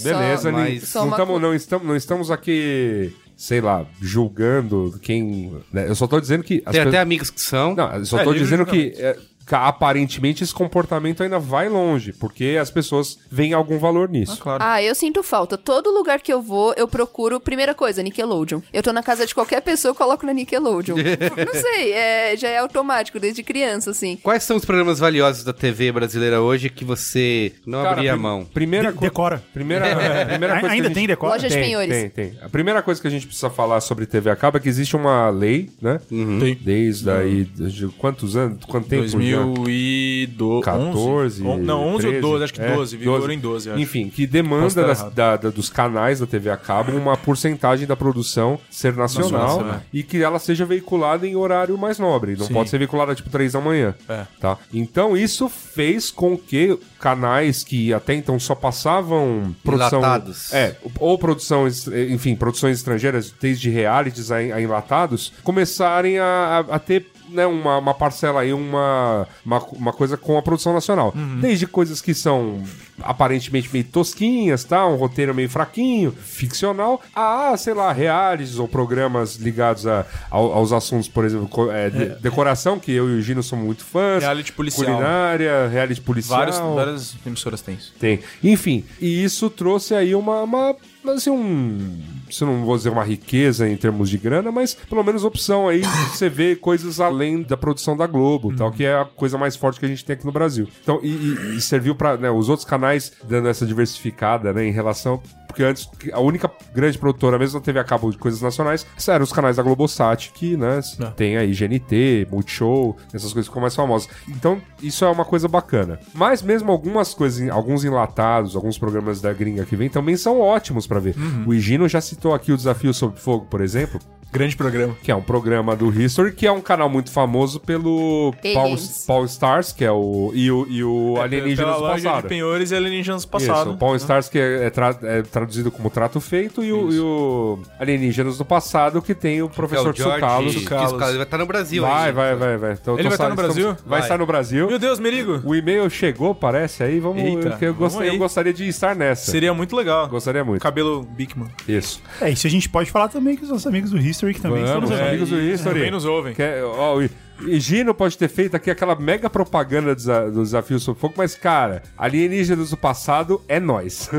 [SPEAKER 5] só.
[SPEAKER 2] Beleza,
[SPEAKER 1] mas-
[SPEAKER 2] Nin-
[SPEAKER 5] só
[SPEAKER 2] não,
[SPEAKER 5] uma
[SPEAKER 2] tamo-
[SPEAKER 5] co-
[SPEAKER 2] não estamos, não estamos aqui, sei lá, julgando quem. né, Eu só tô dizendo que. as
[SPEAKER 1] Tem
[SPEAKER 2] pe-
[SPEAKER 1] até amigos que são.
[SPEAKER 2] Não, eu só
[SPEAKER 4] É,
[SPEAKER 2] tô
[SPEAKER 4] livre
[SPEAKER 2] dizendo
[SPEAKER 4] julgamento.
[SPEAKER 2] que é, ca- aparentemente esse comportamento ainda vai longe, porque as pessoas veem algum valor nisso.
[SPEAKER 4] claro.
[SPEAKER 5] Ah, eu sinto falta. Todo lugar que eu vou, eu procuro, primeira coisa, Nickelodeon. Eu tô na casa de qualquer pessoa, eu coloco na Nickelodeon. Não sei, é- já é automático, desde criança, assim.
[SPEAKER 1] Quais são os programas valiosos da TV brasileira hoje que você não
[SPEAKER 2] Cara,
[SPEAKER 1] abria a
[SPEAKER 2] pri-
[SPEAKER 1] mão?
[SPEAKER 2] Primeira
[SPEAKER 3] De-
[SPEAKER 2] coisa.
[SPEAKER 3] decora.
[SPEAKER 2] Primeira, a primeira
[SPEAKER 3] Ai-
[SPEAKER 2] coisa que
[SPEAKER 3] ainda
[SPEAKER 2] a gente-
[SPEAKER 3] tem decora?
[SPEAKER 5] Loja de
[SPEAKER 2] Tem,
[SPEAKER 5] penhores.
[SPEAKER 2] Tem, tem. A primeira coisa que a gente precisa falar sobre TV a cabo é que existe uma lei, né?
[SPEAKER 3] Uhum.
[SPEAKER 4] Tem.
[SPEAKER 2] Desde aí, de quantos anos? Quanto tempo? já?
[SPEAKER 4] 2012.
[SPEAKER 2] 14,
[SPEAKER 4] 11? On- Não, 11
[SPEAKER 2] 13,
[SPEAKER 4] ou 12, acho que
[SPEAKER 2] é,
[SPEAKER 4] 12, vigorou em 12. Acho.
[SPEAKER 2] Enfim, que
[SPEAKER 4] Posso
[SPEAKER 2] demanda
[SPEAKER 4] estar
[SPEAKER 2] das-
[SPEAKER 4] errado.
[SPEAKER 2] da- da- dos canais da TV a cabo uma porcentagem da produção ser nacional
[SPEAKER 4] Nacional, é.
[SPEAKER 2] e que ela seja veiculada em horário mais nobre. Não
[SPEAKER 4] Sim.
[SPEAKER 2] pode ser veiculada tipo 3 da manhã.
[SPEAKER 4] É.
[SPEAKER 2] Tá? Então isso fez com que canais que até então só passavam produção.
[SPEAKER 1] Enlatados.
[SPEAKER 2] É, ou produção, es- enfim, produções estrangeiras, desde realities a, a enlatados, começarem a, a- a ter né, uma, uma parcela aí, uma, uma, uma coisa com a produção nacional.
[SPEAKER 4] Uhum.
[SPEAKER 2] Desde coisas que são aparentemente meio tosquinhas, tá? Um roteiro meio fraquinho, ficcional, a, sei lá, realities ou programas ligados a, ao- aos assuntos, por exemplo, co- é, de- decoração, que eu e o Gino somos muito fãs.
[SPEAKER 4] Reality policial.
[SPEAKER 2] Culinária, reality policial.
[SPEAKER 4] Vários, né, várias emissoras têm isso.
[SPEAKER 2] Tem. Enfim, e isso trouxe aí uma. uma assim, um. Se eu não vou dizer uma riqueza em termos de grana, mas pelo menos opção aí de você vê coisas além da produção da Globo, tal, que é a coisa mais forte que a gente tem aqui no Brasil. Então, e, e- e serviu para os outros canais dando essa diversificada, né, em relação. Porque antes, a única grande produtora, mesmo na TV a cabo de coisas nacionais, eram os canais da Globosat, que, né,
[SPEAKER 4] É.
[SPEAKER 2] tem aí GNT, Multishow, essas coisas ficam mais famosas. Então, isso é uma coisa bacana. Mas mesmo algumas coisas, alguns enlatados, alguns programas da gringa que vem também são ótimos pra ver.
[SPEAKER 4] Uhum.
[SPEAKER 2] O Higino já citou aqui o Desafio Sob Fogo, por exemplo,
[SPEAKER 4] Grande programa.
[SPEAKER 2] que é um programa do History, que é um canal muito famoso pelo Paul,
[SPEAKER 5] Aliens.
[SPEAKER 2] Paul Stars, que é o. e o, e o Alienígenas
[SPEAKER 4] É, Pela
[SPEAKER 2] do
[SPEAKER 4] loja
[SPEAKER 2] passado.
[SPEAKER 4] de penhores e alienígenas
[SPEAKER 2] Isso,
[SPEAKER 4] do
[SPEAKER 2] o
[SPEAKER 4] passado. né?
[SPEAKER 2] Pawn Stars, que é, é tra- é traduzido como Trato Feito, e o, e o Alienígenas do Passado, que tem o professor
[SPEAKER 1] Que é o George
[SPEAKER 2] Tsukalo.
[SPEAKER 4] Tsoukalos.
[SPEAKER 1] Tsoukalos. Ele vai estar no Brasil
[SPEAKER 2] Vai,
[SPEAKER 1] ainda.
[SPEAKER 2] vai, vai, vai. Então,
[SPEAKER 4] Ele
[SPEAKER 2] tô
[SPEAKER 4] vai
[SPEAKER 2] sa-
[SPEAKER 4] estar no Brasil?
[SPEAKER 2] Vai, estar no Brasil.
[SPEAKER 4] Meu Deus, Merigo.
[SPEAKER 2] O e-mail chegou, parece, aí vamos.
[SPEAKER 4] Eita,
[SPEAKER 2] eu, eu
[SPEAKER 4] vamos
[SPEAKER 2] gostaria,
[SPEAKER 4] aí.
[SPEAKER 2] eu gostaria de estar nessa.
[SPEAKER 4] Seria muito legal.
[SPEAKER 2] Gostaria muito.
[SPEAKER 4] Cabelo Bigman.
[SPEAKER 2] Isso.
[SPEAKER 3] É, isso a gente pode falar também com os nossos amigos do History, que
[SPEAKER 2] Vamos, é.
[SPEAKER 3] também estão nos ouvindo.
[SPEAKER 2] amigos do
[SPEAKER 4] e
[SPEAKER 2] History.
[SPEAKER 4] também nos ouvem.
[SPEAKER 2] Quer- ó, e- e Gino pode ter feito aqui aquela mega propaganda do, desa- do Desafio Sob Fogo, mas, cara, Alienígenas do Passado é nós.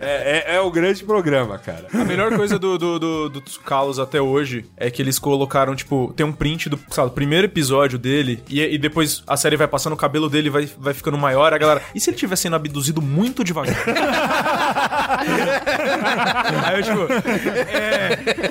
[SPEAKER 2] É, é- é o grande programa, cara.
[SPEAKER 4] A melhor coisa do, do, do, do Tsoukalos até hoje é que eles colocaram, tipo, tem um print do, sabe, primeiro episódio dele e, e depois a série vai passando, o cabelo dele vai, vai ficando maior, a galera... E se ele tivesse sendo abduzido muito devagar? Aí eu, tipo,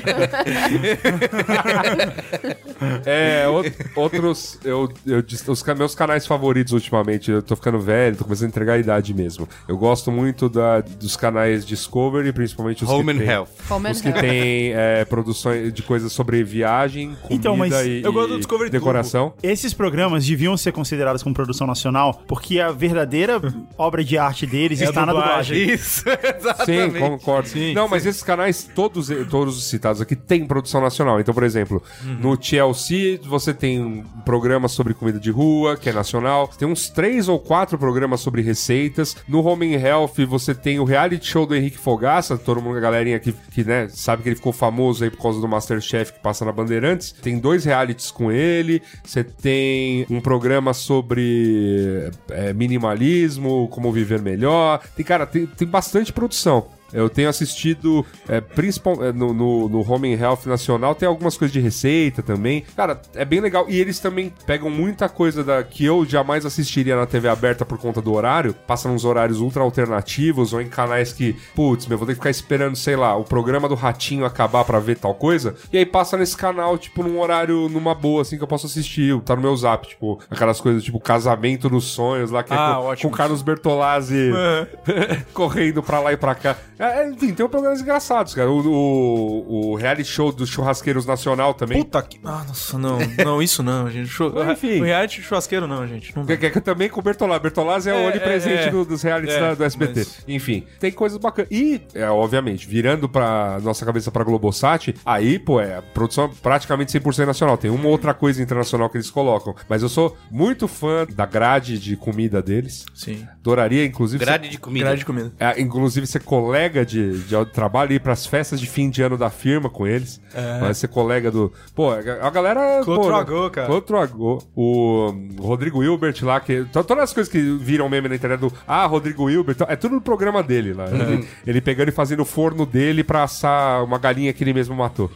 [SPEAKER 2] É, ou- outros. Eu, eu dis- os ca- meus canais favoritos ultimamente, eu tô ficando velho, tô começando a entregar a idade mesmo. Eu gosto muito da, dos canais Discovery, principalmente os
[SPEAKER 1] Home
[SPEAKER 2] que
[SPEAKER 1] and
[SPEAKER 2] tem,
[SPEAKER 1] Health.
[SPEAKER 5] Home
[SPEAKER 2] Os
[SPEAKER 5] and
[SPEAKER 2] que
[SPEAKER 5] Health.
[SPEAKER 2] tem é, produções de coisas sobre viagem, comida
[SPEAKER 3] Então, mas
[SPEAKER 2] e,
[SPEAKER 4] eu gosto do
[SPEAKER 2] e
[SPEAKER 4] Discovery
[SPEAKER 2] decoração.
[SPEAKER 3] Esses programas deviam ser considerados como produção nacional, porque a verdadeira obra de arte deles
[SPEAKER 4] É a
[SPEAKER 3] está na
[SPEAKER 4] dublagem.
[SPEAKER 3] dublagem.
[SPEAKER 1] Isso, exatamente.
[SPEAKER 2] Sim, concordo.
[SPEAKER 4] Sim,
[SPEAKER 2] não, mas esses canais, todos, todos os citados aqui, têm produção nacional. Então, por exemplo,
[SPEAKER 4] Uhum.
[SPEAKER 2] no TLC você tem um programa sobre comida de rua, que é nacional. Tem uns três ou quatro programas sobre receitas. No Home and Health você tem o reality show do Henrique Fogaça. Todo mundo, a galerinha aqui que né, sabe que ele ficou famoso aí por causa do Masterchef que passa na Bandeirantes. Tem dois realities com ele. Você tem um programa sobre é, minimalismo, como viver melhor. Tem, cara, tem, tem bastante produção. Eu tenho assistido, é, principal, é, no, no, no Home and Health Nacional, tem algumas coisas de receita também. Cara, é bem legal. E eles também pegam muita coisa da, que eu jamais assistiria na TV aberta por conta do horário. Passam uns horários ultra alternativos ou em canais que, putz, meu, vou ter que ficar esperando, sei lá, o programa do Ratinho acabar pra ver tal coisa. E aí passa nesse canal, tipo, num horário, numa boa, assim, que eu posso assistir. Tá no meu zap, tipo, aquelas coisas, tipo, Casamento dos Sonhos lá, que é
[SPEAKER 4] Ah,
[SPEAKER 2] com,
[SPEAKER 4] ótimo.
[SPEAKER 2] com Carlos Bertolazzi correndo pra lá e pra cá. É, é, enfim, tem programas engraçados, cara. O, o, o reality show dos churrasqueiros nacional também.
[SPEAKER 4] puta que... Ah, nossa, não. Não, isso não, gente. Chu-
[SPEAKER 2] Enfim.
[SPEAKER 4] O reality churrasqueiro não, gente. Não dá.
[SPEAKER 2] Que, que, que também com o Bertolazzi. Bertolazzi é,
[SPEAKER 4] É,
[SPEAKER 2] o onipresente
[SPEAKER 4] é, é.
[SPEAKER 2] do- dos realities
[SPEAKER 4] É,
[SPEAKER 2] da- do SBT.
[SPEAKER 4] mas-
[SPEAKER 2] Enfim, tem coisas bacanas. E, é, obviamente, virando pra nossa cabeça pra Globosat, aí, pô, é a produção é praticamente 100% nacional. Tem uma outra coisa internacional que eles colocam. Mas eu sou muito fã da grade de comida deles.
[SPEAKER 4] Sim.
[SPEAKER 2] Adoraria, inclusive.
[SPEAKER 1] Grade de comida.
[SPEAKER 4] Grade de comida.
[SPEAKER 2] É, inclusive, você colega colega de, de trabalho, ir pras festas de fim de ano da firma com eles. Vai ser colega do. Pô, a galera.
[SPEAKER 4] Clô
[SPEAKER 2] pô,
[SPEAKER 4] É. Troagô,
[SPEAKER 2] né?
[SPEAKER 4] cara.
[SPEAKER 2] Clô Troagô. O hum, Rodrigo Hilbert lá, que. to- Todas as coisas que viram meme na internet do. Ah, Rodrigo Hilbert. É tudo no programa dele
[SPEAKER 4] É.
[SPEAKER 2] lá. Ele, ele pegando e fazendo o forno dele pra assar uma galinha que ele mesmo matou.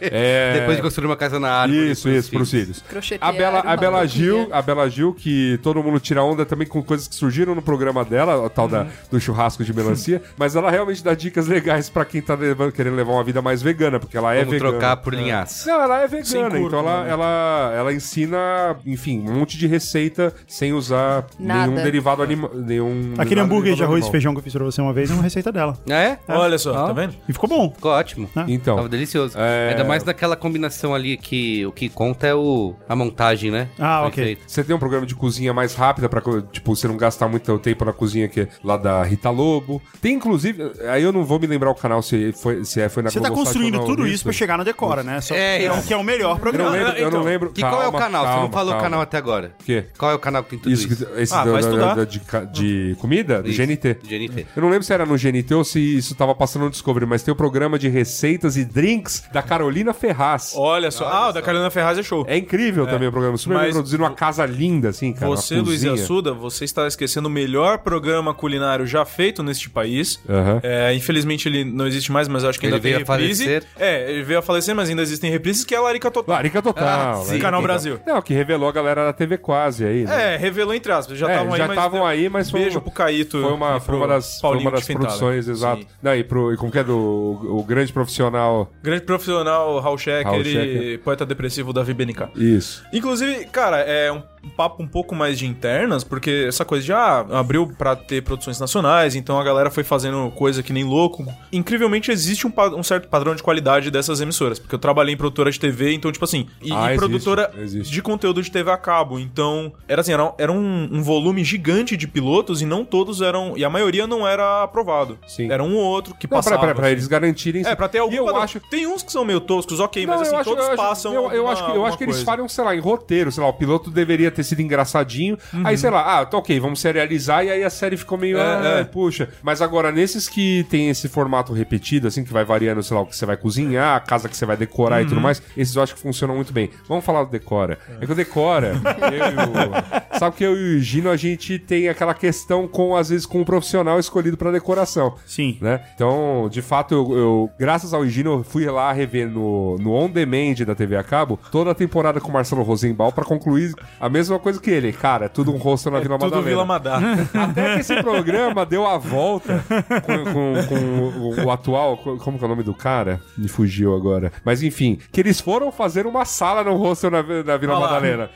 [SPEAKER 2] é.
[SPEAKER 1] Depois de construir uma casa na árvore.
[SPEAKER 2] Isso,
[SPEAKER 1] pros
[SPEAKER 2] isso, pros filhos.
[SPEAKER 5] Crochetear
[SPEAKER 2] A Bela, a
[SPEAKER 5] uma
[SPEAKER 2] Bela
[SPEAKER 5] roupinha.
[SPEAKER 2] Gil, a Bela Gil, que todo mundo tira onda também com coisas que surgiram no programa dela, a tal da, do churrasco de melancia, mas ela realmente dá dicas legais pra quem tá levando- querendo levar uma vida mais vegana, porque ela é
[SPEAKER 1] Vamos
[SPEAKER 2] vegana.
[SPEAKER 1] trocar por linhaça.
[SPEAKER 2] Não, ela é vegana,
[SPEAKER 4] Sem curto,
[SPEAKER 2] então ela,
[SPEAKER 4] né?
[SPEAKER 2] ela, ela ensina, enfim, um monte de receita sem usar
[SPEAKER 5] Nada.
[SPEAKER 2] nenhum derivado animal. Nenhum,
[SPEAKER 3] Aquele
[SPEAKER 2] nada
[SPEAKER 3] hambúrguer de
[SPEAKER 2] derivado
[SPEAKER 3] arroz e
[SPEAKER 2] animal.
[SPEAKER 3] feijão que eu fiz pra você uma vez é uma receita dela.
[SPEAKER 1] Ah, É?
[SPEAKER 4] Olha só,
[SPEAKER 1] Ah.
[SPEAKER 4] tá vendo?
[SPEAKER 3] E ficou bom.
[SPEAKER 1] Ficou ótimo.
[SPEAKER 2] Então.
[SPEAKER 1] Tava delicioso.
[SPEAKER 2] É.
[SPEAKER 1] Ainda mais naquela combinação ali que o que conta é o, a montagem, né?
[SPEAKER 3] Ah,
[SPEAKER 1] Foi
[SPEAKER 3] ok.
[SPEAKER 1] feito.
[SPEAKER 2] Você tem um programa de cozinha mais rápida pra, co- tipo, você não gastar muito teu tempo na cozinha que é lá da Rita Lobo. Tem, inclusive, aí eu não vou me lembrar o canal se, foi, se é, foi na
[SPEAKER 3] Você tá
[SPEAKER 2] Globosat ou
[SPEAKER 3] construindo
[SPEAKER 2] não,
[SPEAKER 3] tudo
[SPEAKER 2] nisso.
[SPEAKER 3] isso pra chegar na decora, né? Só
[SPEAKER 1] É,
[SPEAKER 3] que é,
[SPEAKER 1] é.
[SPEAKER 3] um, que é o melhor
[SPEAKER 2] Eu não
[SPEAKER 3] programa.
[SPEAKER 2] lembro, eu não
[SPEAKER 4] Então,
[SPEAKER 2] lembro.
[SPEAKER 1] Que
[SPEAKER 2] Calma,
[SPEAKER 1] qual é o canal? Você
[SPEAKER 2] calma,
[SPEAKER 1] não falou o
[SPEAKER 2] calma.
[SPEAKER 1] canal até agora.
[SPEAKER 2] quê?
[SPEAKER 1] Qual é o canal que tem tudo
[SPEAKER 2] Isso,
[SPEAKER 1] isso?
[SPEAKER 2] que- esse
[SPEAKER 4] Ah,
[SPEAKER 2] da-
[SPEAKER 4] vai
[SPEAKER 2] da-
[SPEAKER 4] estudar.
[SPEAKER 2] da- de, ca- de comida? De
[SPEAKER 1] Isso.
[SPEAKER 2] GNT.
[SPEAKER 1] GNT.
[SPEAKER 2] Eu não lembro se era no GNT ou se isso tava passando no Discovery, mas tem o programa de receitas e drinks da Carolina Ferraz.
[SPEAKER 4] Olha só. ah, o da Carolina Ferraz é show.
[SPEAKER 2] É incrível também o programa, super bem
[SPEAKER 4] Mas-
[SPEAKER 2] produzido, uma casa linda, assim, cara. uma
[SPEAKER 4] Você, Luiz e
[SPEAKER 2] cozinha.
[SPEAKER 4] Assuda, você está esquecendo o melhor programa culinário já feito neste país.
[SPEAKER 2] Aham.
[SPEAKER 4] É, infelizmente ele não existe mais, mas acho que
[SPEAKER 1] Ele
[SPEAKER 4] ainda tem
[SPEAKER 1] veio a
[SPEAKER 4] reprise.
[SPEAKER 1] falecer.
[SPEAKER 4] É, ele veio a falecer, mas ainda existem reprises, que é a Larica Total.
[SPEAKER 2] Larica Total.
[SPEAKER 1] Ah, sim.
[SPEAKER 2] Larica
[SPEAKER 4] Canal
[SPEAKER 2] Total.
[SPEAKER 4] Brasil.
[SPEAKER 2] Não, que revelou a galera da TV quase aí, né?
[SPEAKER 4] É, revelou entre aspas. Já
[SPEAKER 2] É,
[SPEAKER 4] estavam aí,
[SPEAKER 2] já
[SPEAKER 4] mas...
[SPEAKER 2] estavam aí, mas foi
[SPEAKER 4] Beijo
[SPEAKER 2] uma-
[SPEAKER 4] pro Caíto.
[SPEAKER 2] Foi uma, foi
[SPEAKER 4] e pro
[SPEAKER 2] uma das, foi
[SPEAKER 4] Paulinho
[SPEAKER 2] uma
[SPEAKER 4] de
[SPEAKER 2] das
[SPEAKER 4] Fentada.
[SPEAKER 2] produções, exato.
[SPEAKER 4] Sim.
[SPEAKER 2] Não, e, pro, e como que é do o, o grande profissional.
[SPEAKER 4] Grande profissional, Raul Schecker,
[SPEAKER 2] Raul
[SPEAKER 4] e
[SPEAKER 2] Schecker.
[SPEAKER 4] poeta depressivo Davi BNK.
[SPEAKER 2] Isso.
[SPEAKER 4] Inclusive, cara, é um um papo um pouco mais de internas, porque essa coisa de ah, abriu pra ter produções nacionais, então a galera foi fazendo coisa que nem louco. Incrivelmente existe um, pa- um certo padrão de qualidade dessas emissoras, porque eu trabalhei em produtora de TV, então tipo assim, e,
[SPEAKER 2] Ah,
[SPEAKER 4] e
[SPEAKER 2] existe,
[SPEAKER 4] produtora
[SPEAKER 2] existe.
[SPEAKER 4] de conteúdo de TV a cabo, então era assim, era, era um, um volume gigante de pilotos e não todos eram, e a maioria não era aprovado.
[SPEAKER 2] Sim.
[SPEAKER 4] Era um ou outro que
[SPEAKER 2] Não,
[SPEAKER 4] passava.
[SPEAKER 2] pra, pra, pra
[SPEAKER 4] assim.
[SPEAKER 2] eles garantirem.
[SPEAKER 4] É, pra ter algum
[SPEAKER 2] E eu
[SPEAKER 4] padrão.
[SPEAKER 2] acho
[SPEAKER 4] Tem uns que são meio toscos, ok,
[SPEAKER 2] Não,
[SPEAKER 4] mas assim,
[SPEAKER 2] eu acho-
[SPEAKER 4] todos
[SPEAKER 2] eu acho-
[SPEAKER 4] passam
[SPEAKER 2] Eu, eu
[SPEAKER 4] alguma-
[SPEAKER 2] acho que, eu acho
[SPEAKER 4] alguma
[SPEAKER 2] que eles
[SPEAKER 4] coisa.
[SPEAKER 2] falham, sei lá, em roteiro. Sei lá, o piloto deveria ter sido engraçadinho. Aí, sei lá, ah, tá ok, vamos serializar. E aí a série ficou meio.
[SPEAKER 4] Uhum. É,
[SPEAKER 2] ah,
[SPEAKER 4] é.
[SPEAKER 2] puxa. Mas agora, nesses que tem esse formato repetido, assim, que vai variando, sei lá, o que você vai cozinhar, a casa que você vai decorar
[SPEAKER 4] Uhum.
[SPEAKER 2] e tudo mais, esses eu acho que funcionam muito bem. Vamos falar do Decora. É que o Decora, eu e o... sabe que eu e o Gino, a gente tem aquela questão com, às vezes, com o profissional escolhido pra decoração
[SPEAKER 3] Sim.
[SPEAKER 2] né? Então, de fato, eu, eu- graças ao Gino, eu fui lá rever no, no On Demand da TV a cabo toda a temporada com o Marcelo Rosenbaum pra concluir a mesma coisa que ele. Cara, tudo um rosto na Vila
[SPEAKER 4] É Tudo
[SPEAKER 2] Madalena.
[SPEAKER 4] Vila Madá.
[SPEAKER 2] Até que esse programa deu a volta com, com- com o, o atual. co- Como que é o nome do cara? Me fugiu agora. Mas enfim, que eles foram fazer uma sala no rosto na, Vi- na Vila
[SPEAKER 4] Olha lá.
[SPEAKER 2] Madalena.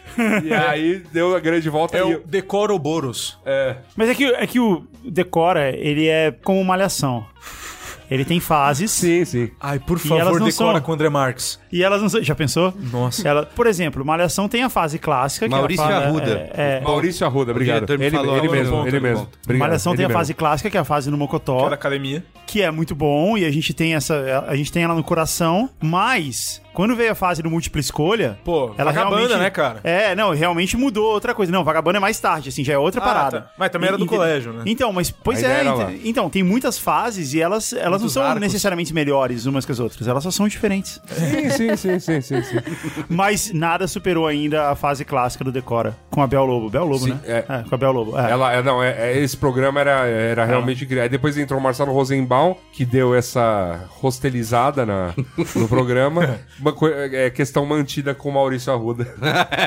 [SPEAKER 2] E aí deu a grande volta.
[SPEAKER 4] É
[SPEAKER 2] e
[SPEAKER 4] o
[SPEAKER 2] eu-
[SPEAKER 4] Decoroboros.
[SPEAKER 2] é.
[SPEAKER 3] Mas é que, é que o Decora, ele é como malhação. Ele tem fases.
[SPEAKER 2] Sim, sim.
[SPEAKER 4] Ai, por
[SPEAKER 3] elas
[SPEAKER 4] favor,
[SPEAKER 3] não
[SPEAKER 4] decora
[SPEAKER 3] são.
[SPEAKER 4] com André Marques.
[SPEAKER 3] E elas não são. Já pensou?
[SPEAKER 4] Nossa.
[SPEAKER 3] Ela, por exemplo, Malhação tem a fase clássica. que ela
[SPEAKER 1] Maurício
[SPEAKER 3] fala-
[SPEAKER 1] Arruda.
[SPEAKER 3] É, é,
[SPEAKER 2] Maurício Arruda, obrigado.
[SPEAKER 1] diretor me
[SPEAKER 2] Ele,
[SPEAKER 1] falou
[SPEAKER 2] ele
[SPEAKER 1] agora,
[SPEAKER 2] mesmo,
[SPEAKER 1] ponto,
[SPEAKER 2] ele
[SPEAKER 1] ele
[SPEAKER 2] mesmo.
[SPEAKER 1] ponto.
[SPEAKER 2] Obrigado,
[SPEAKER 3] Malhação
[SPEAKER 2] ele
[SPEAKER 3] tem a
[SPEAKER 2] mesmo.
[SPEAKER 3] fase clássica, que é a fase no Mocotó.
[SPEAKER 4] Era academia.
[SPEAKER 3] que é muito bom e a gente tem essa a gente tem ela no coração, mas quando veio a fase do múltipla escolha,
[SPEAKER 4] Pô,
[SPEAKER 3] ela
[SPEAKER 4] Vagabanda,
[SPEAKER 3] realmente,
[SPEAKER 4] né, cara?
[SPEAKER 3] É, não, realmente mudou outra coisa. Não, Vagabanda é mais tarde, assim, já é outra
[SPEAKER 4] Ah,
[SPEAKER 3] parada.
[SPEAKER 4] tá. Mas também era do
[SPEAKER 3] ente-
[SPEAKER 4] colégio, né?
[SPEAKER 3] Então, mas pois
[SPEAKER 2] Ainda
[SPEAKER 3] é,
[SPEAKER 2] era
[SPEAKER 3] ente-
[SPEAKER 2] lá.
[SPEAKER 3] então tem muitas fases e elas elas não
[SPEAKER 4] Muitos
[SPEAKER 3] são
[SPEAKER 4] arcos.
[SPEAKER 3] necessariamente melhores umas que as outras, elas só são diferentes.
[SPEAKER 2] Sim, sim, sim, sim, sim, sim.
[SPEAKER 3] mas nada superou ainda a fase clássica do Decora com a Bel Lobo, Bel Lobo,
[SPEAKER 2] Sim,
[SPEAKER 3] né?
[SPEAKER 2] é.
[SPEAKER 3] com a Bel Lobo. é.
[SPEAKER 2] Ela, é, não, é, é, esse programa era, era realmente. incrível. Aí depois entrou o Marcelo Rosenbaum, que deu essa hostelizada na, no programa. Uma coi- é, questão mantida com o Maurício Arruda.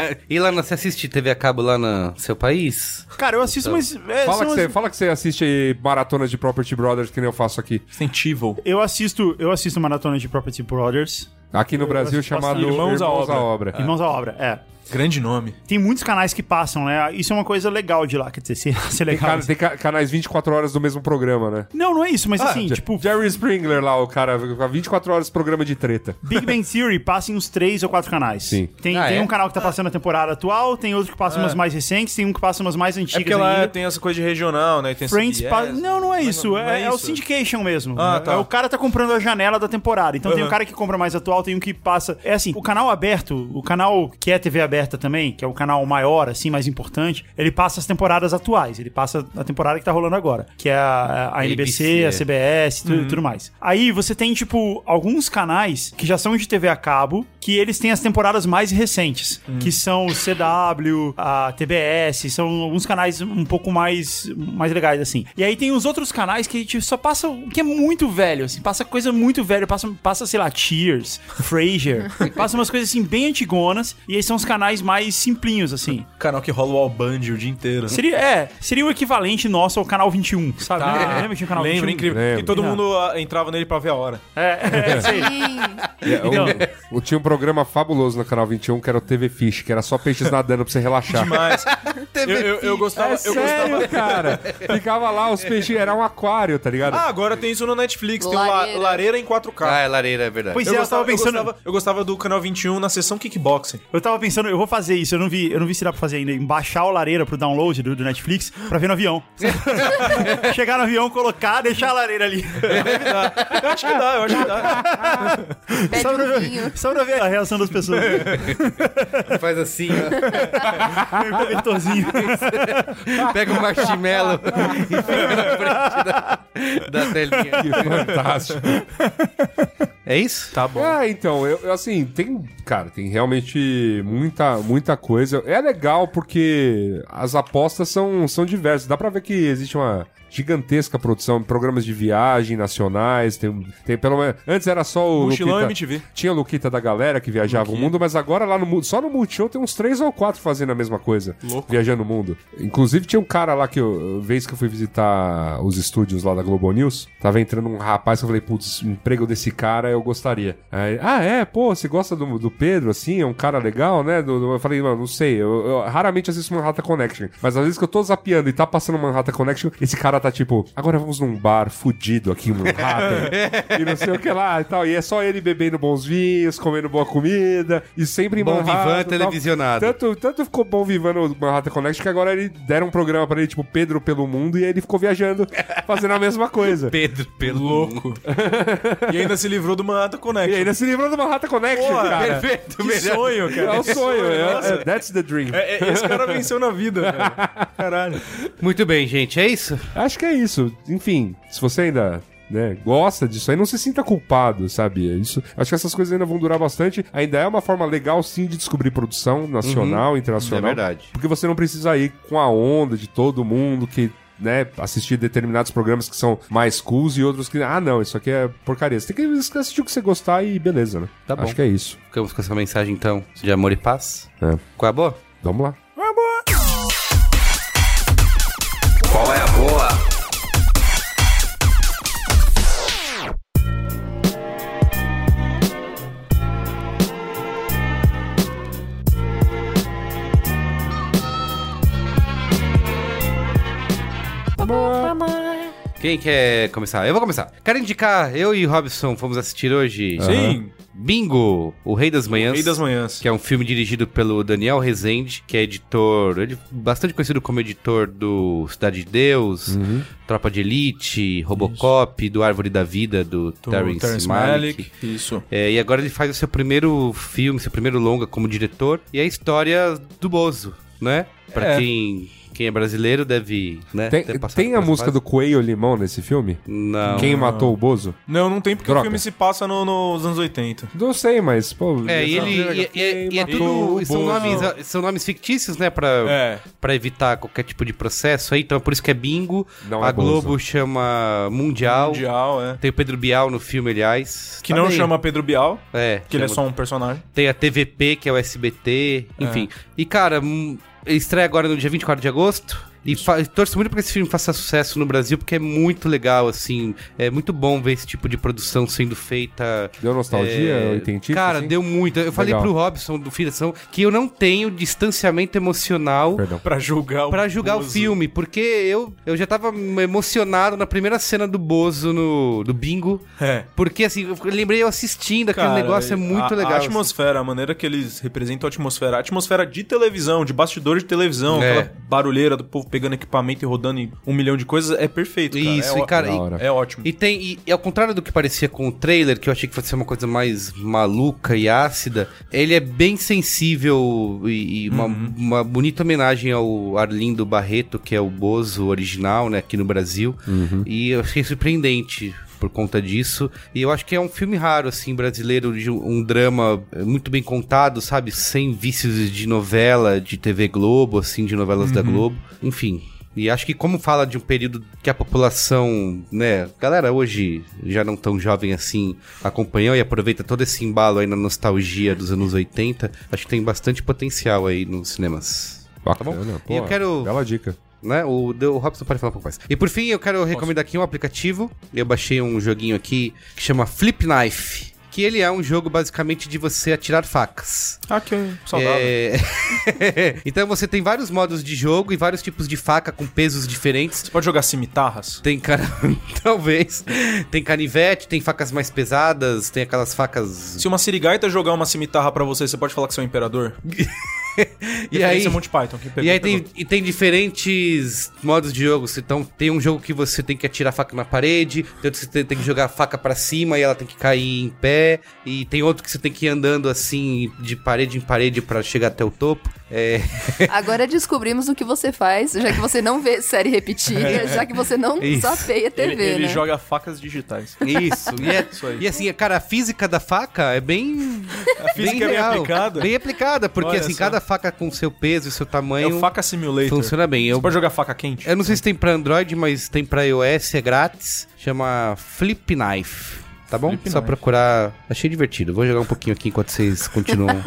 [SPEAKER 3] É,
[SPEAKER 1] e lá, na- você assiste TV a cabo lá no seu país?
[SPEAKER 3] Cara, eu assisto, mas é,
[SPEAKER 2] Tá. Fala
[SPEAKER 3] são
[SPEAKER 2] que,
[SPEAKER 3] as-
[SPEAKER 2] você, fala que você assiste maratonas de Property Brothers, que nem eu faço aqui.
[SPEAKER 4] Resident Evil.
[SPEAKER 3] eu assisto, eu assisto maratona de Property Brothers.
[SPEAKER 2] Aqui no Brasil,
[SPEAKER 3] assisto
[SPEAKER 2] chamado
[SPEAKER 3] bastante.
[SPEAKER 2] Irmãos, à Obra.
[SPEAKER 3] Irmãos à obra, é.
[SPEAKER 4] Grande nome.
[SPEAKER 3] Tem muitos canais que passam, né? Isso é uma coisa legal de lá, quer dizer, se, se é
[SPEAKER 2] Tem,
[SPEAKER 3] legal.
[SPEAKER 2] ca- tem ca- canais 24 horas do mesmo programa, né?
[SPEAKER 3] Não, não é isso, mas assim,
[SPEAKER 2] Je-
[SPEAKER 3] tipo,
[SPEAKER 2] Jerry Springer lá, o cara, 24 horas programa de treta.
[SPEAKER 3] Big Bang Theory passa em uns três ou quatro canais.
[SPEAKER 2] Sim. Ah.
[SPEAKER 3] Tem,
[SPEAKER 1] Ah,
[SPEAKER 3] tem
[SPEAKER 1] é?
[SPEAKER 3] um canal que tá passando a temporada atual, tem outro que passa umas mais recentes, tem um que passa umas mais
[SPEAKER 4] É porque
[SPEAKER 3] antigas
[SPEAKER 4] ela
[SPEAKER 3] ainda.
[SPEAKER 4] tem essa coisa de regional, né? E Tem
[SPEAKER 3] Friends
[SPEAKER 4] CBS.
[SPEAKER 3] pa- Não, não é
[SPEAKER 4] Mas
[SPEAKER 3] isso.
[SPEAKER 4] não- não
[SPEAKER 3] é, é o
[SPEAKER 4] isso.
[SPEAKER 3] syndication mesmo.
[SPEAKER 4] Ah,
[SPEAKER 3] É-
[SPEAKER 4] tá.
[SPEAKER 3] é o cara tá comprando a janela da temporada. Então tem um
[SPEAKER 4] Uhum.
[SPEAKER 3] cara que compra mais atual, tem um que passa. É assim, o canal aberto, o canal que é TV aberta Aberta também, que é o canal maior, assim, mais importante, ele passa as temporadas atuais. Ele passa a temporada que tá rolando agora, que é a, a NBC, a
[SPEAKER 1] ABC.
[SPEAKER 3] CBS tu- tudo mais. Aí você tem, tipo, alguns canais que já são de TV a cabo, que eles têm as temporadas mais recentes, que são o CW, a TBS, são alguns canais um pouco mais, mais legais, assim. E aí tem os outros canais que a gente só passa o que é muito velho, assim, passa coisa muito velha, passa, passa sei lá, Cheers, Frasier, passa umas coisas, assim, bem antigonas, e aí são os canais mais simplinhos, assim.
[SPEAKER 4] Canal que rola o Alband o dia inteiro.
[SPEAKER 3] Seria, é, seria o equivalente nosso ao canal 21, sabe?
[SPEAKER 4] Tá.
[SPEAKER 3] Lembra que tinha o canal
[SPEAKER 4] Lembra,
[SPEAKER 3] 21?
[SPEAKER 4] incrível.
[SPEAKER 2] Lembro.
[SPEAKER 4] E todo mundo ah, entrava nele pra ver a hora.
[SPEAKER 3] É, é, é, isso aí.
[SPEAKER 2] É, o-
[SPEAKER 3] Então.
[SPEAKER 2] o- tinha um programa fabuloso no Canal 21 que era o TV Fish, que era só peixes nadando pra você
[SPEAKER 3] É Tá.
[SPEAKER 2] relaxar.
[SPEAKER 4] Demais. eu, eu, eu gostava.
[SPEAKER 2] É
[SPEAKER 4] eu gostava.
[SPEAKER 2] sério, cara. Ficava lá os peixinhos, era um aquário, tá ligado?
[SPEAKER 4] Ah, agora tem isso no Netflix. Tem uma
[SPEAKER 5] Lareira.
[SPEAKER 4] lareira em 4K.
[SPEAKER 1] Ah, é lareira, é verdade.
[SPEAKER 3] Pois é, eu tava pensando.
[SPEAKER 4] eu, gostava, eu gostava do canal 21 na sessão kickboxing.
[SPEAKER 3] Eu tava pensando, eu vou fazer isso, eu não vi, eu não vi se dá pra fazer ainda, em baixar o lareira pro download do, do Netflix pra ver no avião. Chegar no avião, colocar, deixar a lareira ali.
[SPEAKER 4] Eu acho que dá, eu acho que dá.
[SPEAKER 5] Pede
[SPEAKER 3] Só pra,
[SPEAKER 5] um vinho.
[SPEAKER 3] ver, só pra ver a reação das pessoas.
[SPEAKER 1] Faz assim, ó.
[SPEAKER 3] Tem um cobertorzinho.
[SPEAKER 1] Pega o marshmallow e fica na frente da, da telinha.
[SPEAKER 2] Que fantástico.
[SPEAKER 1] É isso?
[SPEAKER 4] Tá bom.
[SPEAKER 2] É, então, eu, eu, assim, tem, cara, tem realmente muita, muita coisa. É legal porque as apostas são, são diversas. Dá pra ver que existe uma gigantesca produção, programas de viagem nacionais, tem, tem pelo menos... Antes era só o tá-
[SPEAKER 4] Mochilão
[SPEAKER 2] Luquita-
[SPEAKER 4] MTV.
[SPEAKER 2] Tinha o Luquita da galera que viajava o mundo, mas agora lá no mundo, só no Multishow tem uns três ou quatro fazendo a mesma coisa.
[SPEAKER 4] Louco.
[SPEAKER 2] Viajando o mundo. Inclusive tinha um cara lá que eu, vez que eu fui visitar os estúdios lá da Globo News, tava entrando um rapaz que eu falei, putz, o emprego desse cara eu gostaria. Aí, ah, é? Pô, você gosta do, do Pedro, assim? É um cara legal, né? Do- do- eu falei, mano, não sei, eu, eu raramente assisto Manhattan Connection, mas às vezes que eu tô zapeando e tá passando Manhattan Connection, esse cara tá tipo, agora vamos num bar fudido aqui em Manhattan. e não sei o que lá e tal. E é só ele bebendo bons vinhos, comendo boa comida e sempre em
[SPEAKER 1] Bom
[SPEAKER 2] Manhattan
[SPEAKER 1] Vivan
[SPEAKER 2] e tal.
[SPEAKER 1] televisionado.
[SPEAKER 2] Tanto, tanto ficou bom vivando o Manhattan Connect que agora ele deram um programa pra ele, tipo Pedro pelo mundo, e aí ele ficou viajando, fazendo a mesma coisa.
[SPEAKER 1] Pedro, pelo
[SPEAKER 4] Louco. e ainda se livrou do Manhattan
[SPEAKER 2] E
[SPEAKER 4] Connection.
[SPEAKER 2] ainda se livrou do Manhattan Connection,
[SPEAKER 4] Porra,
[SPEAKER 2] cara.
[SPEAKER 1] Perfeito,
[SPEAKER 4] Que
[SPEAKER 1] melhor.
[SPEAKER 4] sonho, cara.
[SPEAKER 2] É o sonho, é,
[SPEAKER 4] Nossa.
[SPEAKER 2] é- that's the dream.
[SPEAKER 4] É, é, esse cara venceu na vida, velho. Caralho.
[SPEAKER 1] Muito bem, gente, é isso?
[SPEAKER 2] Acho que é isso. Enfim, se você ainda né, gosta disso aí, não se sinta culpado, sabe? É Isso, acho que essas coisas ainda vão durar bastante. Ainda é uma forma legal, sim, de descobrir produção nacional, internacional.
[SPEAKER 1] É verdade.
[SPEAKER 2] Porque você não precisa ir com a onda de todo mundo que. Né, assistir determinados programas que são mais cools e outros que. Ah, não, isso aqui é porcaria. Você tem que assistir o que você gostar e beleza, né?
[SPEAKER 1] Tá bom.
[SPEAKER 2] Acho que é isso.
[SPEAKER 1] Ficamos com essa mensagem, então, de amor e paz.
[SPEAKER 2] É.
[SPEAKER 1] Qual é a boa?
[SPEAKER 2] Vamos lá.
[SPEAKER 1] Quem quer começar? Eu vou começar. Quero indicar, eu e Robson fomos assistir hoje.
[SPEAKER 4] Sim.
[SPEAKER 1] Bingo, O Rei das Manhãs.
[SPEAKER 4] Rei das manhãs.
[SPEAKER 1] Que é um filme dirigido pelo Daniel Rezende, que é editor, ele é bastante conhecido como editor do Cidade de Deus, Tropa de Elite, Robocop, do Árvore da Vida, do,
[SPEAKER 4] Do
[SPEAKER 1] Terrence, Malick.
[SPEAKER 4] Isso.
[SPEAKER 1] É, e agora ele faz o seu primeiro filme, seu primeiro longa como diretor, e é a história do Bozo, né? Pra
[SPEAKER 4] É.
[SPEAKER 1] quem, quem é brasileiro deve né,
[SPEAKER 2] Tem,
[SPEAKER 1] ter passado
[SPEAKER 2] tem a
[SPEAKER 1] por essa
[SPEAKER 2] música
[SPEAKER 1] fase.
[SPEAKER 2] do Coelho Limão nesse filme?
[SPEAKER 1] Não.
[SPEAKER 2] Quem matou o Bozo?
[SPEAKER 4] Não, não tem porque
[SPEAKER 2] Droga.
[SPEAKER 4] o filme se passa no- nos anos 80.
[SPEAKER 2] Não sei, mas, pô.
[SPEAKER 1] É, e
[SPEAKER 2] essa-
[SPEAKER 1] ele. E, e- e é
[SPEAKER 4] Matou
[SPEAKER 1] tudo.
[SPEAKER 4] o
[SPEAKER 1] São
[SPEAKER 4] Bozo.
[SPEAKER 1] nomes, são nomes fictícios, né? Pra,
[SPEAKER 4] É.
[SPEAKER 1] pra evitar qualquer tipo de processo aí. Então é por isso que é bingo.
[SPEAKER 2] Não
[SPEAKER 1] a
[SPEAKER 2] é Bozo.
[SPEAKER 1] Globo chama Mundial.
[SPEAKER 4] Mundial, é.
[SPEAKER 1] Tem o Pedro Bial no filme, aliás.
[SPEAKER 4] Que
[SPEAKER 1] Tá
[SPEAKER 4] não
[SPEAKER 1] bem.
[SPEAKER 4] chama Pedro Bial,
[SPEAKER 1] É.
[SPEAKER 4] que ele é
[SPEAKER 1] chama-
[SPEAKER 4] só um É. personagem.
[SPEAKER 1] Tem a TVP, que é o SBT, enfim. E, cara, hum, ele estreia agora no dia 24 de agosto. E fa- torço muito pra que esse filme faça sucesso no Brasil, porque é muito legal, assim. É muito bom ver esse tipo de produção sendo feita.
[SPEAKER 2] Deu nostalgia,
[SPEAKER 1] é,
[SPEAKER 2] oitentista?
[SPEAKER 1] Cara,
[SPEAKER 2] assim?
[SPEAKER 1] deu muito. Eu falei
[SPEAKER 2] Legal.
[SPEAKER 1] pro Robson do Firação que eu não tenho distanciamento emocional
[SPEAKER 2] Perdão.
[SPEAKER 4] Pra julgar o
[SPEAKER 1] pra julgar o
[SPEAKER 4] Bozo.
[SPEAKER 1] filme, porque eu, eu já tava emocionado na primeira cena do Bozo no do bingo.
[SPEAKER 4] É.
[SPEAKER 1] Porque assim, eu lembrei eu assistindo, aquele
[SPEAKER 4] Cara,
[SPEAKER 1] negócio é muito
[SPEAKER 4] a-
[SPEAKER 1] legal.
[SPEAKER 4] A
[SPEAKER 1] assim.
[SPEAKER 4] atmosfera, a maneira que eles representam a atmosfera. A atmosfera de televisão, de bastidor de televisão,
[SPEAKER 1] É.
[SPEAKER 4] aquela barulheira do povo pegando equipamento e rodando em um milhão de coisas, é perfeito, cara.
[SPEAKER 1] Isso,
[SPEAKER 4] é ó-
[SPEAKER 1] e cara,
[SPEAKER 2] da
[SPEAKER 1] e-
[SPEAKER 2] hora.
[SPEAKER 4] É ótimo.
[SPEAKER 1] E tem. E, e ao contrário do que parecia com o trailer, que eu achei que fosse ser uma coisa mais maluca e ácida, ele é bem sensível e, e uma, uma bonita homenagem ao Arlindo Barreto, que é o Bozo original, né, aqui no Brasil. E eu achei surpreendente por conta disso. E eu acho que é um filme raro, assim, brasileiro, de um um drama eh, muito bem contado, sabe? Sem vícios de novela, de TV Globo, assim, de novelas da Globo. Enfim, e acho que como fala de um período que a população, né, galera hoje já não tão jovem assim, acompanhou e aproveita todo esse embalo aí na nostalgia dos anos 80, acho que tem bastante potencial aí nos cinemas.
[SPEAKER 2] Bacana, pô.
[SPEAKER 1] E eu quero-
[SPEAKER 2] Bela dica.
[SPEAKER 1] Né? O, o Robson pode falar um pouco mais. E por fim, eu quero recomendar aqui um aplicativo. Eu baixei um joguinho aqui que chama Flip Knife, que ele é um jogo basicamente de você atirar facas.
[SPEAKER 4] Ah, que saudável.
[SPEAKER 1] É... então você tem vários modos de jogo e vários tipos de faca com pesos diferentes.
[SPEAKER 4] Você pode jogar cimitarras?
[SPEAKER 1] Tem cara. Talvez. Tem canivete, tem facas mais pesadas, tem aquelas facas.
[SPEAKER 4] Se uma sirigaita jogar uma cimitarra pra você, você pode falar que você é o imperador?
[SPEAKER 1] E aí,
[SPEAKER 4] Referência Monty Python. Quem pegou,
[SPEAKER 1] e aí
[SPEAKER 4] pegou.
[SPEAKER 1] tem, e tem diferentes modos de jogo. Então tem um jogo que você tem que atirar a faca na parede, tem outro que você tem- tem que jogar a faca pra cima e ela tem que cair em pé. E tem outro que você tem que ir andando assim, de parede em parede pra chegar até o topo. É,
[SPEAKER 5] Agora descobrimos o que você faz, já que você não vê série repetida, já que você não
[SPEAKER 1] Isso.
[SPEAKER 5] zapeia TV,
[SPEAKER 4] Ele, ele
[SPEAKER 5] né?
[SPEAKER 4] joga facas digitais.
[SPEAKER 1] isso. E, é-
[SPEAKER 4] Isso aí.
[SPEAKER 1] e assim, cara, a física da faca é bem.
[SPEAKER 4] A física é bem aplicada.
[SPEAKER 1] Bem aplicada, porque
[SPEAKER 4] Olha
[SPEAKER 1] assim,
[SPEAKER 4] só.
[SPEAKER 1] cada faca com seu peso e seu
[SPEAKER 4] É
[SPEAKER 1] tamanho.
[SPEAKER 4] o faca né? simulator.
[SPEAKER 1] Funciona bem. Eu,
[SPEAKER 4] Você pode jogar faca quente?
[SPEAKER 1] eu não sei se tem pra Android, mas tem pra iOS, é grátis. Chama Flip Knife. Tá bom?
[SPEAKER 4] Flip
[SPEAKER 1] Só
[SPEAKER 4] Knife.
[SPEAKER 1] procurar. Achei divertido. Vou jogar um pouquinho aqui enquanto vocês continuam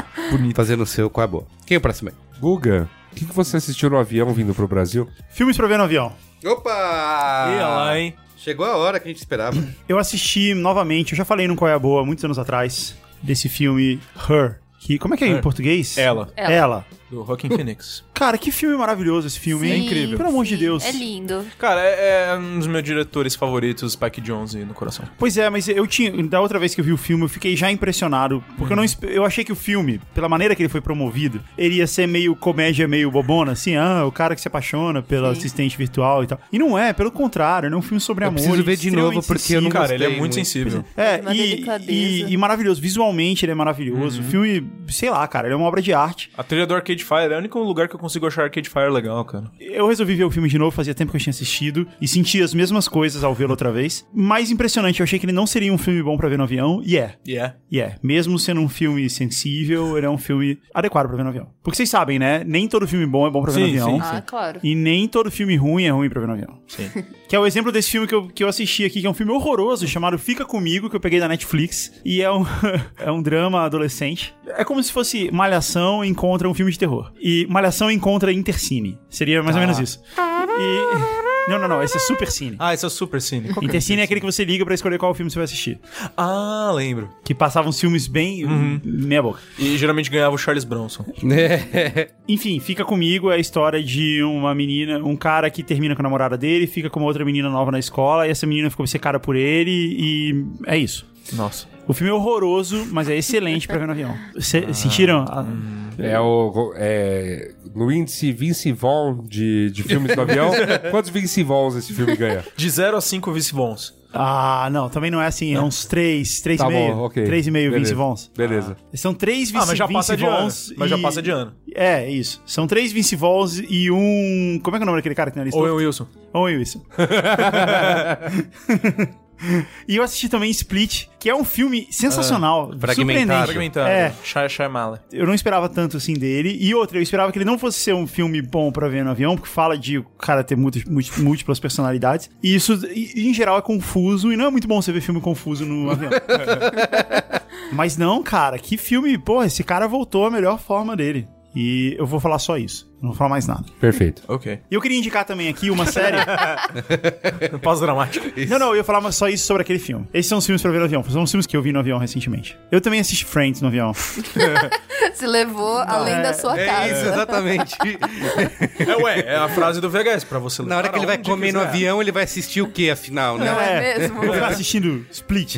[SPEAKER 1] fazendo o seu com a boa. Quem é o próximo aí?
[SPEAKER 2] Guga, o que, que você assistiu no avião vindo pro Brasil?
[SPEAKER 3] Filmes pra ver no avião.
[SPEAKER 1] Opa!
[SPEAKER 4] Ih, olha lá, hein?
[SPEAKER 1] Chegou a hora que a gente esperava.
[SPEAKER 3] Eu assisti novamente, eu já falei no Qual é a Boa, muitos anos atrás, desse filme Her. Que, como é que é em
[SPEAKER 4] Her.
[SPEAKER 3] português?
[SPEAKER 4] Ela,
[SPEAKER 5] Ela.
[SPEAKER 3] Ela.
[SPEAKER 4] do Rockin' Phoenix.
[SPEAKER 3] Cara, que filme maravilhoso esse filme, hein?
[SPEAKER 5] Sim,
[SPEAKER 3] Pelo amor de
[SPEAKER 5] sim,
[SPEAKER 3] Deus.
[SPEAKER 5] É lindo.
[SPEAKER 4] Cara, é, é um dos meus diretores favoritos, Spike Jonze, no coração.
[SPEAKER 3] Pois é, mas eu tinha. Da outra vez que eu vi o filme, eu fiquei já impressionado.
[SPEAKER 1] Hum.
[SPEAKER 3] Porque eu, não, espe- eu achei que o filme, pela maneira que ele foi promovido, ele ia ser meio comédia, meio bobona, assim, ah, o cara que se apaixona pela assistente virtual e tal. E não é, pelo contrário, ele é um filme sobre
[SPEAKER 1] Eu
[SPEAKER 3] amor.
[SPEAKER 1] preciso ver de novo,
[SPEAKER 3] extremamente
[SPEAKER 1] porque eu não
[SPEAKER 3] sensível.
[SPEAKER 4] Cara, ele é
[SPEAKER 1] Gostei muito.
[SPEAKER 4] muito sensível.
[SPEAKER 3] É,
[SPEAKER 5] Uma
[SPEAKER 3] e,
[SPEAKER 5] delicadeza.
[SPEAKER 3] e, e maravilhoso. Visualmente ele é maravilhoso.
[SPEAKER 1] Uhum.
[SPEAKER 3] O filme, sei lá, cara, ele é uma obra de arte.
[SPEAKER 4] A trilha do Arcade Fire é o único lugar que eu consigo achar Arcade Fire legal, cara.
[SPEAKER 3] Eu resolvi ver o filme de novo, fazia tempo que eu tinha assistido e senti as mesmas coisas ao vê-lo outra vez. Mais impressionante, eu achei que ele não seria um filme bom pra ver no avião, e é.
[SPEAKER 4] E é.
[SPEAKER 3] E é. Mesmo sendo um filme sensível, ele é um filme adequado pra ver no avião. Porque vocês sabem, né? Nem todo filme bom é bom pra ver no
[SPEAKER 4] Sim,
[SPEAKER 3] avião.
[SPEAKER 4] sim.
[SPEAKER 5] Ah, claro.
[SPEAKER 3] E nem todo filme ruim é ruim pra ver no avião.
[SPEAKER 4] Sim.
[SPEAKER 3] Que é o exemplo desse filme que eu, que eu assisti aqui, que é um filme horroroso, chamado Fica Comigo, que eu peguei da Netflix. E é um, é um drama adolescente. É como se fosse Malhação encontra um filme de terror. E Malhação encontra Intercine. Seria mais ou menos isso. E... Não, não, não. Esse é Supercine.
[SPEAKER 4] Ah. Ah, esse é super cínico.
[SPEAKER 3] Intercine é aquele que você liga pra escolher qual filme você vai assistir.
[SPEAKER 4] Ah, lembro.
[SPEAKER 3] Que passavam os filmes bem...
[SPEAKER 4] Uhum.
[SPEAKER 3] Meia boca.
[SPEAKER 4] E geralmente ganhava o Charles Bronson.
[SPEAKER 3] Enfim, fica comigo é a história de uma menina, um cara que termina com a namorada dele, fica com uma outra menina nova na escola, e essa menina ficou obcecada por ele, e é isso.
[SPEAKER 4] Nossa.
[SPEAKER 3] O filme é horroroso, mas é excelente pra ver no avião. Cê, Sentiram? Ah, a-
[SPEAKER 2] É o. É, no índice Vince Vaughn de, de filmes do avião. Quantos Vince Vaughns esse filme ganha?
[SPEAKER 4] De 0 a 5 Vice Vons.
[SPEAKER 3] Ah, não, também não é assim, é uns três, três
[SPEAKER 2] Tá
[SPEAKER 3] e meio.
[SPEAKER 2] bom, ok.
[SPEAKER 3] Três e meio
[SPEAKER 2] Beleza.
[SPEAKER 3] Vince Vons.
[SPEAKER 2] Beleza.
[SPEAKER 3] São três Vince
[SPEAKER 4] Ah, mas já
[SPEAKER 3] Vince
[SPEAKER 4] passa de ano.
[SPEAKER 3] Vons
[SPEAKER 4] Mas já
[SPEAKER 3] e-
[SPEAKER 4] passa de ano.
[SPEAKER 3] É, é isso. São três Vince Vons e um... Como é que é o nome daquele cara que tem na lista?
[SPEAKER 4] Owen Wilson.
[SPEAKER 3] Owen Wilson. e eu assisti também Split, que é um filme sensacional,
[SPEAKER 4] Ah,
[SPEAKER 1] fragmentado.
[SPEAKER 3] surpreendente.
[SPEAKER 4] Fragmentado.
[SPEAKER 3] É.
[SPEAKER 4] Shia Shyamala.
[SPEAKER 3] Eu não esperava tanto assim dele. E outra, eu esperava que ele não fosse ser um filme bom pra ver no avião, porque fala de o cara ter muitas, múlti- múltiplas personalidades. E isso, e- em geral, é confuso. E não é muito bom você ver filme confuso no um avião. Mas não, cara, que filme. Porra, esse cara voltou à melhor forma dele. E eu vou falar só isso. Não vou falar mais nada.
[SPEAKER 2] Perfeito.
[SPEAKER 4] Ok.
[SPEAKER 3] E eu queria indicar também aqui uma série.
[SPEAKER 4] Pós-dramático.
[SPEAKER 3] Não, não, eu ia falar mas só isso sobre aquele filme. Esses são os filmes pra ver no avião. São os filmes que eu vi no avião recentemente. Eu também assisti Friends no avião.
[SPEAKER 5] Se levou além da sua
[SPEAKER 1] É
[SPEAKER 5] casa.
[SPEAKER 1] isso, exatamente.
[SPEAKER 4] É, ué, é a frase do VHS pra você
[SPEAKER 1] Na hora que ele vai comer
[SPEAKER 4] é?
[SPEAKER 1] no avião, ele vai assistir o que, afinal, né?
[SPEAKER 5] Não é,
[SPEAKER 3] É.
[SPEAKER 5] mesmo?
[SPEAKER 3] Eu tava assistindo Split.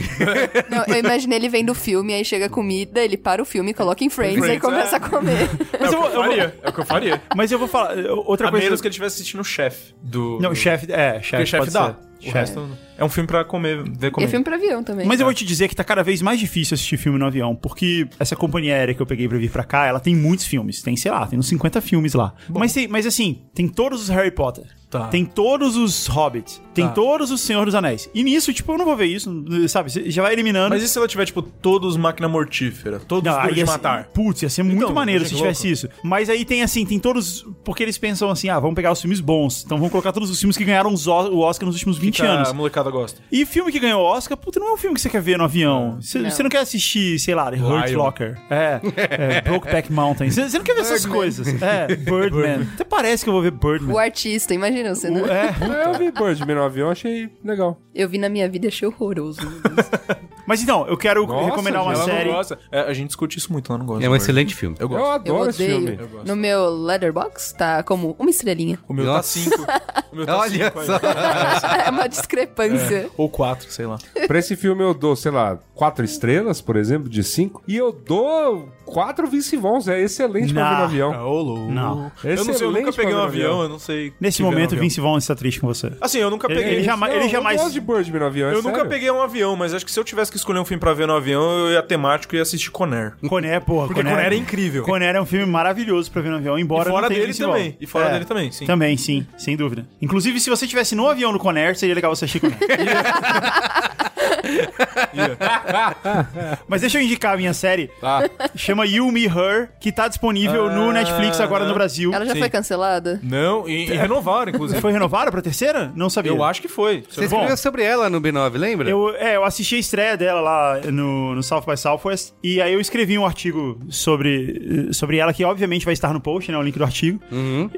[SPEAKER 5] Não, eu imaginei ele vendo o filme, aí chega a comida, ele para o filme, coloca em frames, aí
[SPEAKER 4] Friends,
[SPEAKER 5] começa a comer.
[SPEAKER 4] Mas eu, faria. É o que eu faria.
[SPEAKER 3] Mas eu vou falar. Outra
[SPEAKER 4] a
[SPEAKER 3] coisa.
[SPEAKER 4] menos que ele estivesse assistindo o chefe do.
[SPEAKER 3] Não,
[SPEAKER 4] do-
[SPEAKER 3] chefe. É, chefe.
[SPEAKER 4] Porque chefe
[SPEAKER 3] pode
[SPEAKER 4] dá.
[SPEAKER 3] ser.
[SPEAKER 4] O resto é um filme pra comer,
[SPEAKER 5] E
[SPEAKER 4] ver
[SPEAKER 5] é
[SPEAKER 4] comer.
[SPEAKER 5] filme pra avião também.
[SPEAKER 3] Mas eu vou te dizer que tá cada vez mais difícil assistir filme no avião, porque essa companhia aérea que eu peguei pra vir pra cá, ela tem muitos filmes. Tem, sei lá, tem uns 50 filmes lá. Mas, tem, mas assim, tem todos os Harry Potter.
[SPEAKER 4] Tá.
[SPEAKER 3] Tem todos os Hobbits. Tem
[SPEAKER 4] Tá.
[SPEAKER 3] todos os Senhor dos Anéis. E nisso, tipo, eu não vou ver isso, sabe? Você já vai eliminando.
[SPEAKER 4] Mas e se ela tiver, tipo, todos máquina mortífera? Todos
[SPEAKER 3] Não,
[SPEAKER 4] não,
[SPEAKER 3] aí é assim,
[SPEAKER 4] de
[SPEAKER 3] ia ser-
[SPEAKER 4] matar?
[SPEAKER 3] Putz, ia ser muito
[SPEAKER 4] Então,
[SPEAKER 3] maneiro
[SPEAKER 4] gente
[SPEAKER 3] se tivesse
[SPEAKER 4] louca.
[SPEAKER 3] isso. Mas aí tem assim, tem todos. Porque eles pensam assim, ah, vamos pegar os filmes bons. Então vamos colocar todos os filmes que ganharam os O- o Oscar nos últimos 20
[SPEAKER 4] Que tá Ah, a
[SPEAKER 3] anos.
[SPEAKER 4] molecada gosta.
[SPEAKER 3] E filme que ganhou Oscar, puta, não é um filme que você quer ver no avião. Você
[SPEAKER 5] Não.
[SPEAKER 3] você não. quer assistir, sei lá, The Hurt
[SPEAKER 4] Lion.
[SPEAKER 3] Locker. É, é Brokeback Mountain. Você você não quer ver essas coisas. É, Birdman. Até parece que eu vou ver Birdman.
[SPEAKER 5] O artista, imagina você, né?
[SPEAKER 3] O- é.
[SPEAKER 2] Eu vi Birdman no avião, achei legal.
[SPEAKER 5] Eu vi na minha vida, achei horroroso.
[SPEAKER 3] Mas então, eu quero
[SPEAKER 2] Nossa,
[SPEAKER 3] recomendar uma
[SPEAKER 2] gente,
[SPEAKER 4] ela
[SPEAKER 3] série.
[SPEAKER 4] não gosta. É, a gente discute isso muito, ela não gosta.
[SPEAKER 1] É um
[SPEAKER 4] Bert.
[SPEAKER 1] excelente filme.
[SPEAKER 4] Eu
[SPEAKER 2] Eu
[SPEAKER 4] gosto.
[SPEAKER 5] Eu
[SPEAKER 2] adoro esse filme.
[SPEAKER 5] odeio. No meu Letterbox tá como uma estrelinha.
[SPEAKER 4] O meu
[SPEAKER 1] Nossa.
[SPEAKER 4] tá 5. O meu tá
[SPEAKER 1] Olha
[SPEAKER 4] 5.
[SPEAKER 1] só.
[SPEAKER 5] é uma discrepância.
[SPEAKER 4] Ou 4, sei lá.
[SPEAKER 2] Pra esse filme eu dou, sei lá, quatro estrelas, por exemplo, de cinco. E eu dou quatro vice-vons. É excelente pra ver
[SPEAKER 3] Nah.
[SPEAKER 2] no avião.
[SPEAKER 4] Ô, louco.
[SPEAKER 3] Não.
[SPEAKER 4] Eu não sei, eu
[SPEAKER 2] Excelente
[SPEAKER 4] nunca peguei um
[SPEAKER 2] pra ver no
[SPEAKER 4] avião, eu não sei.
[SPEAKER 3] Nesse
[SPEAKER 4] se ver
[SPEAKER 3] momento,
[SPEAKER 4] um avião.
[SPEAKER 3] Vince Vaughn está triste com você.
[SPEAKER 4] Assim, eu nunca
[SPEAKER 3] Ele-
[SPEAKER 4] peguei.
[SPEAKER 3] ele já- Mas
[SPEAKER 2] Não,
[SPEAKER 3] jamais-
[SPEAKER 2] Eu gosto de Birdman no avião, é
[SPEAKER 4] Eu nunca
[SPEAKER 2] sério.
[SPEAKER 4] peguei um avião, mas acho que se eu tivesse que escolher um filme pra ver no avião, eu ia temático e ia assistir Conair.
[SPEAKER 3] Coné, porra.
[SPEAKER 4] Porque Conair, é incrível.
[SPEAKER 3] Conair é um filme maravilhoso pra ver no avião, embora
[SPEAKER 4] E fora
[SPEAKER 3] não tenha
[SPEAKER 4] dele
[SPEAKER 3] Vince Vaughn.
[SPEAKER 4] também, e fora
[SPEAKER 3] É.
[SPEAKER 4] dele também,
[SPEAKER 2] Então-
[SPEAKER 4] sim.
[SPEAKER 3] Também, sim, sem dúvida. Inclusive, se você estivesse no avião do Conair, seria legal você assistir Conair. Mas deixa eu indicar a minha série.
[SPEAKER 4] Tá.
[SPEAKER 3] Chama You, Me, Her, que tá disponível no
[SPEAKER 4] Ah,
[SPEAKER 3] Netflix agora no Brasil.
[SPEAKER 5] Ela já
[SPEAKER 4] Sim.
[SPEAKER 5] foi cancelada?
[SPEAKER 4] Não, e, e renovaram, inclusive.
[SPEAKER 3] Foi renovada pra terceira? Não sabia.
[SPEAKER 4] Eu acho que foi.
[SPEAKER 1] Você
[SPEAKER 3] Bom.
[SPEAKER 1] escreveu sobre ela no B9, lembra?
[SPEAKER 3] Eu, é, eu assisti a estreia dela lá no, no South by Southwest, e aí eu escrevi um artigo sobre, sobre ela, que obviamente vai estar no post, né, o link do artigo.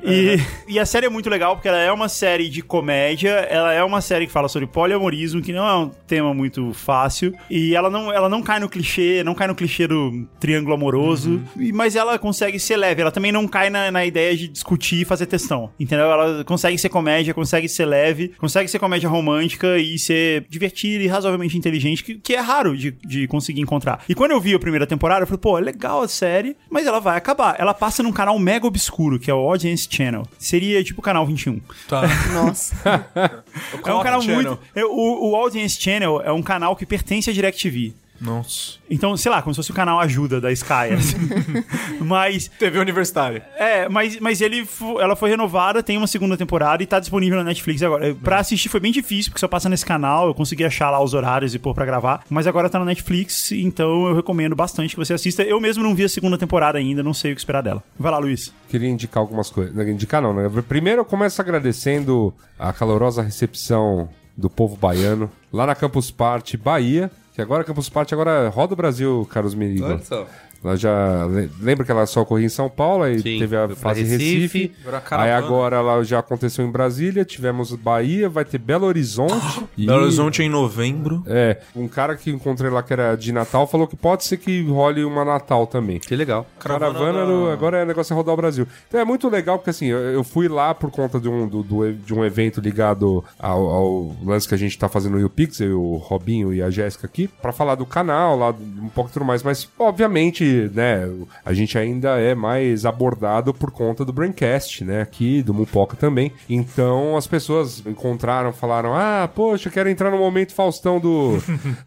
[SPEAKER 3] E, e a série é muito legal, porque ela é uma série de comédia, ela é uma série que fala sobre poliamorismo, que não é um tema muito fácil, e ela não, ela não cai no clichê, não cai no clichê do triângulo amoroso, e- mas ela consegue ser leve, ela também não cai na, na ideia de discutir e fazer textão, entendeu? Ela consegue ser comédia, consegue ser leve, consegue ser comédia romântica e ser divertida e razoavelmente inteligente, que, que é raro de, de conseguir encontrar. E quando eu vi a primeira temporada, eu falei, pô, é legal a série, mas ela vai acabar. Ela passa num canal mega obscuro, que é o Audience Channel. Seria tipo o canal 21.
[SPEAKER 4] Tá.
[SPEAKER 5] Nossa.
[SPEAKER 3] é um canal
[SPEAKER 4] Channel.
[SPEAKER 3] muito. é, o, o Audience Channel é um canal que pertence à DirecTV.
[SPEAKER 4] Nossa.
[SPEAKER 3] Então, sei lá, como se fosse o canal Ajuda da Sky. assim. mas
[SPEAKER 4] TV universitária.
[SPEAKER 3] É, mas, mas ele, fo- ela foi renovada, tem uma segunda temporada e tá disponível na Netflix agora. Pra assistir foi bem difícil, porque só passa nesse canal, eu consegui achar lá os horários e pôr pra gravar. Mas agora tá na Netflix, então eu recomendo bastante que você assista. Eu mesmo não vi a segunda temporada ainda, não sei o que esperar dela. Vai lá, Luiz.
[SPEAKER 2] Queria indicar algumas coisas. Indicar não, né? Primeiro eu começo agradecendo a calorosa recepção do povo baiano lá na Campus Party, Bahia. Que agora Campus Party agora roda o Brasil, Carlos Merigo.
[SPEAKER 1] Olha só.
[SPEAKER 2] Ela já le- lembra que ela só ocorria em São Paulo, aí
[SPEAKER 1] Sim,
[SPEAKER 2] teve a
[SPEAKER 1] foi pra
[SPEAKER 2] fase Recife.
[SPEAKER 1] Recife,
[SPEAKER 4] agora
[SPEAKER 2] aí
[SPEAKER 4] Caravana.
[SPEAKER 2] agora ela já aconteceu em Brasília, tivemos Bahia, vai ter Belo Horizonte. e-
[SPEAKER 4] Belo Horizonte em novembro.
[SPEAKER 2] É, um cara que encontrei lá que era de Natal falou que pode ser que role uma Natal também.
[SPEAKER 1] Que legal.
[SPEAKER 4] Caravana
[SPEAKER 2] Caravana,
[SPEAKER 4] da-
[SPEAKER 2] do- agora é negócio é rodar o Brasil. Então é muito legal porque assim, eu, eu fui lá por conta de um, do- do- de um evento ligado ao, ao lance que a gente tá fazendo no YouPix, eu, o Robinho e a Jéssica aqui, pra falar do canal, lá do- um pouco e tudo mais, mas obviamente, né, a gente ainda é mais abordado por conta do Braincast, né, aqui do Mupoca também. Então as pessoas encontraram, falaram: "Ah, poxa, eu quero entrar no momento Faustão do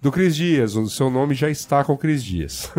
[SPEAKER 2] do Cris Dias, o seu nome já está com o Cris Dias.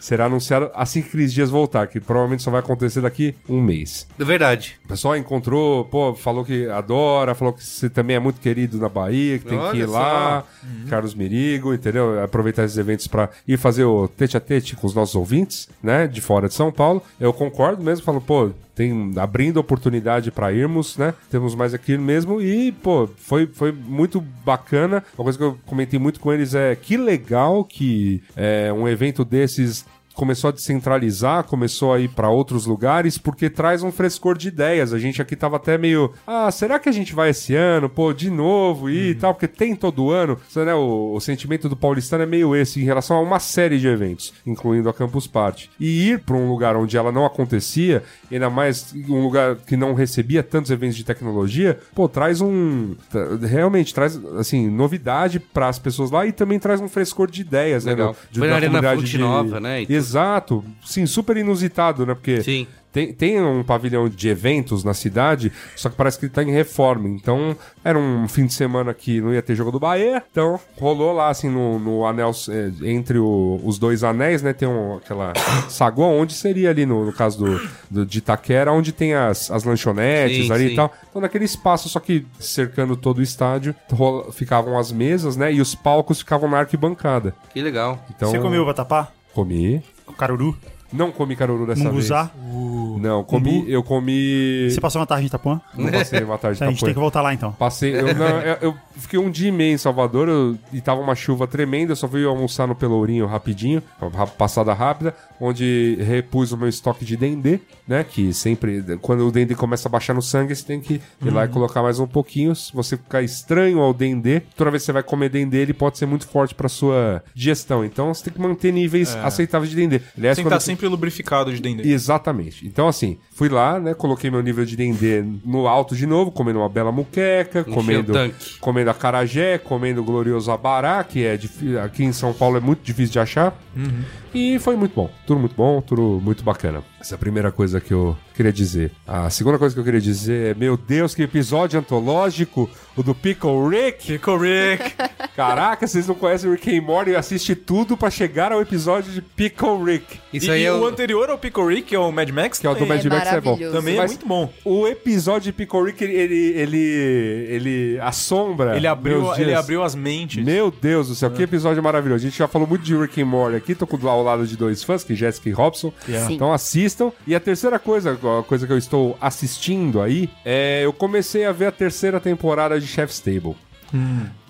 [SPEAKER 2] Será anunciado assim que Cris Dias voltar, que provavelmente só vai acontecer daqui um mês.
[SPEAKER 1] Verdade.
[SPEAKER 2] O pessoal encontrou, pô, falou que adora, falou que você também é muito querido na Bahia, que tem que
[SPEAKER 1] Olha
[SPEAKER 2] ir
[SPEAKER 1] só. Uhum.
[SPEAKER 2] lá, Uhum. Carlos Merigo, entendeu? Aproveitar esses eventos pra ir fazer o tete a tete com os nossos ouvintes, né, de fora de São Paulo. Eu concordo mesmo, falo, pô, tem abrindo oportunidade pra irmos, né? Temos mais aqui mesmo e, pô, foi, foi muito bacana. Uma coisa que eu comentei muito com eles é que legal que é, um evento desses começou a descentralizar, começou a ir pra outros lugares, porque traz um frescor de ideias. A gente aqui tava até meio, ah, será que a gente vai esse ano? Pô, de novo e
[SPEAKER 1] Uhum.
[SPEAKER 2] tal, porque tem todo ano. Sabe, né, o, o sentimento do paulistano é meio esse em relação a uma série de eventos, incluindo a Campus Party. E ir pra um lugar onde ela não acontecia, ainda mais um lugar que não recebia tantos eventos de tecnologia, pô, traz um tra- realmente traz assim novidade para as pessoas lá e também traz um frescor de ideias,
[SPEAKER 1] Legal.
[SPEAKER 2] né, no- de-
[SPEAKER 1] Foi
[SPEAKER 2] da
[SPEAKER 1] na Arena
[SPEAKER 2] comunidade
[SPEAKER 1] Fonte Nova, né, e tudo.
[SPEAKER 2] Exato. Exato. Sim, super inusitado, né? Porque
[SPEAKER 1] Sim.
[SPEAKER 2] Tem, tem um pavilhão de eventos na cidade, só que parece que ele tá em reforma. Então, era um fim de semana que não ia ter jogo do Bahia. Então, rolou lá, assim, no, no anel, eh, entre o- os dois anéis, né? Tem um- aquela saguá, onde seria ali, no, no caso do, do- de Itaquera, onde tem as, as lanchonetes
[SPEAKER 1] Sim,
[SPEAKER 2] ali
[SPEAKER 1] sim.
[SPEAKER 2] e tal. Então, naquele espaço, só que cercando todo o estádio, rola- ficavam as mesas, né? E os palcos ficavam na arquibancada.
[SPEAKER 1] Que legal.
[SPEAKER 2] Então,
[SPEAKER 3] Você comeu o vatapá?
[SPEAKER 2] Comi.
[SPEAKER 3] O caruru?
[SPEAKER 2] Não comi caruru dessa
[SPEAKER 3] Munguzá?
[SPEAKER 2] vez. Não, comi... Eu comi...
[SPEAKER 3] Você passou uma tarde em Itapuã?
[SPEAKER 2] Não passei uma tarde
[SPEAKER 3] Tá, a gente tem que
[SPEAKER 2] tapoeira.
[SPEAKER 3] voltar lá então.
[SPEAKER 2] Passei, eu, não, eu, eu fiquei um dia e meio em Salvador eu- e tava uma chuva tremenda. Eu só fui almoçar no Pelourinho rapidinho, ra- passada rápida, onde repus o meu estoque de dendê, né? Que sempre, quando o dendê começa a baixar no sangue, você tem que ir lá
[SPEAKER 3] Uhum.
[SPEAKER 2] e colocar mais um pouquinho. Se você ficar estranho ao dendê, toda vez que você vai comer dendê, ele pode ser muito forte pra sua digestão. Então você tem que manter níveis
[SPEAKER 3] É.
[SPEAKER 2] aceitáveis de dendê. Aliás,
[SPEAKER 4] Tem que
[SPEAKER 2] quando
[SPEAKER 4] estar
[SPEAKER 2] eu fui-
[SPEAKER 4] é tá sempre lubrificado de dendê.
[SPEAKER 2] Exatamente. Então, assim, fui lá, né? Coloquei meu nível de dendê no alto de novo, comendo uma bela muqueca,
[SPEAKER 1] Encheu
[SPEAKER 2] comendo,
[SPEAKER 1] o tanque.
[SPEAKER 2] comendo acarajé, comendo glorioso abará, que é difí- aqui em São Paulo é muito difícil de achar.
[SPEAKER 4] Uhum.
[SPEAKER 2] E foi muito bom. Tudo muito bom, tudo muito bacana. Essa é a primeira coisa que eu queria dizer. A segunda coisa que eu queria dizer é, meu Deus, que episódio antológico, o do Pickle Rick.
[SPEAKER 4] Pickle Rick!
[SPEAKER 2] Caraca, vocês não conhecem o Rick and Morty, assiste tudo pra chegar ao episódio de Pickle Rick.
[SPEAKER 1] Isso
[SPEAKER 4] e
[SPEAKER 1] aí
[SPEAKER 4] e
[SPEAKER 1] é
[SPEAKER 4] o
[SPEAKER 1] o...
[SPEAKER 4] anterior ao Pickle Rick, que é o Mad Max,
[SPEAKER 2] Que é o do
[SPEAKER 4] também,
[SPEAKER 2] Mad Max é bom.
[SPEAKER 5] maravilhoso.
[SPEAKER 4] também é
[SPEAKER 2] Mas-
[SPEAKER 4] muito bom.
[SPEAKER 2] O episódio de Picoric, ele, ele, ele, ele assombra.
[SPEAKER 4] Ele abriu,
[SPEAKER 2] meus dias.
[SPEAKER 4] ele abriu Ah. as mentes.
[SPEAKER 2] Meu Deus do céu, que episódio maravilhoso. A gente já falou muito de Rick and Morty aqui, tô com- ao lado de dois fãs, que é Jessica e Robson.
[SPEAKER 5] Sim.
[SPEAKER 2] Então assistam. E a terceira coisa, a coisa que eu estou assistindo aí, é eu comecei a ver a terceira temporada de Chef's Table.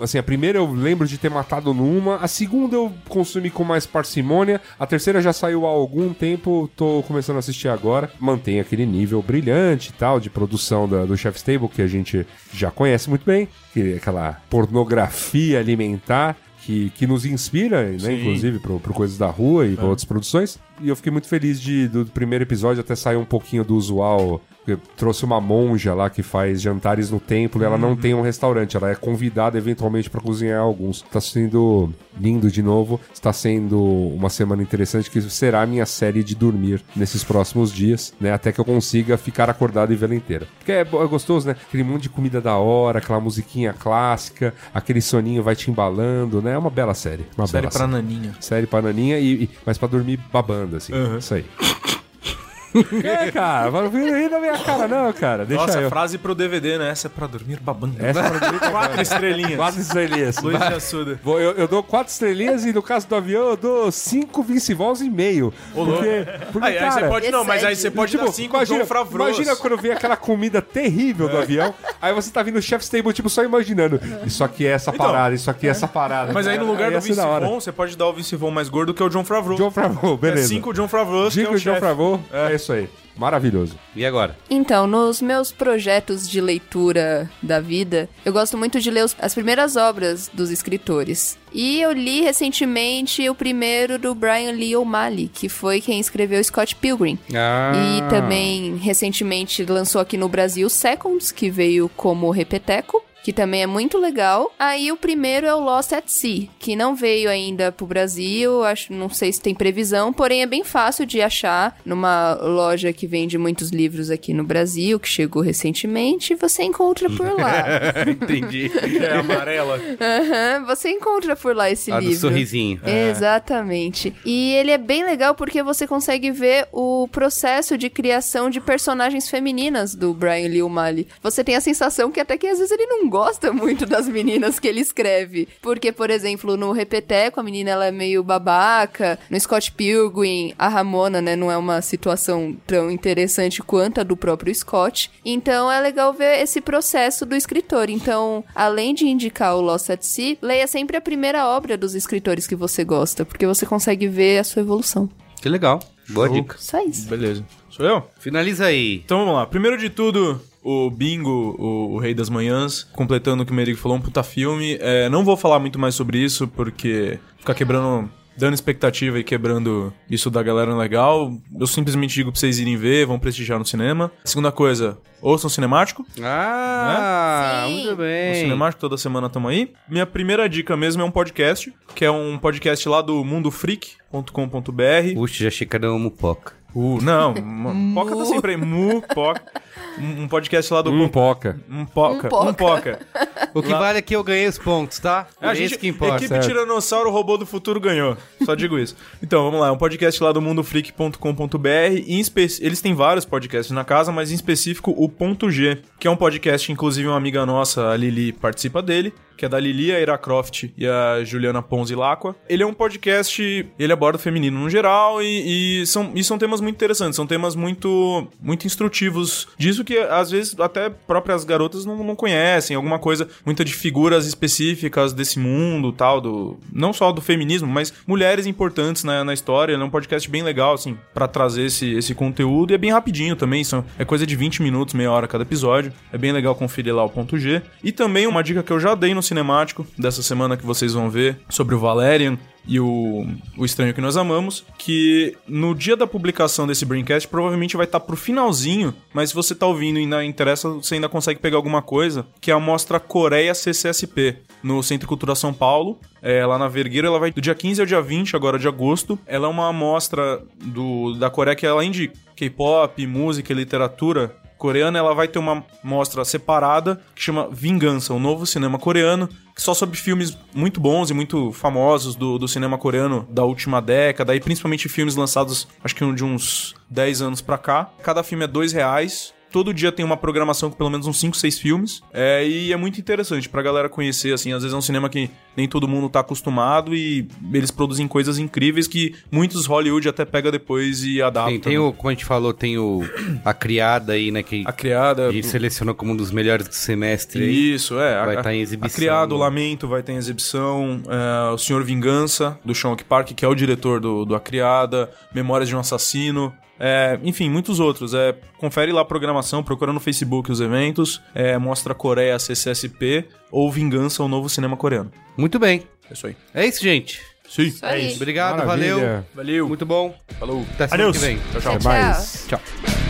[SPEAKER 2] Assim, a primeira eu lembro de ter matado numa, a segunda eu consumi com mais parcimônia, a terceira já saiu há algum tempo, tô começando a assistir agora. Mantém aquele nível brilhante e tal de produção da- do Chef's Table, que a gente já conhece muito bem, que é aquela pornografia alimentar. Que, que nos inspira, né, inclusive, pro, pro Coisas da Rua e pra outras produções. E eu fiquei muito feliz de, do primeiro episódio até sair um pouquinho do usual eu trouxe uma monja lá que faz jantares no templo e ela
[SPEAKER 4] Uhum.
[SPEAKER 2] não tem um restaurante, ela é convidada eventualmente pra cozinhar alguns. Tá sendo lindo de novo, está sendo uma semana interessante que será a minha série de dormir nesses próximos dias, né? Até que eu consiga ficar acordado e vê-la inteira. Porque é, bo- é gostoso, né? Aquele monte de comida da hora, aquela musiquinha clássica, aquele soninho vai te embalando, né? É uma bela série. Uma
[SPEAKER 4] Série
[SPEAKER 2] bela
[SPEAKER 4] pra naninha.
[SPEAKER 2] Série pra naninha, e, e- mas pra dormir babando, assim. Isso aí. é, cara, não ri da minha cara, não, cara. Deixa
[SPEAKER 4] Nossa,
[SPEAKER 2] eu.
[SPEAKER 4] frase pro DVD, né? Essa é pra dormir babando.
[SPEAKER 2] Essa é pra dormir babando.
[SPEAKER 4] Quatro estrelinhas.
[SPEAKER 2] Quatro estrelinhas.
[SPEAKER 4] Luiz de Assuda.
[SPEAKER 2] Vou- Eu, eu dou quatro estrelinhas e no caso do avião eu dou cinco Vince Vols e meio. Porque, porque
[SPEAKER 4] Aí, aí
[SPEAKER 2] cara,
[SPEAKER 4] você pode, não, mas aí você
[SPEAKER 5] Excede.
[SPEAKER 4] pode dar
[SPEAKER 2] tipo,
[SPEAKER 4] cinco
[SPEAKER 2] imagina,
[SPEAKER 4] João É. Favreau.
[SPEAKER 2] imagina quando eu vi aquela comida terrível do avião, aí você tá vindo o chef's table, tipo, só imaginando. Isso aqui é essa
[SPEAKER 4] Então.
[SPEAKER 2] parada, isso aqui é essa parada.
[SPEAKER 4] Mas aí no lugar do
[SPEAKER 2] ia ser
[SPEAKER 4] Vince
[SPEAKER 2] da hora.
[SPEAKER 4] Vaughn, você pode dar o Vince Vaughn mais gordo que é o John Favreau.
[SPEAKER 2] John Favreau, beleza.
[SPEAKER 4] É cinco John Favreau, que é
[SPEAKER 2] Digo
[SPEAKER 4] o
[SPEAKER 2] de John
[SPEAKER 4] chefe.
[SPEAKER 2] Favreau, é isso aí. Maravilhoso.
[SPEAKER 1] E agora?
[SPEAKER 5] Então, nos meus projetos de leitura da vida, eu gosto muito de ler os- as primeiras obras dos escritores. E eu li recentemente o primeiro do Brian Lee O'Malley, que foi quem escreveu Scott Pilgrim.
[SPEAKER 1] Ah.
[SPEAKER 5] E também recentemente lançou aqui no Brasil Seconds, que veio como Repeteco. Que também é muito legal. Aí o primeiro é o Lost at Sea, que não veio ainda pro Brasil, acho, não sei se tem previsão, porém é bem fácil de achar numa loja que vende muitos livros aqui no Brasil, que chegou recentemente, você encontra por lá.
[SPEAKER 1] Entendi.
[SPEAKER 4] É amarela.
[SPEAKER 5] Aham, você encontra por lá esse
[SPEAKER 1] Ah, do
[SPEAKER 5] livro.
[SPEAKER 1] sorrisinho.
[SPEAKER 5] Exatamente. E ele é bem legal porque você consegue ver o processo de criação de personagens femininas do Brian Lee O'Malley. Você tem a sensação que até que às vezes ele não gosta muito das meninas que ele escreve. Porque, por exemplo, no Repeteco, a menina ela é meio babaca. No Scott Pilgrim, a Ramona, né, não é uma situação tão interessante quanto a do próprio Scott. Então é legal ver esse processo do escritor. Então, além de indicar o Lost at Sea, leia sempre a primeira obra dos escritores que você gosta, porque você consegue ver a sua evolução.
[SPEAKER 1] Que legal. Boa dica.
[SPEAKER 5] Só isso.
[SPEAKER 4] Beleza. Sou eu?
[SPEAKER 1] Finaliza aí.
[SPEAKER 4] Então vamos lá. Primeiro de tudo, o Bingo, o, o Rei das Manhãs, completando o que o Merigo falou, um puta filme. É, não vou falar muito mais sobre isso, porque ficar quebrando dando expectativa e quebrando isso da galera legal. Eu simplesmente digo pra vocês irem ver, vão prestigiar no cinema. Segunda coisa, ouçam o cinemático.
[SPEAKER 1] Ah,
[SPEAKER 5] Sim.
[SPEAKER 1] muito
[SPEAKER 4] O
[SPEAKER 1] bem.
[SPEAKER 4] Cinemático toda semana tamo aí. Minha primeira dica mesmo é um podcast, que é um podcast lá do mundofreak.com.br.
[SPEAKER 1] é Puxa, já xícara uma um mupoca.
[SPEAKER 4] Uh, não, mu- Poca tá sempre aí. Mu, Poca. Um um podcast lá do.
[SPEAKER 2] Um poca.
[SPEAKER 4] Um poca,
[SPEAKER 5] Poca.
[SPEAKER 4] um poca.
[SPEAKER 1] O que
[SPEAKER 4] Lá-
[SPEAKER 1] vale é que eu ganhei os pontos, tá?
[SPEAKER 4] A
[SPEAKER 1] é
[SPEAKER 4] gente,
[SPEAKER 1] isso que importa.
[SPEAKER 4] Equipe Tiranossauro Robô do Futuro ganhou. Só digo isso. Então, vamos lá. É um podcast lá do mundofreak.com.br. Em espe- Eles têm vários podcasts na casa, mas em específico o Ponto G, que é um podcast, inclusive uma amiga nossa, a Lili, participa dele, que é da Lili, a Ira Croft e a Juliana Ponzi Lacqua. Ele é um podcast, ele aborda o feminino no geral e, e são, e são temas muito interessantes, são temas muito, muito instrutivos disso que às vezes até próprias garotas não, não conhecem, alguma coisa muita de figuras específicas desse mundo, tal, do não só do feminismo, mas mulheres importantes na, na história. Ele é um podcast bem legal, assim, pra trazer esse, esse conteúdo e é bem rapidinho também, são, é coisa de 20 minutos, meia hora cada episódio. É bem legal conferir lá o ponto G. E também uma dica que eu já dei no cinemático dessa semana que vocês vão ver sobre o Valerian e o, o Estranho que Nós Amamos, que no dia da publicação desse Braincast provavelmente vai estar pro finalzinho, mas se você tá ouvindo e ainda interessa, você ainda consegue pegar alguma coisa, que é a Mostra Coreia CCSP, no Centro Cultural São Paulo, é, lá na Vergueira, ela vai do dia 15 ao dia 20 agora de agosto. Ela é uma amostra do, da Coreia que além de K-pop, música e literatura, coreana, ela vai ter uma mostra separada que chama Vingança, o novo cinema coreano, que só sobre filmes muito bons e muito famosos do, do cinema coreano da última década, e principalmente filmes lançados, acho que um de uns 10 anos pra cá. Cada filme é dois reais. Todo dia tem uma programação com pelo menos uns 5, 6 filmes. É, e é muito interessante pra galera conhecer, assim. Às vezes é um cinema que nem todo mundo tá acostumado e eles produzem coisas incríveis que muitos Hollywood até pega depois e adapta.
[SPEAKER 1] Tem, tem
[SPEAKER 4] né?
[SPEAKER 1] o, como a gente falou, tem o a criada aí, né? Que
[SPEAKER 4] A criada.
[SPEAKER 1] a gente selecionou como um dos melhores do semestre. aí.
[SPEAKER 4] Isso, é.
[SPEAKER 1] Vai
[SPEAKER 4] A-
[SPEAKER 1] tá em
[SPEAKER 4] a-
[SPEAKER 1] exibição.
[SPEAKER 4] A Criado, o Lamento vai estar em exibição. é, o Senhor Vingança, do Sean Park, que é o diretor do, do A Criada. Memórias de um Assassino. é, enfim, muitos outros. É, confere lá a programação, procura no Facebook os eventos. é, Mostra Coreia CCSP ou Vingança, o novo cinema coreano.
[SPEAKER 1] Muito bem.
[SPEAKER 4] É isso aí.
[SPEAKER 1] É isso, gente.
[SPEAKER 4] Sim.
[SPEAKER 5] É Isso aí.
[SPEAKER 1] Obrigado,
[SPEAKER 2] Maravilha.
[SPEAKER 1] valeu.
[SPEAKER 4] Valeu.
[SPEAKER 1] Muito bom.
[SPEAKER 4] Falou.
[SPEAKER 1] Até semana
[SPEAKER 3] Adeus.
[SPEAKER 1] que vem.
[SPEAKER 5] Tchau,
[SPEAKER 2] mais.
[SPEAKER 1] Tchau.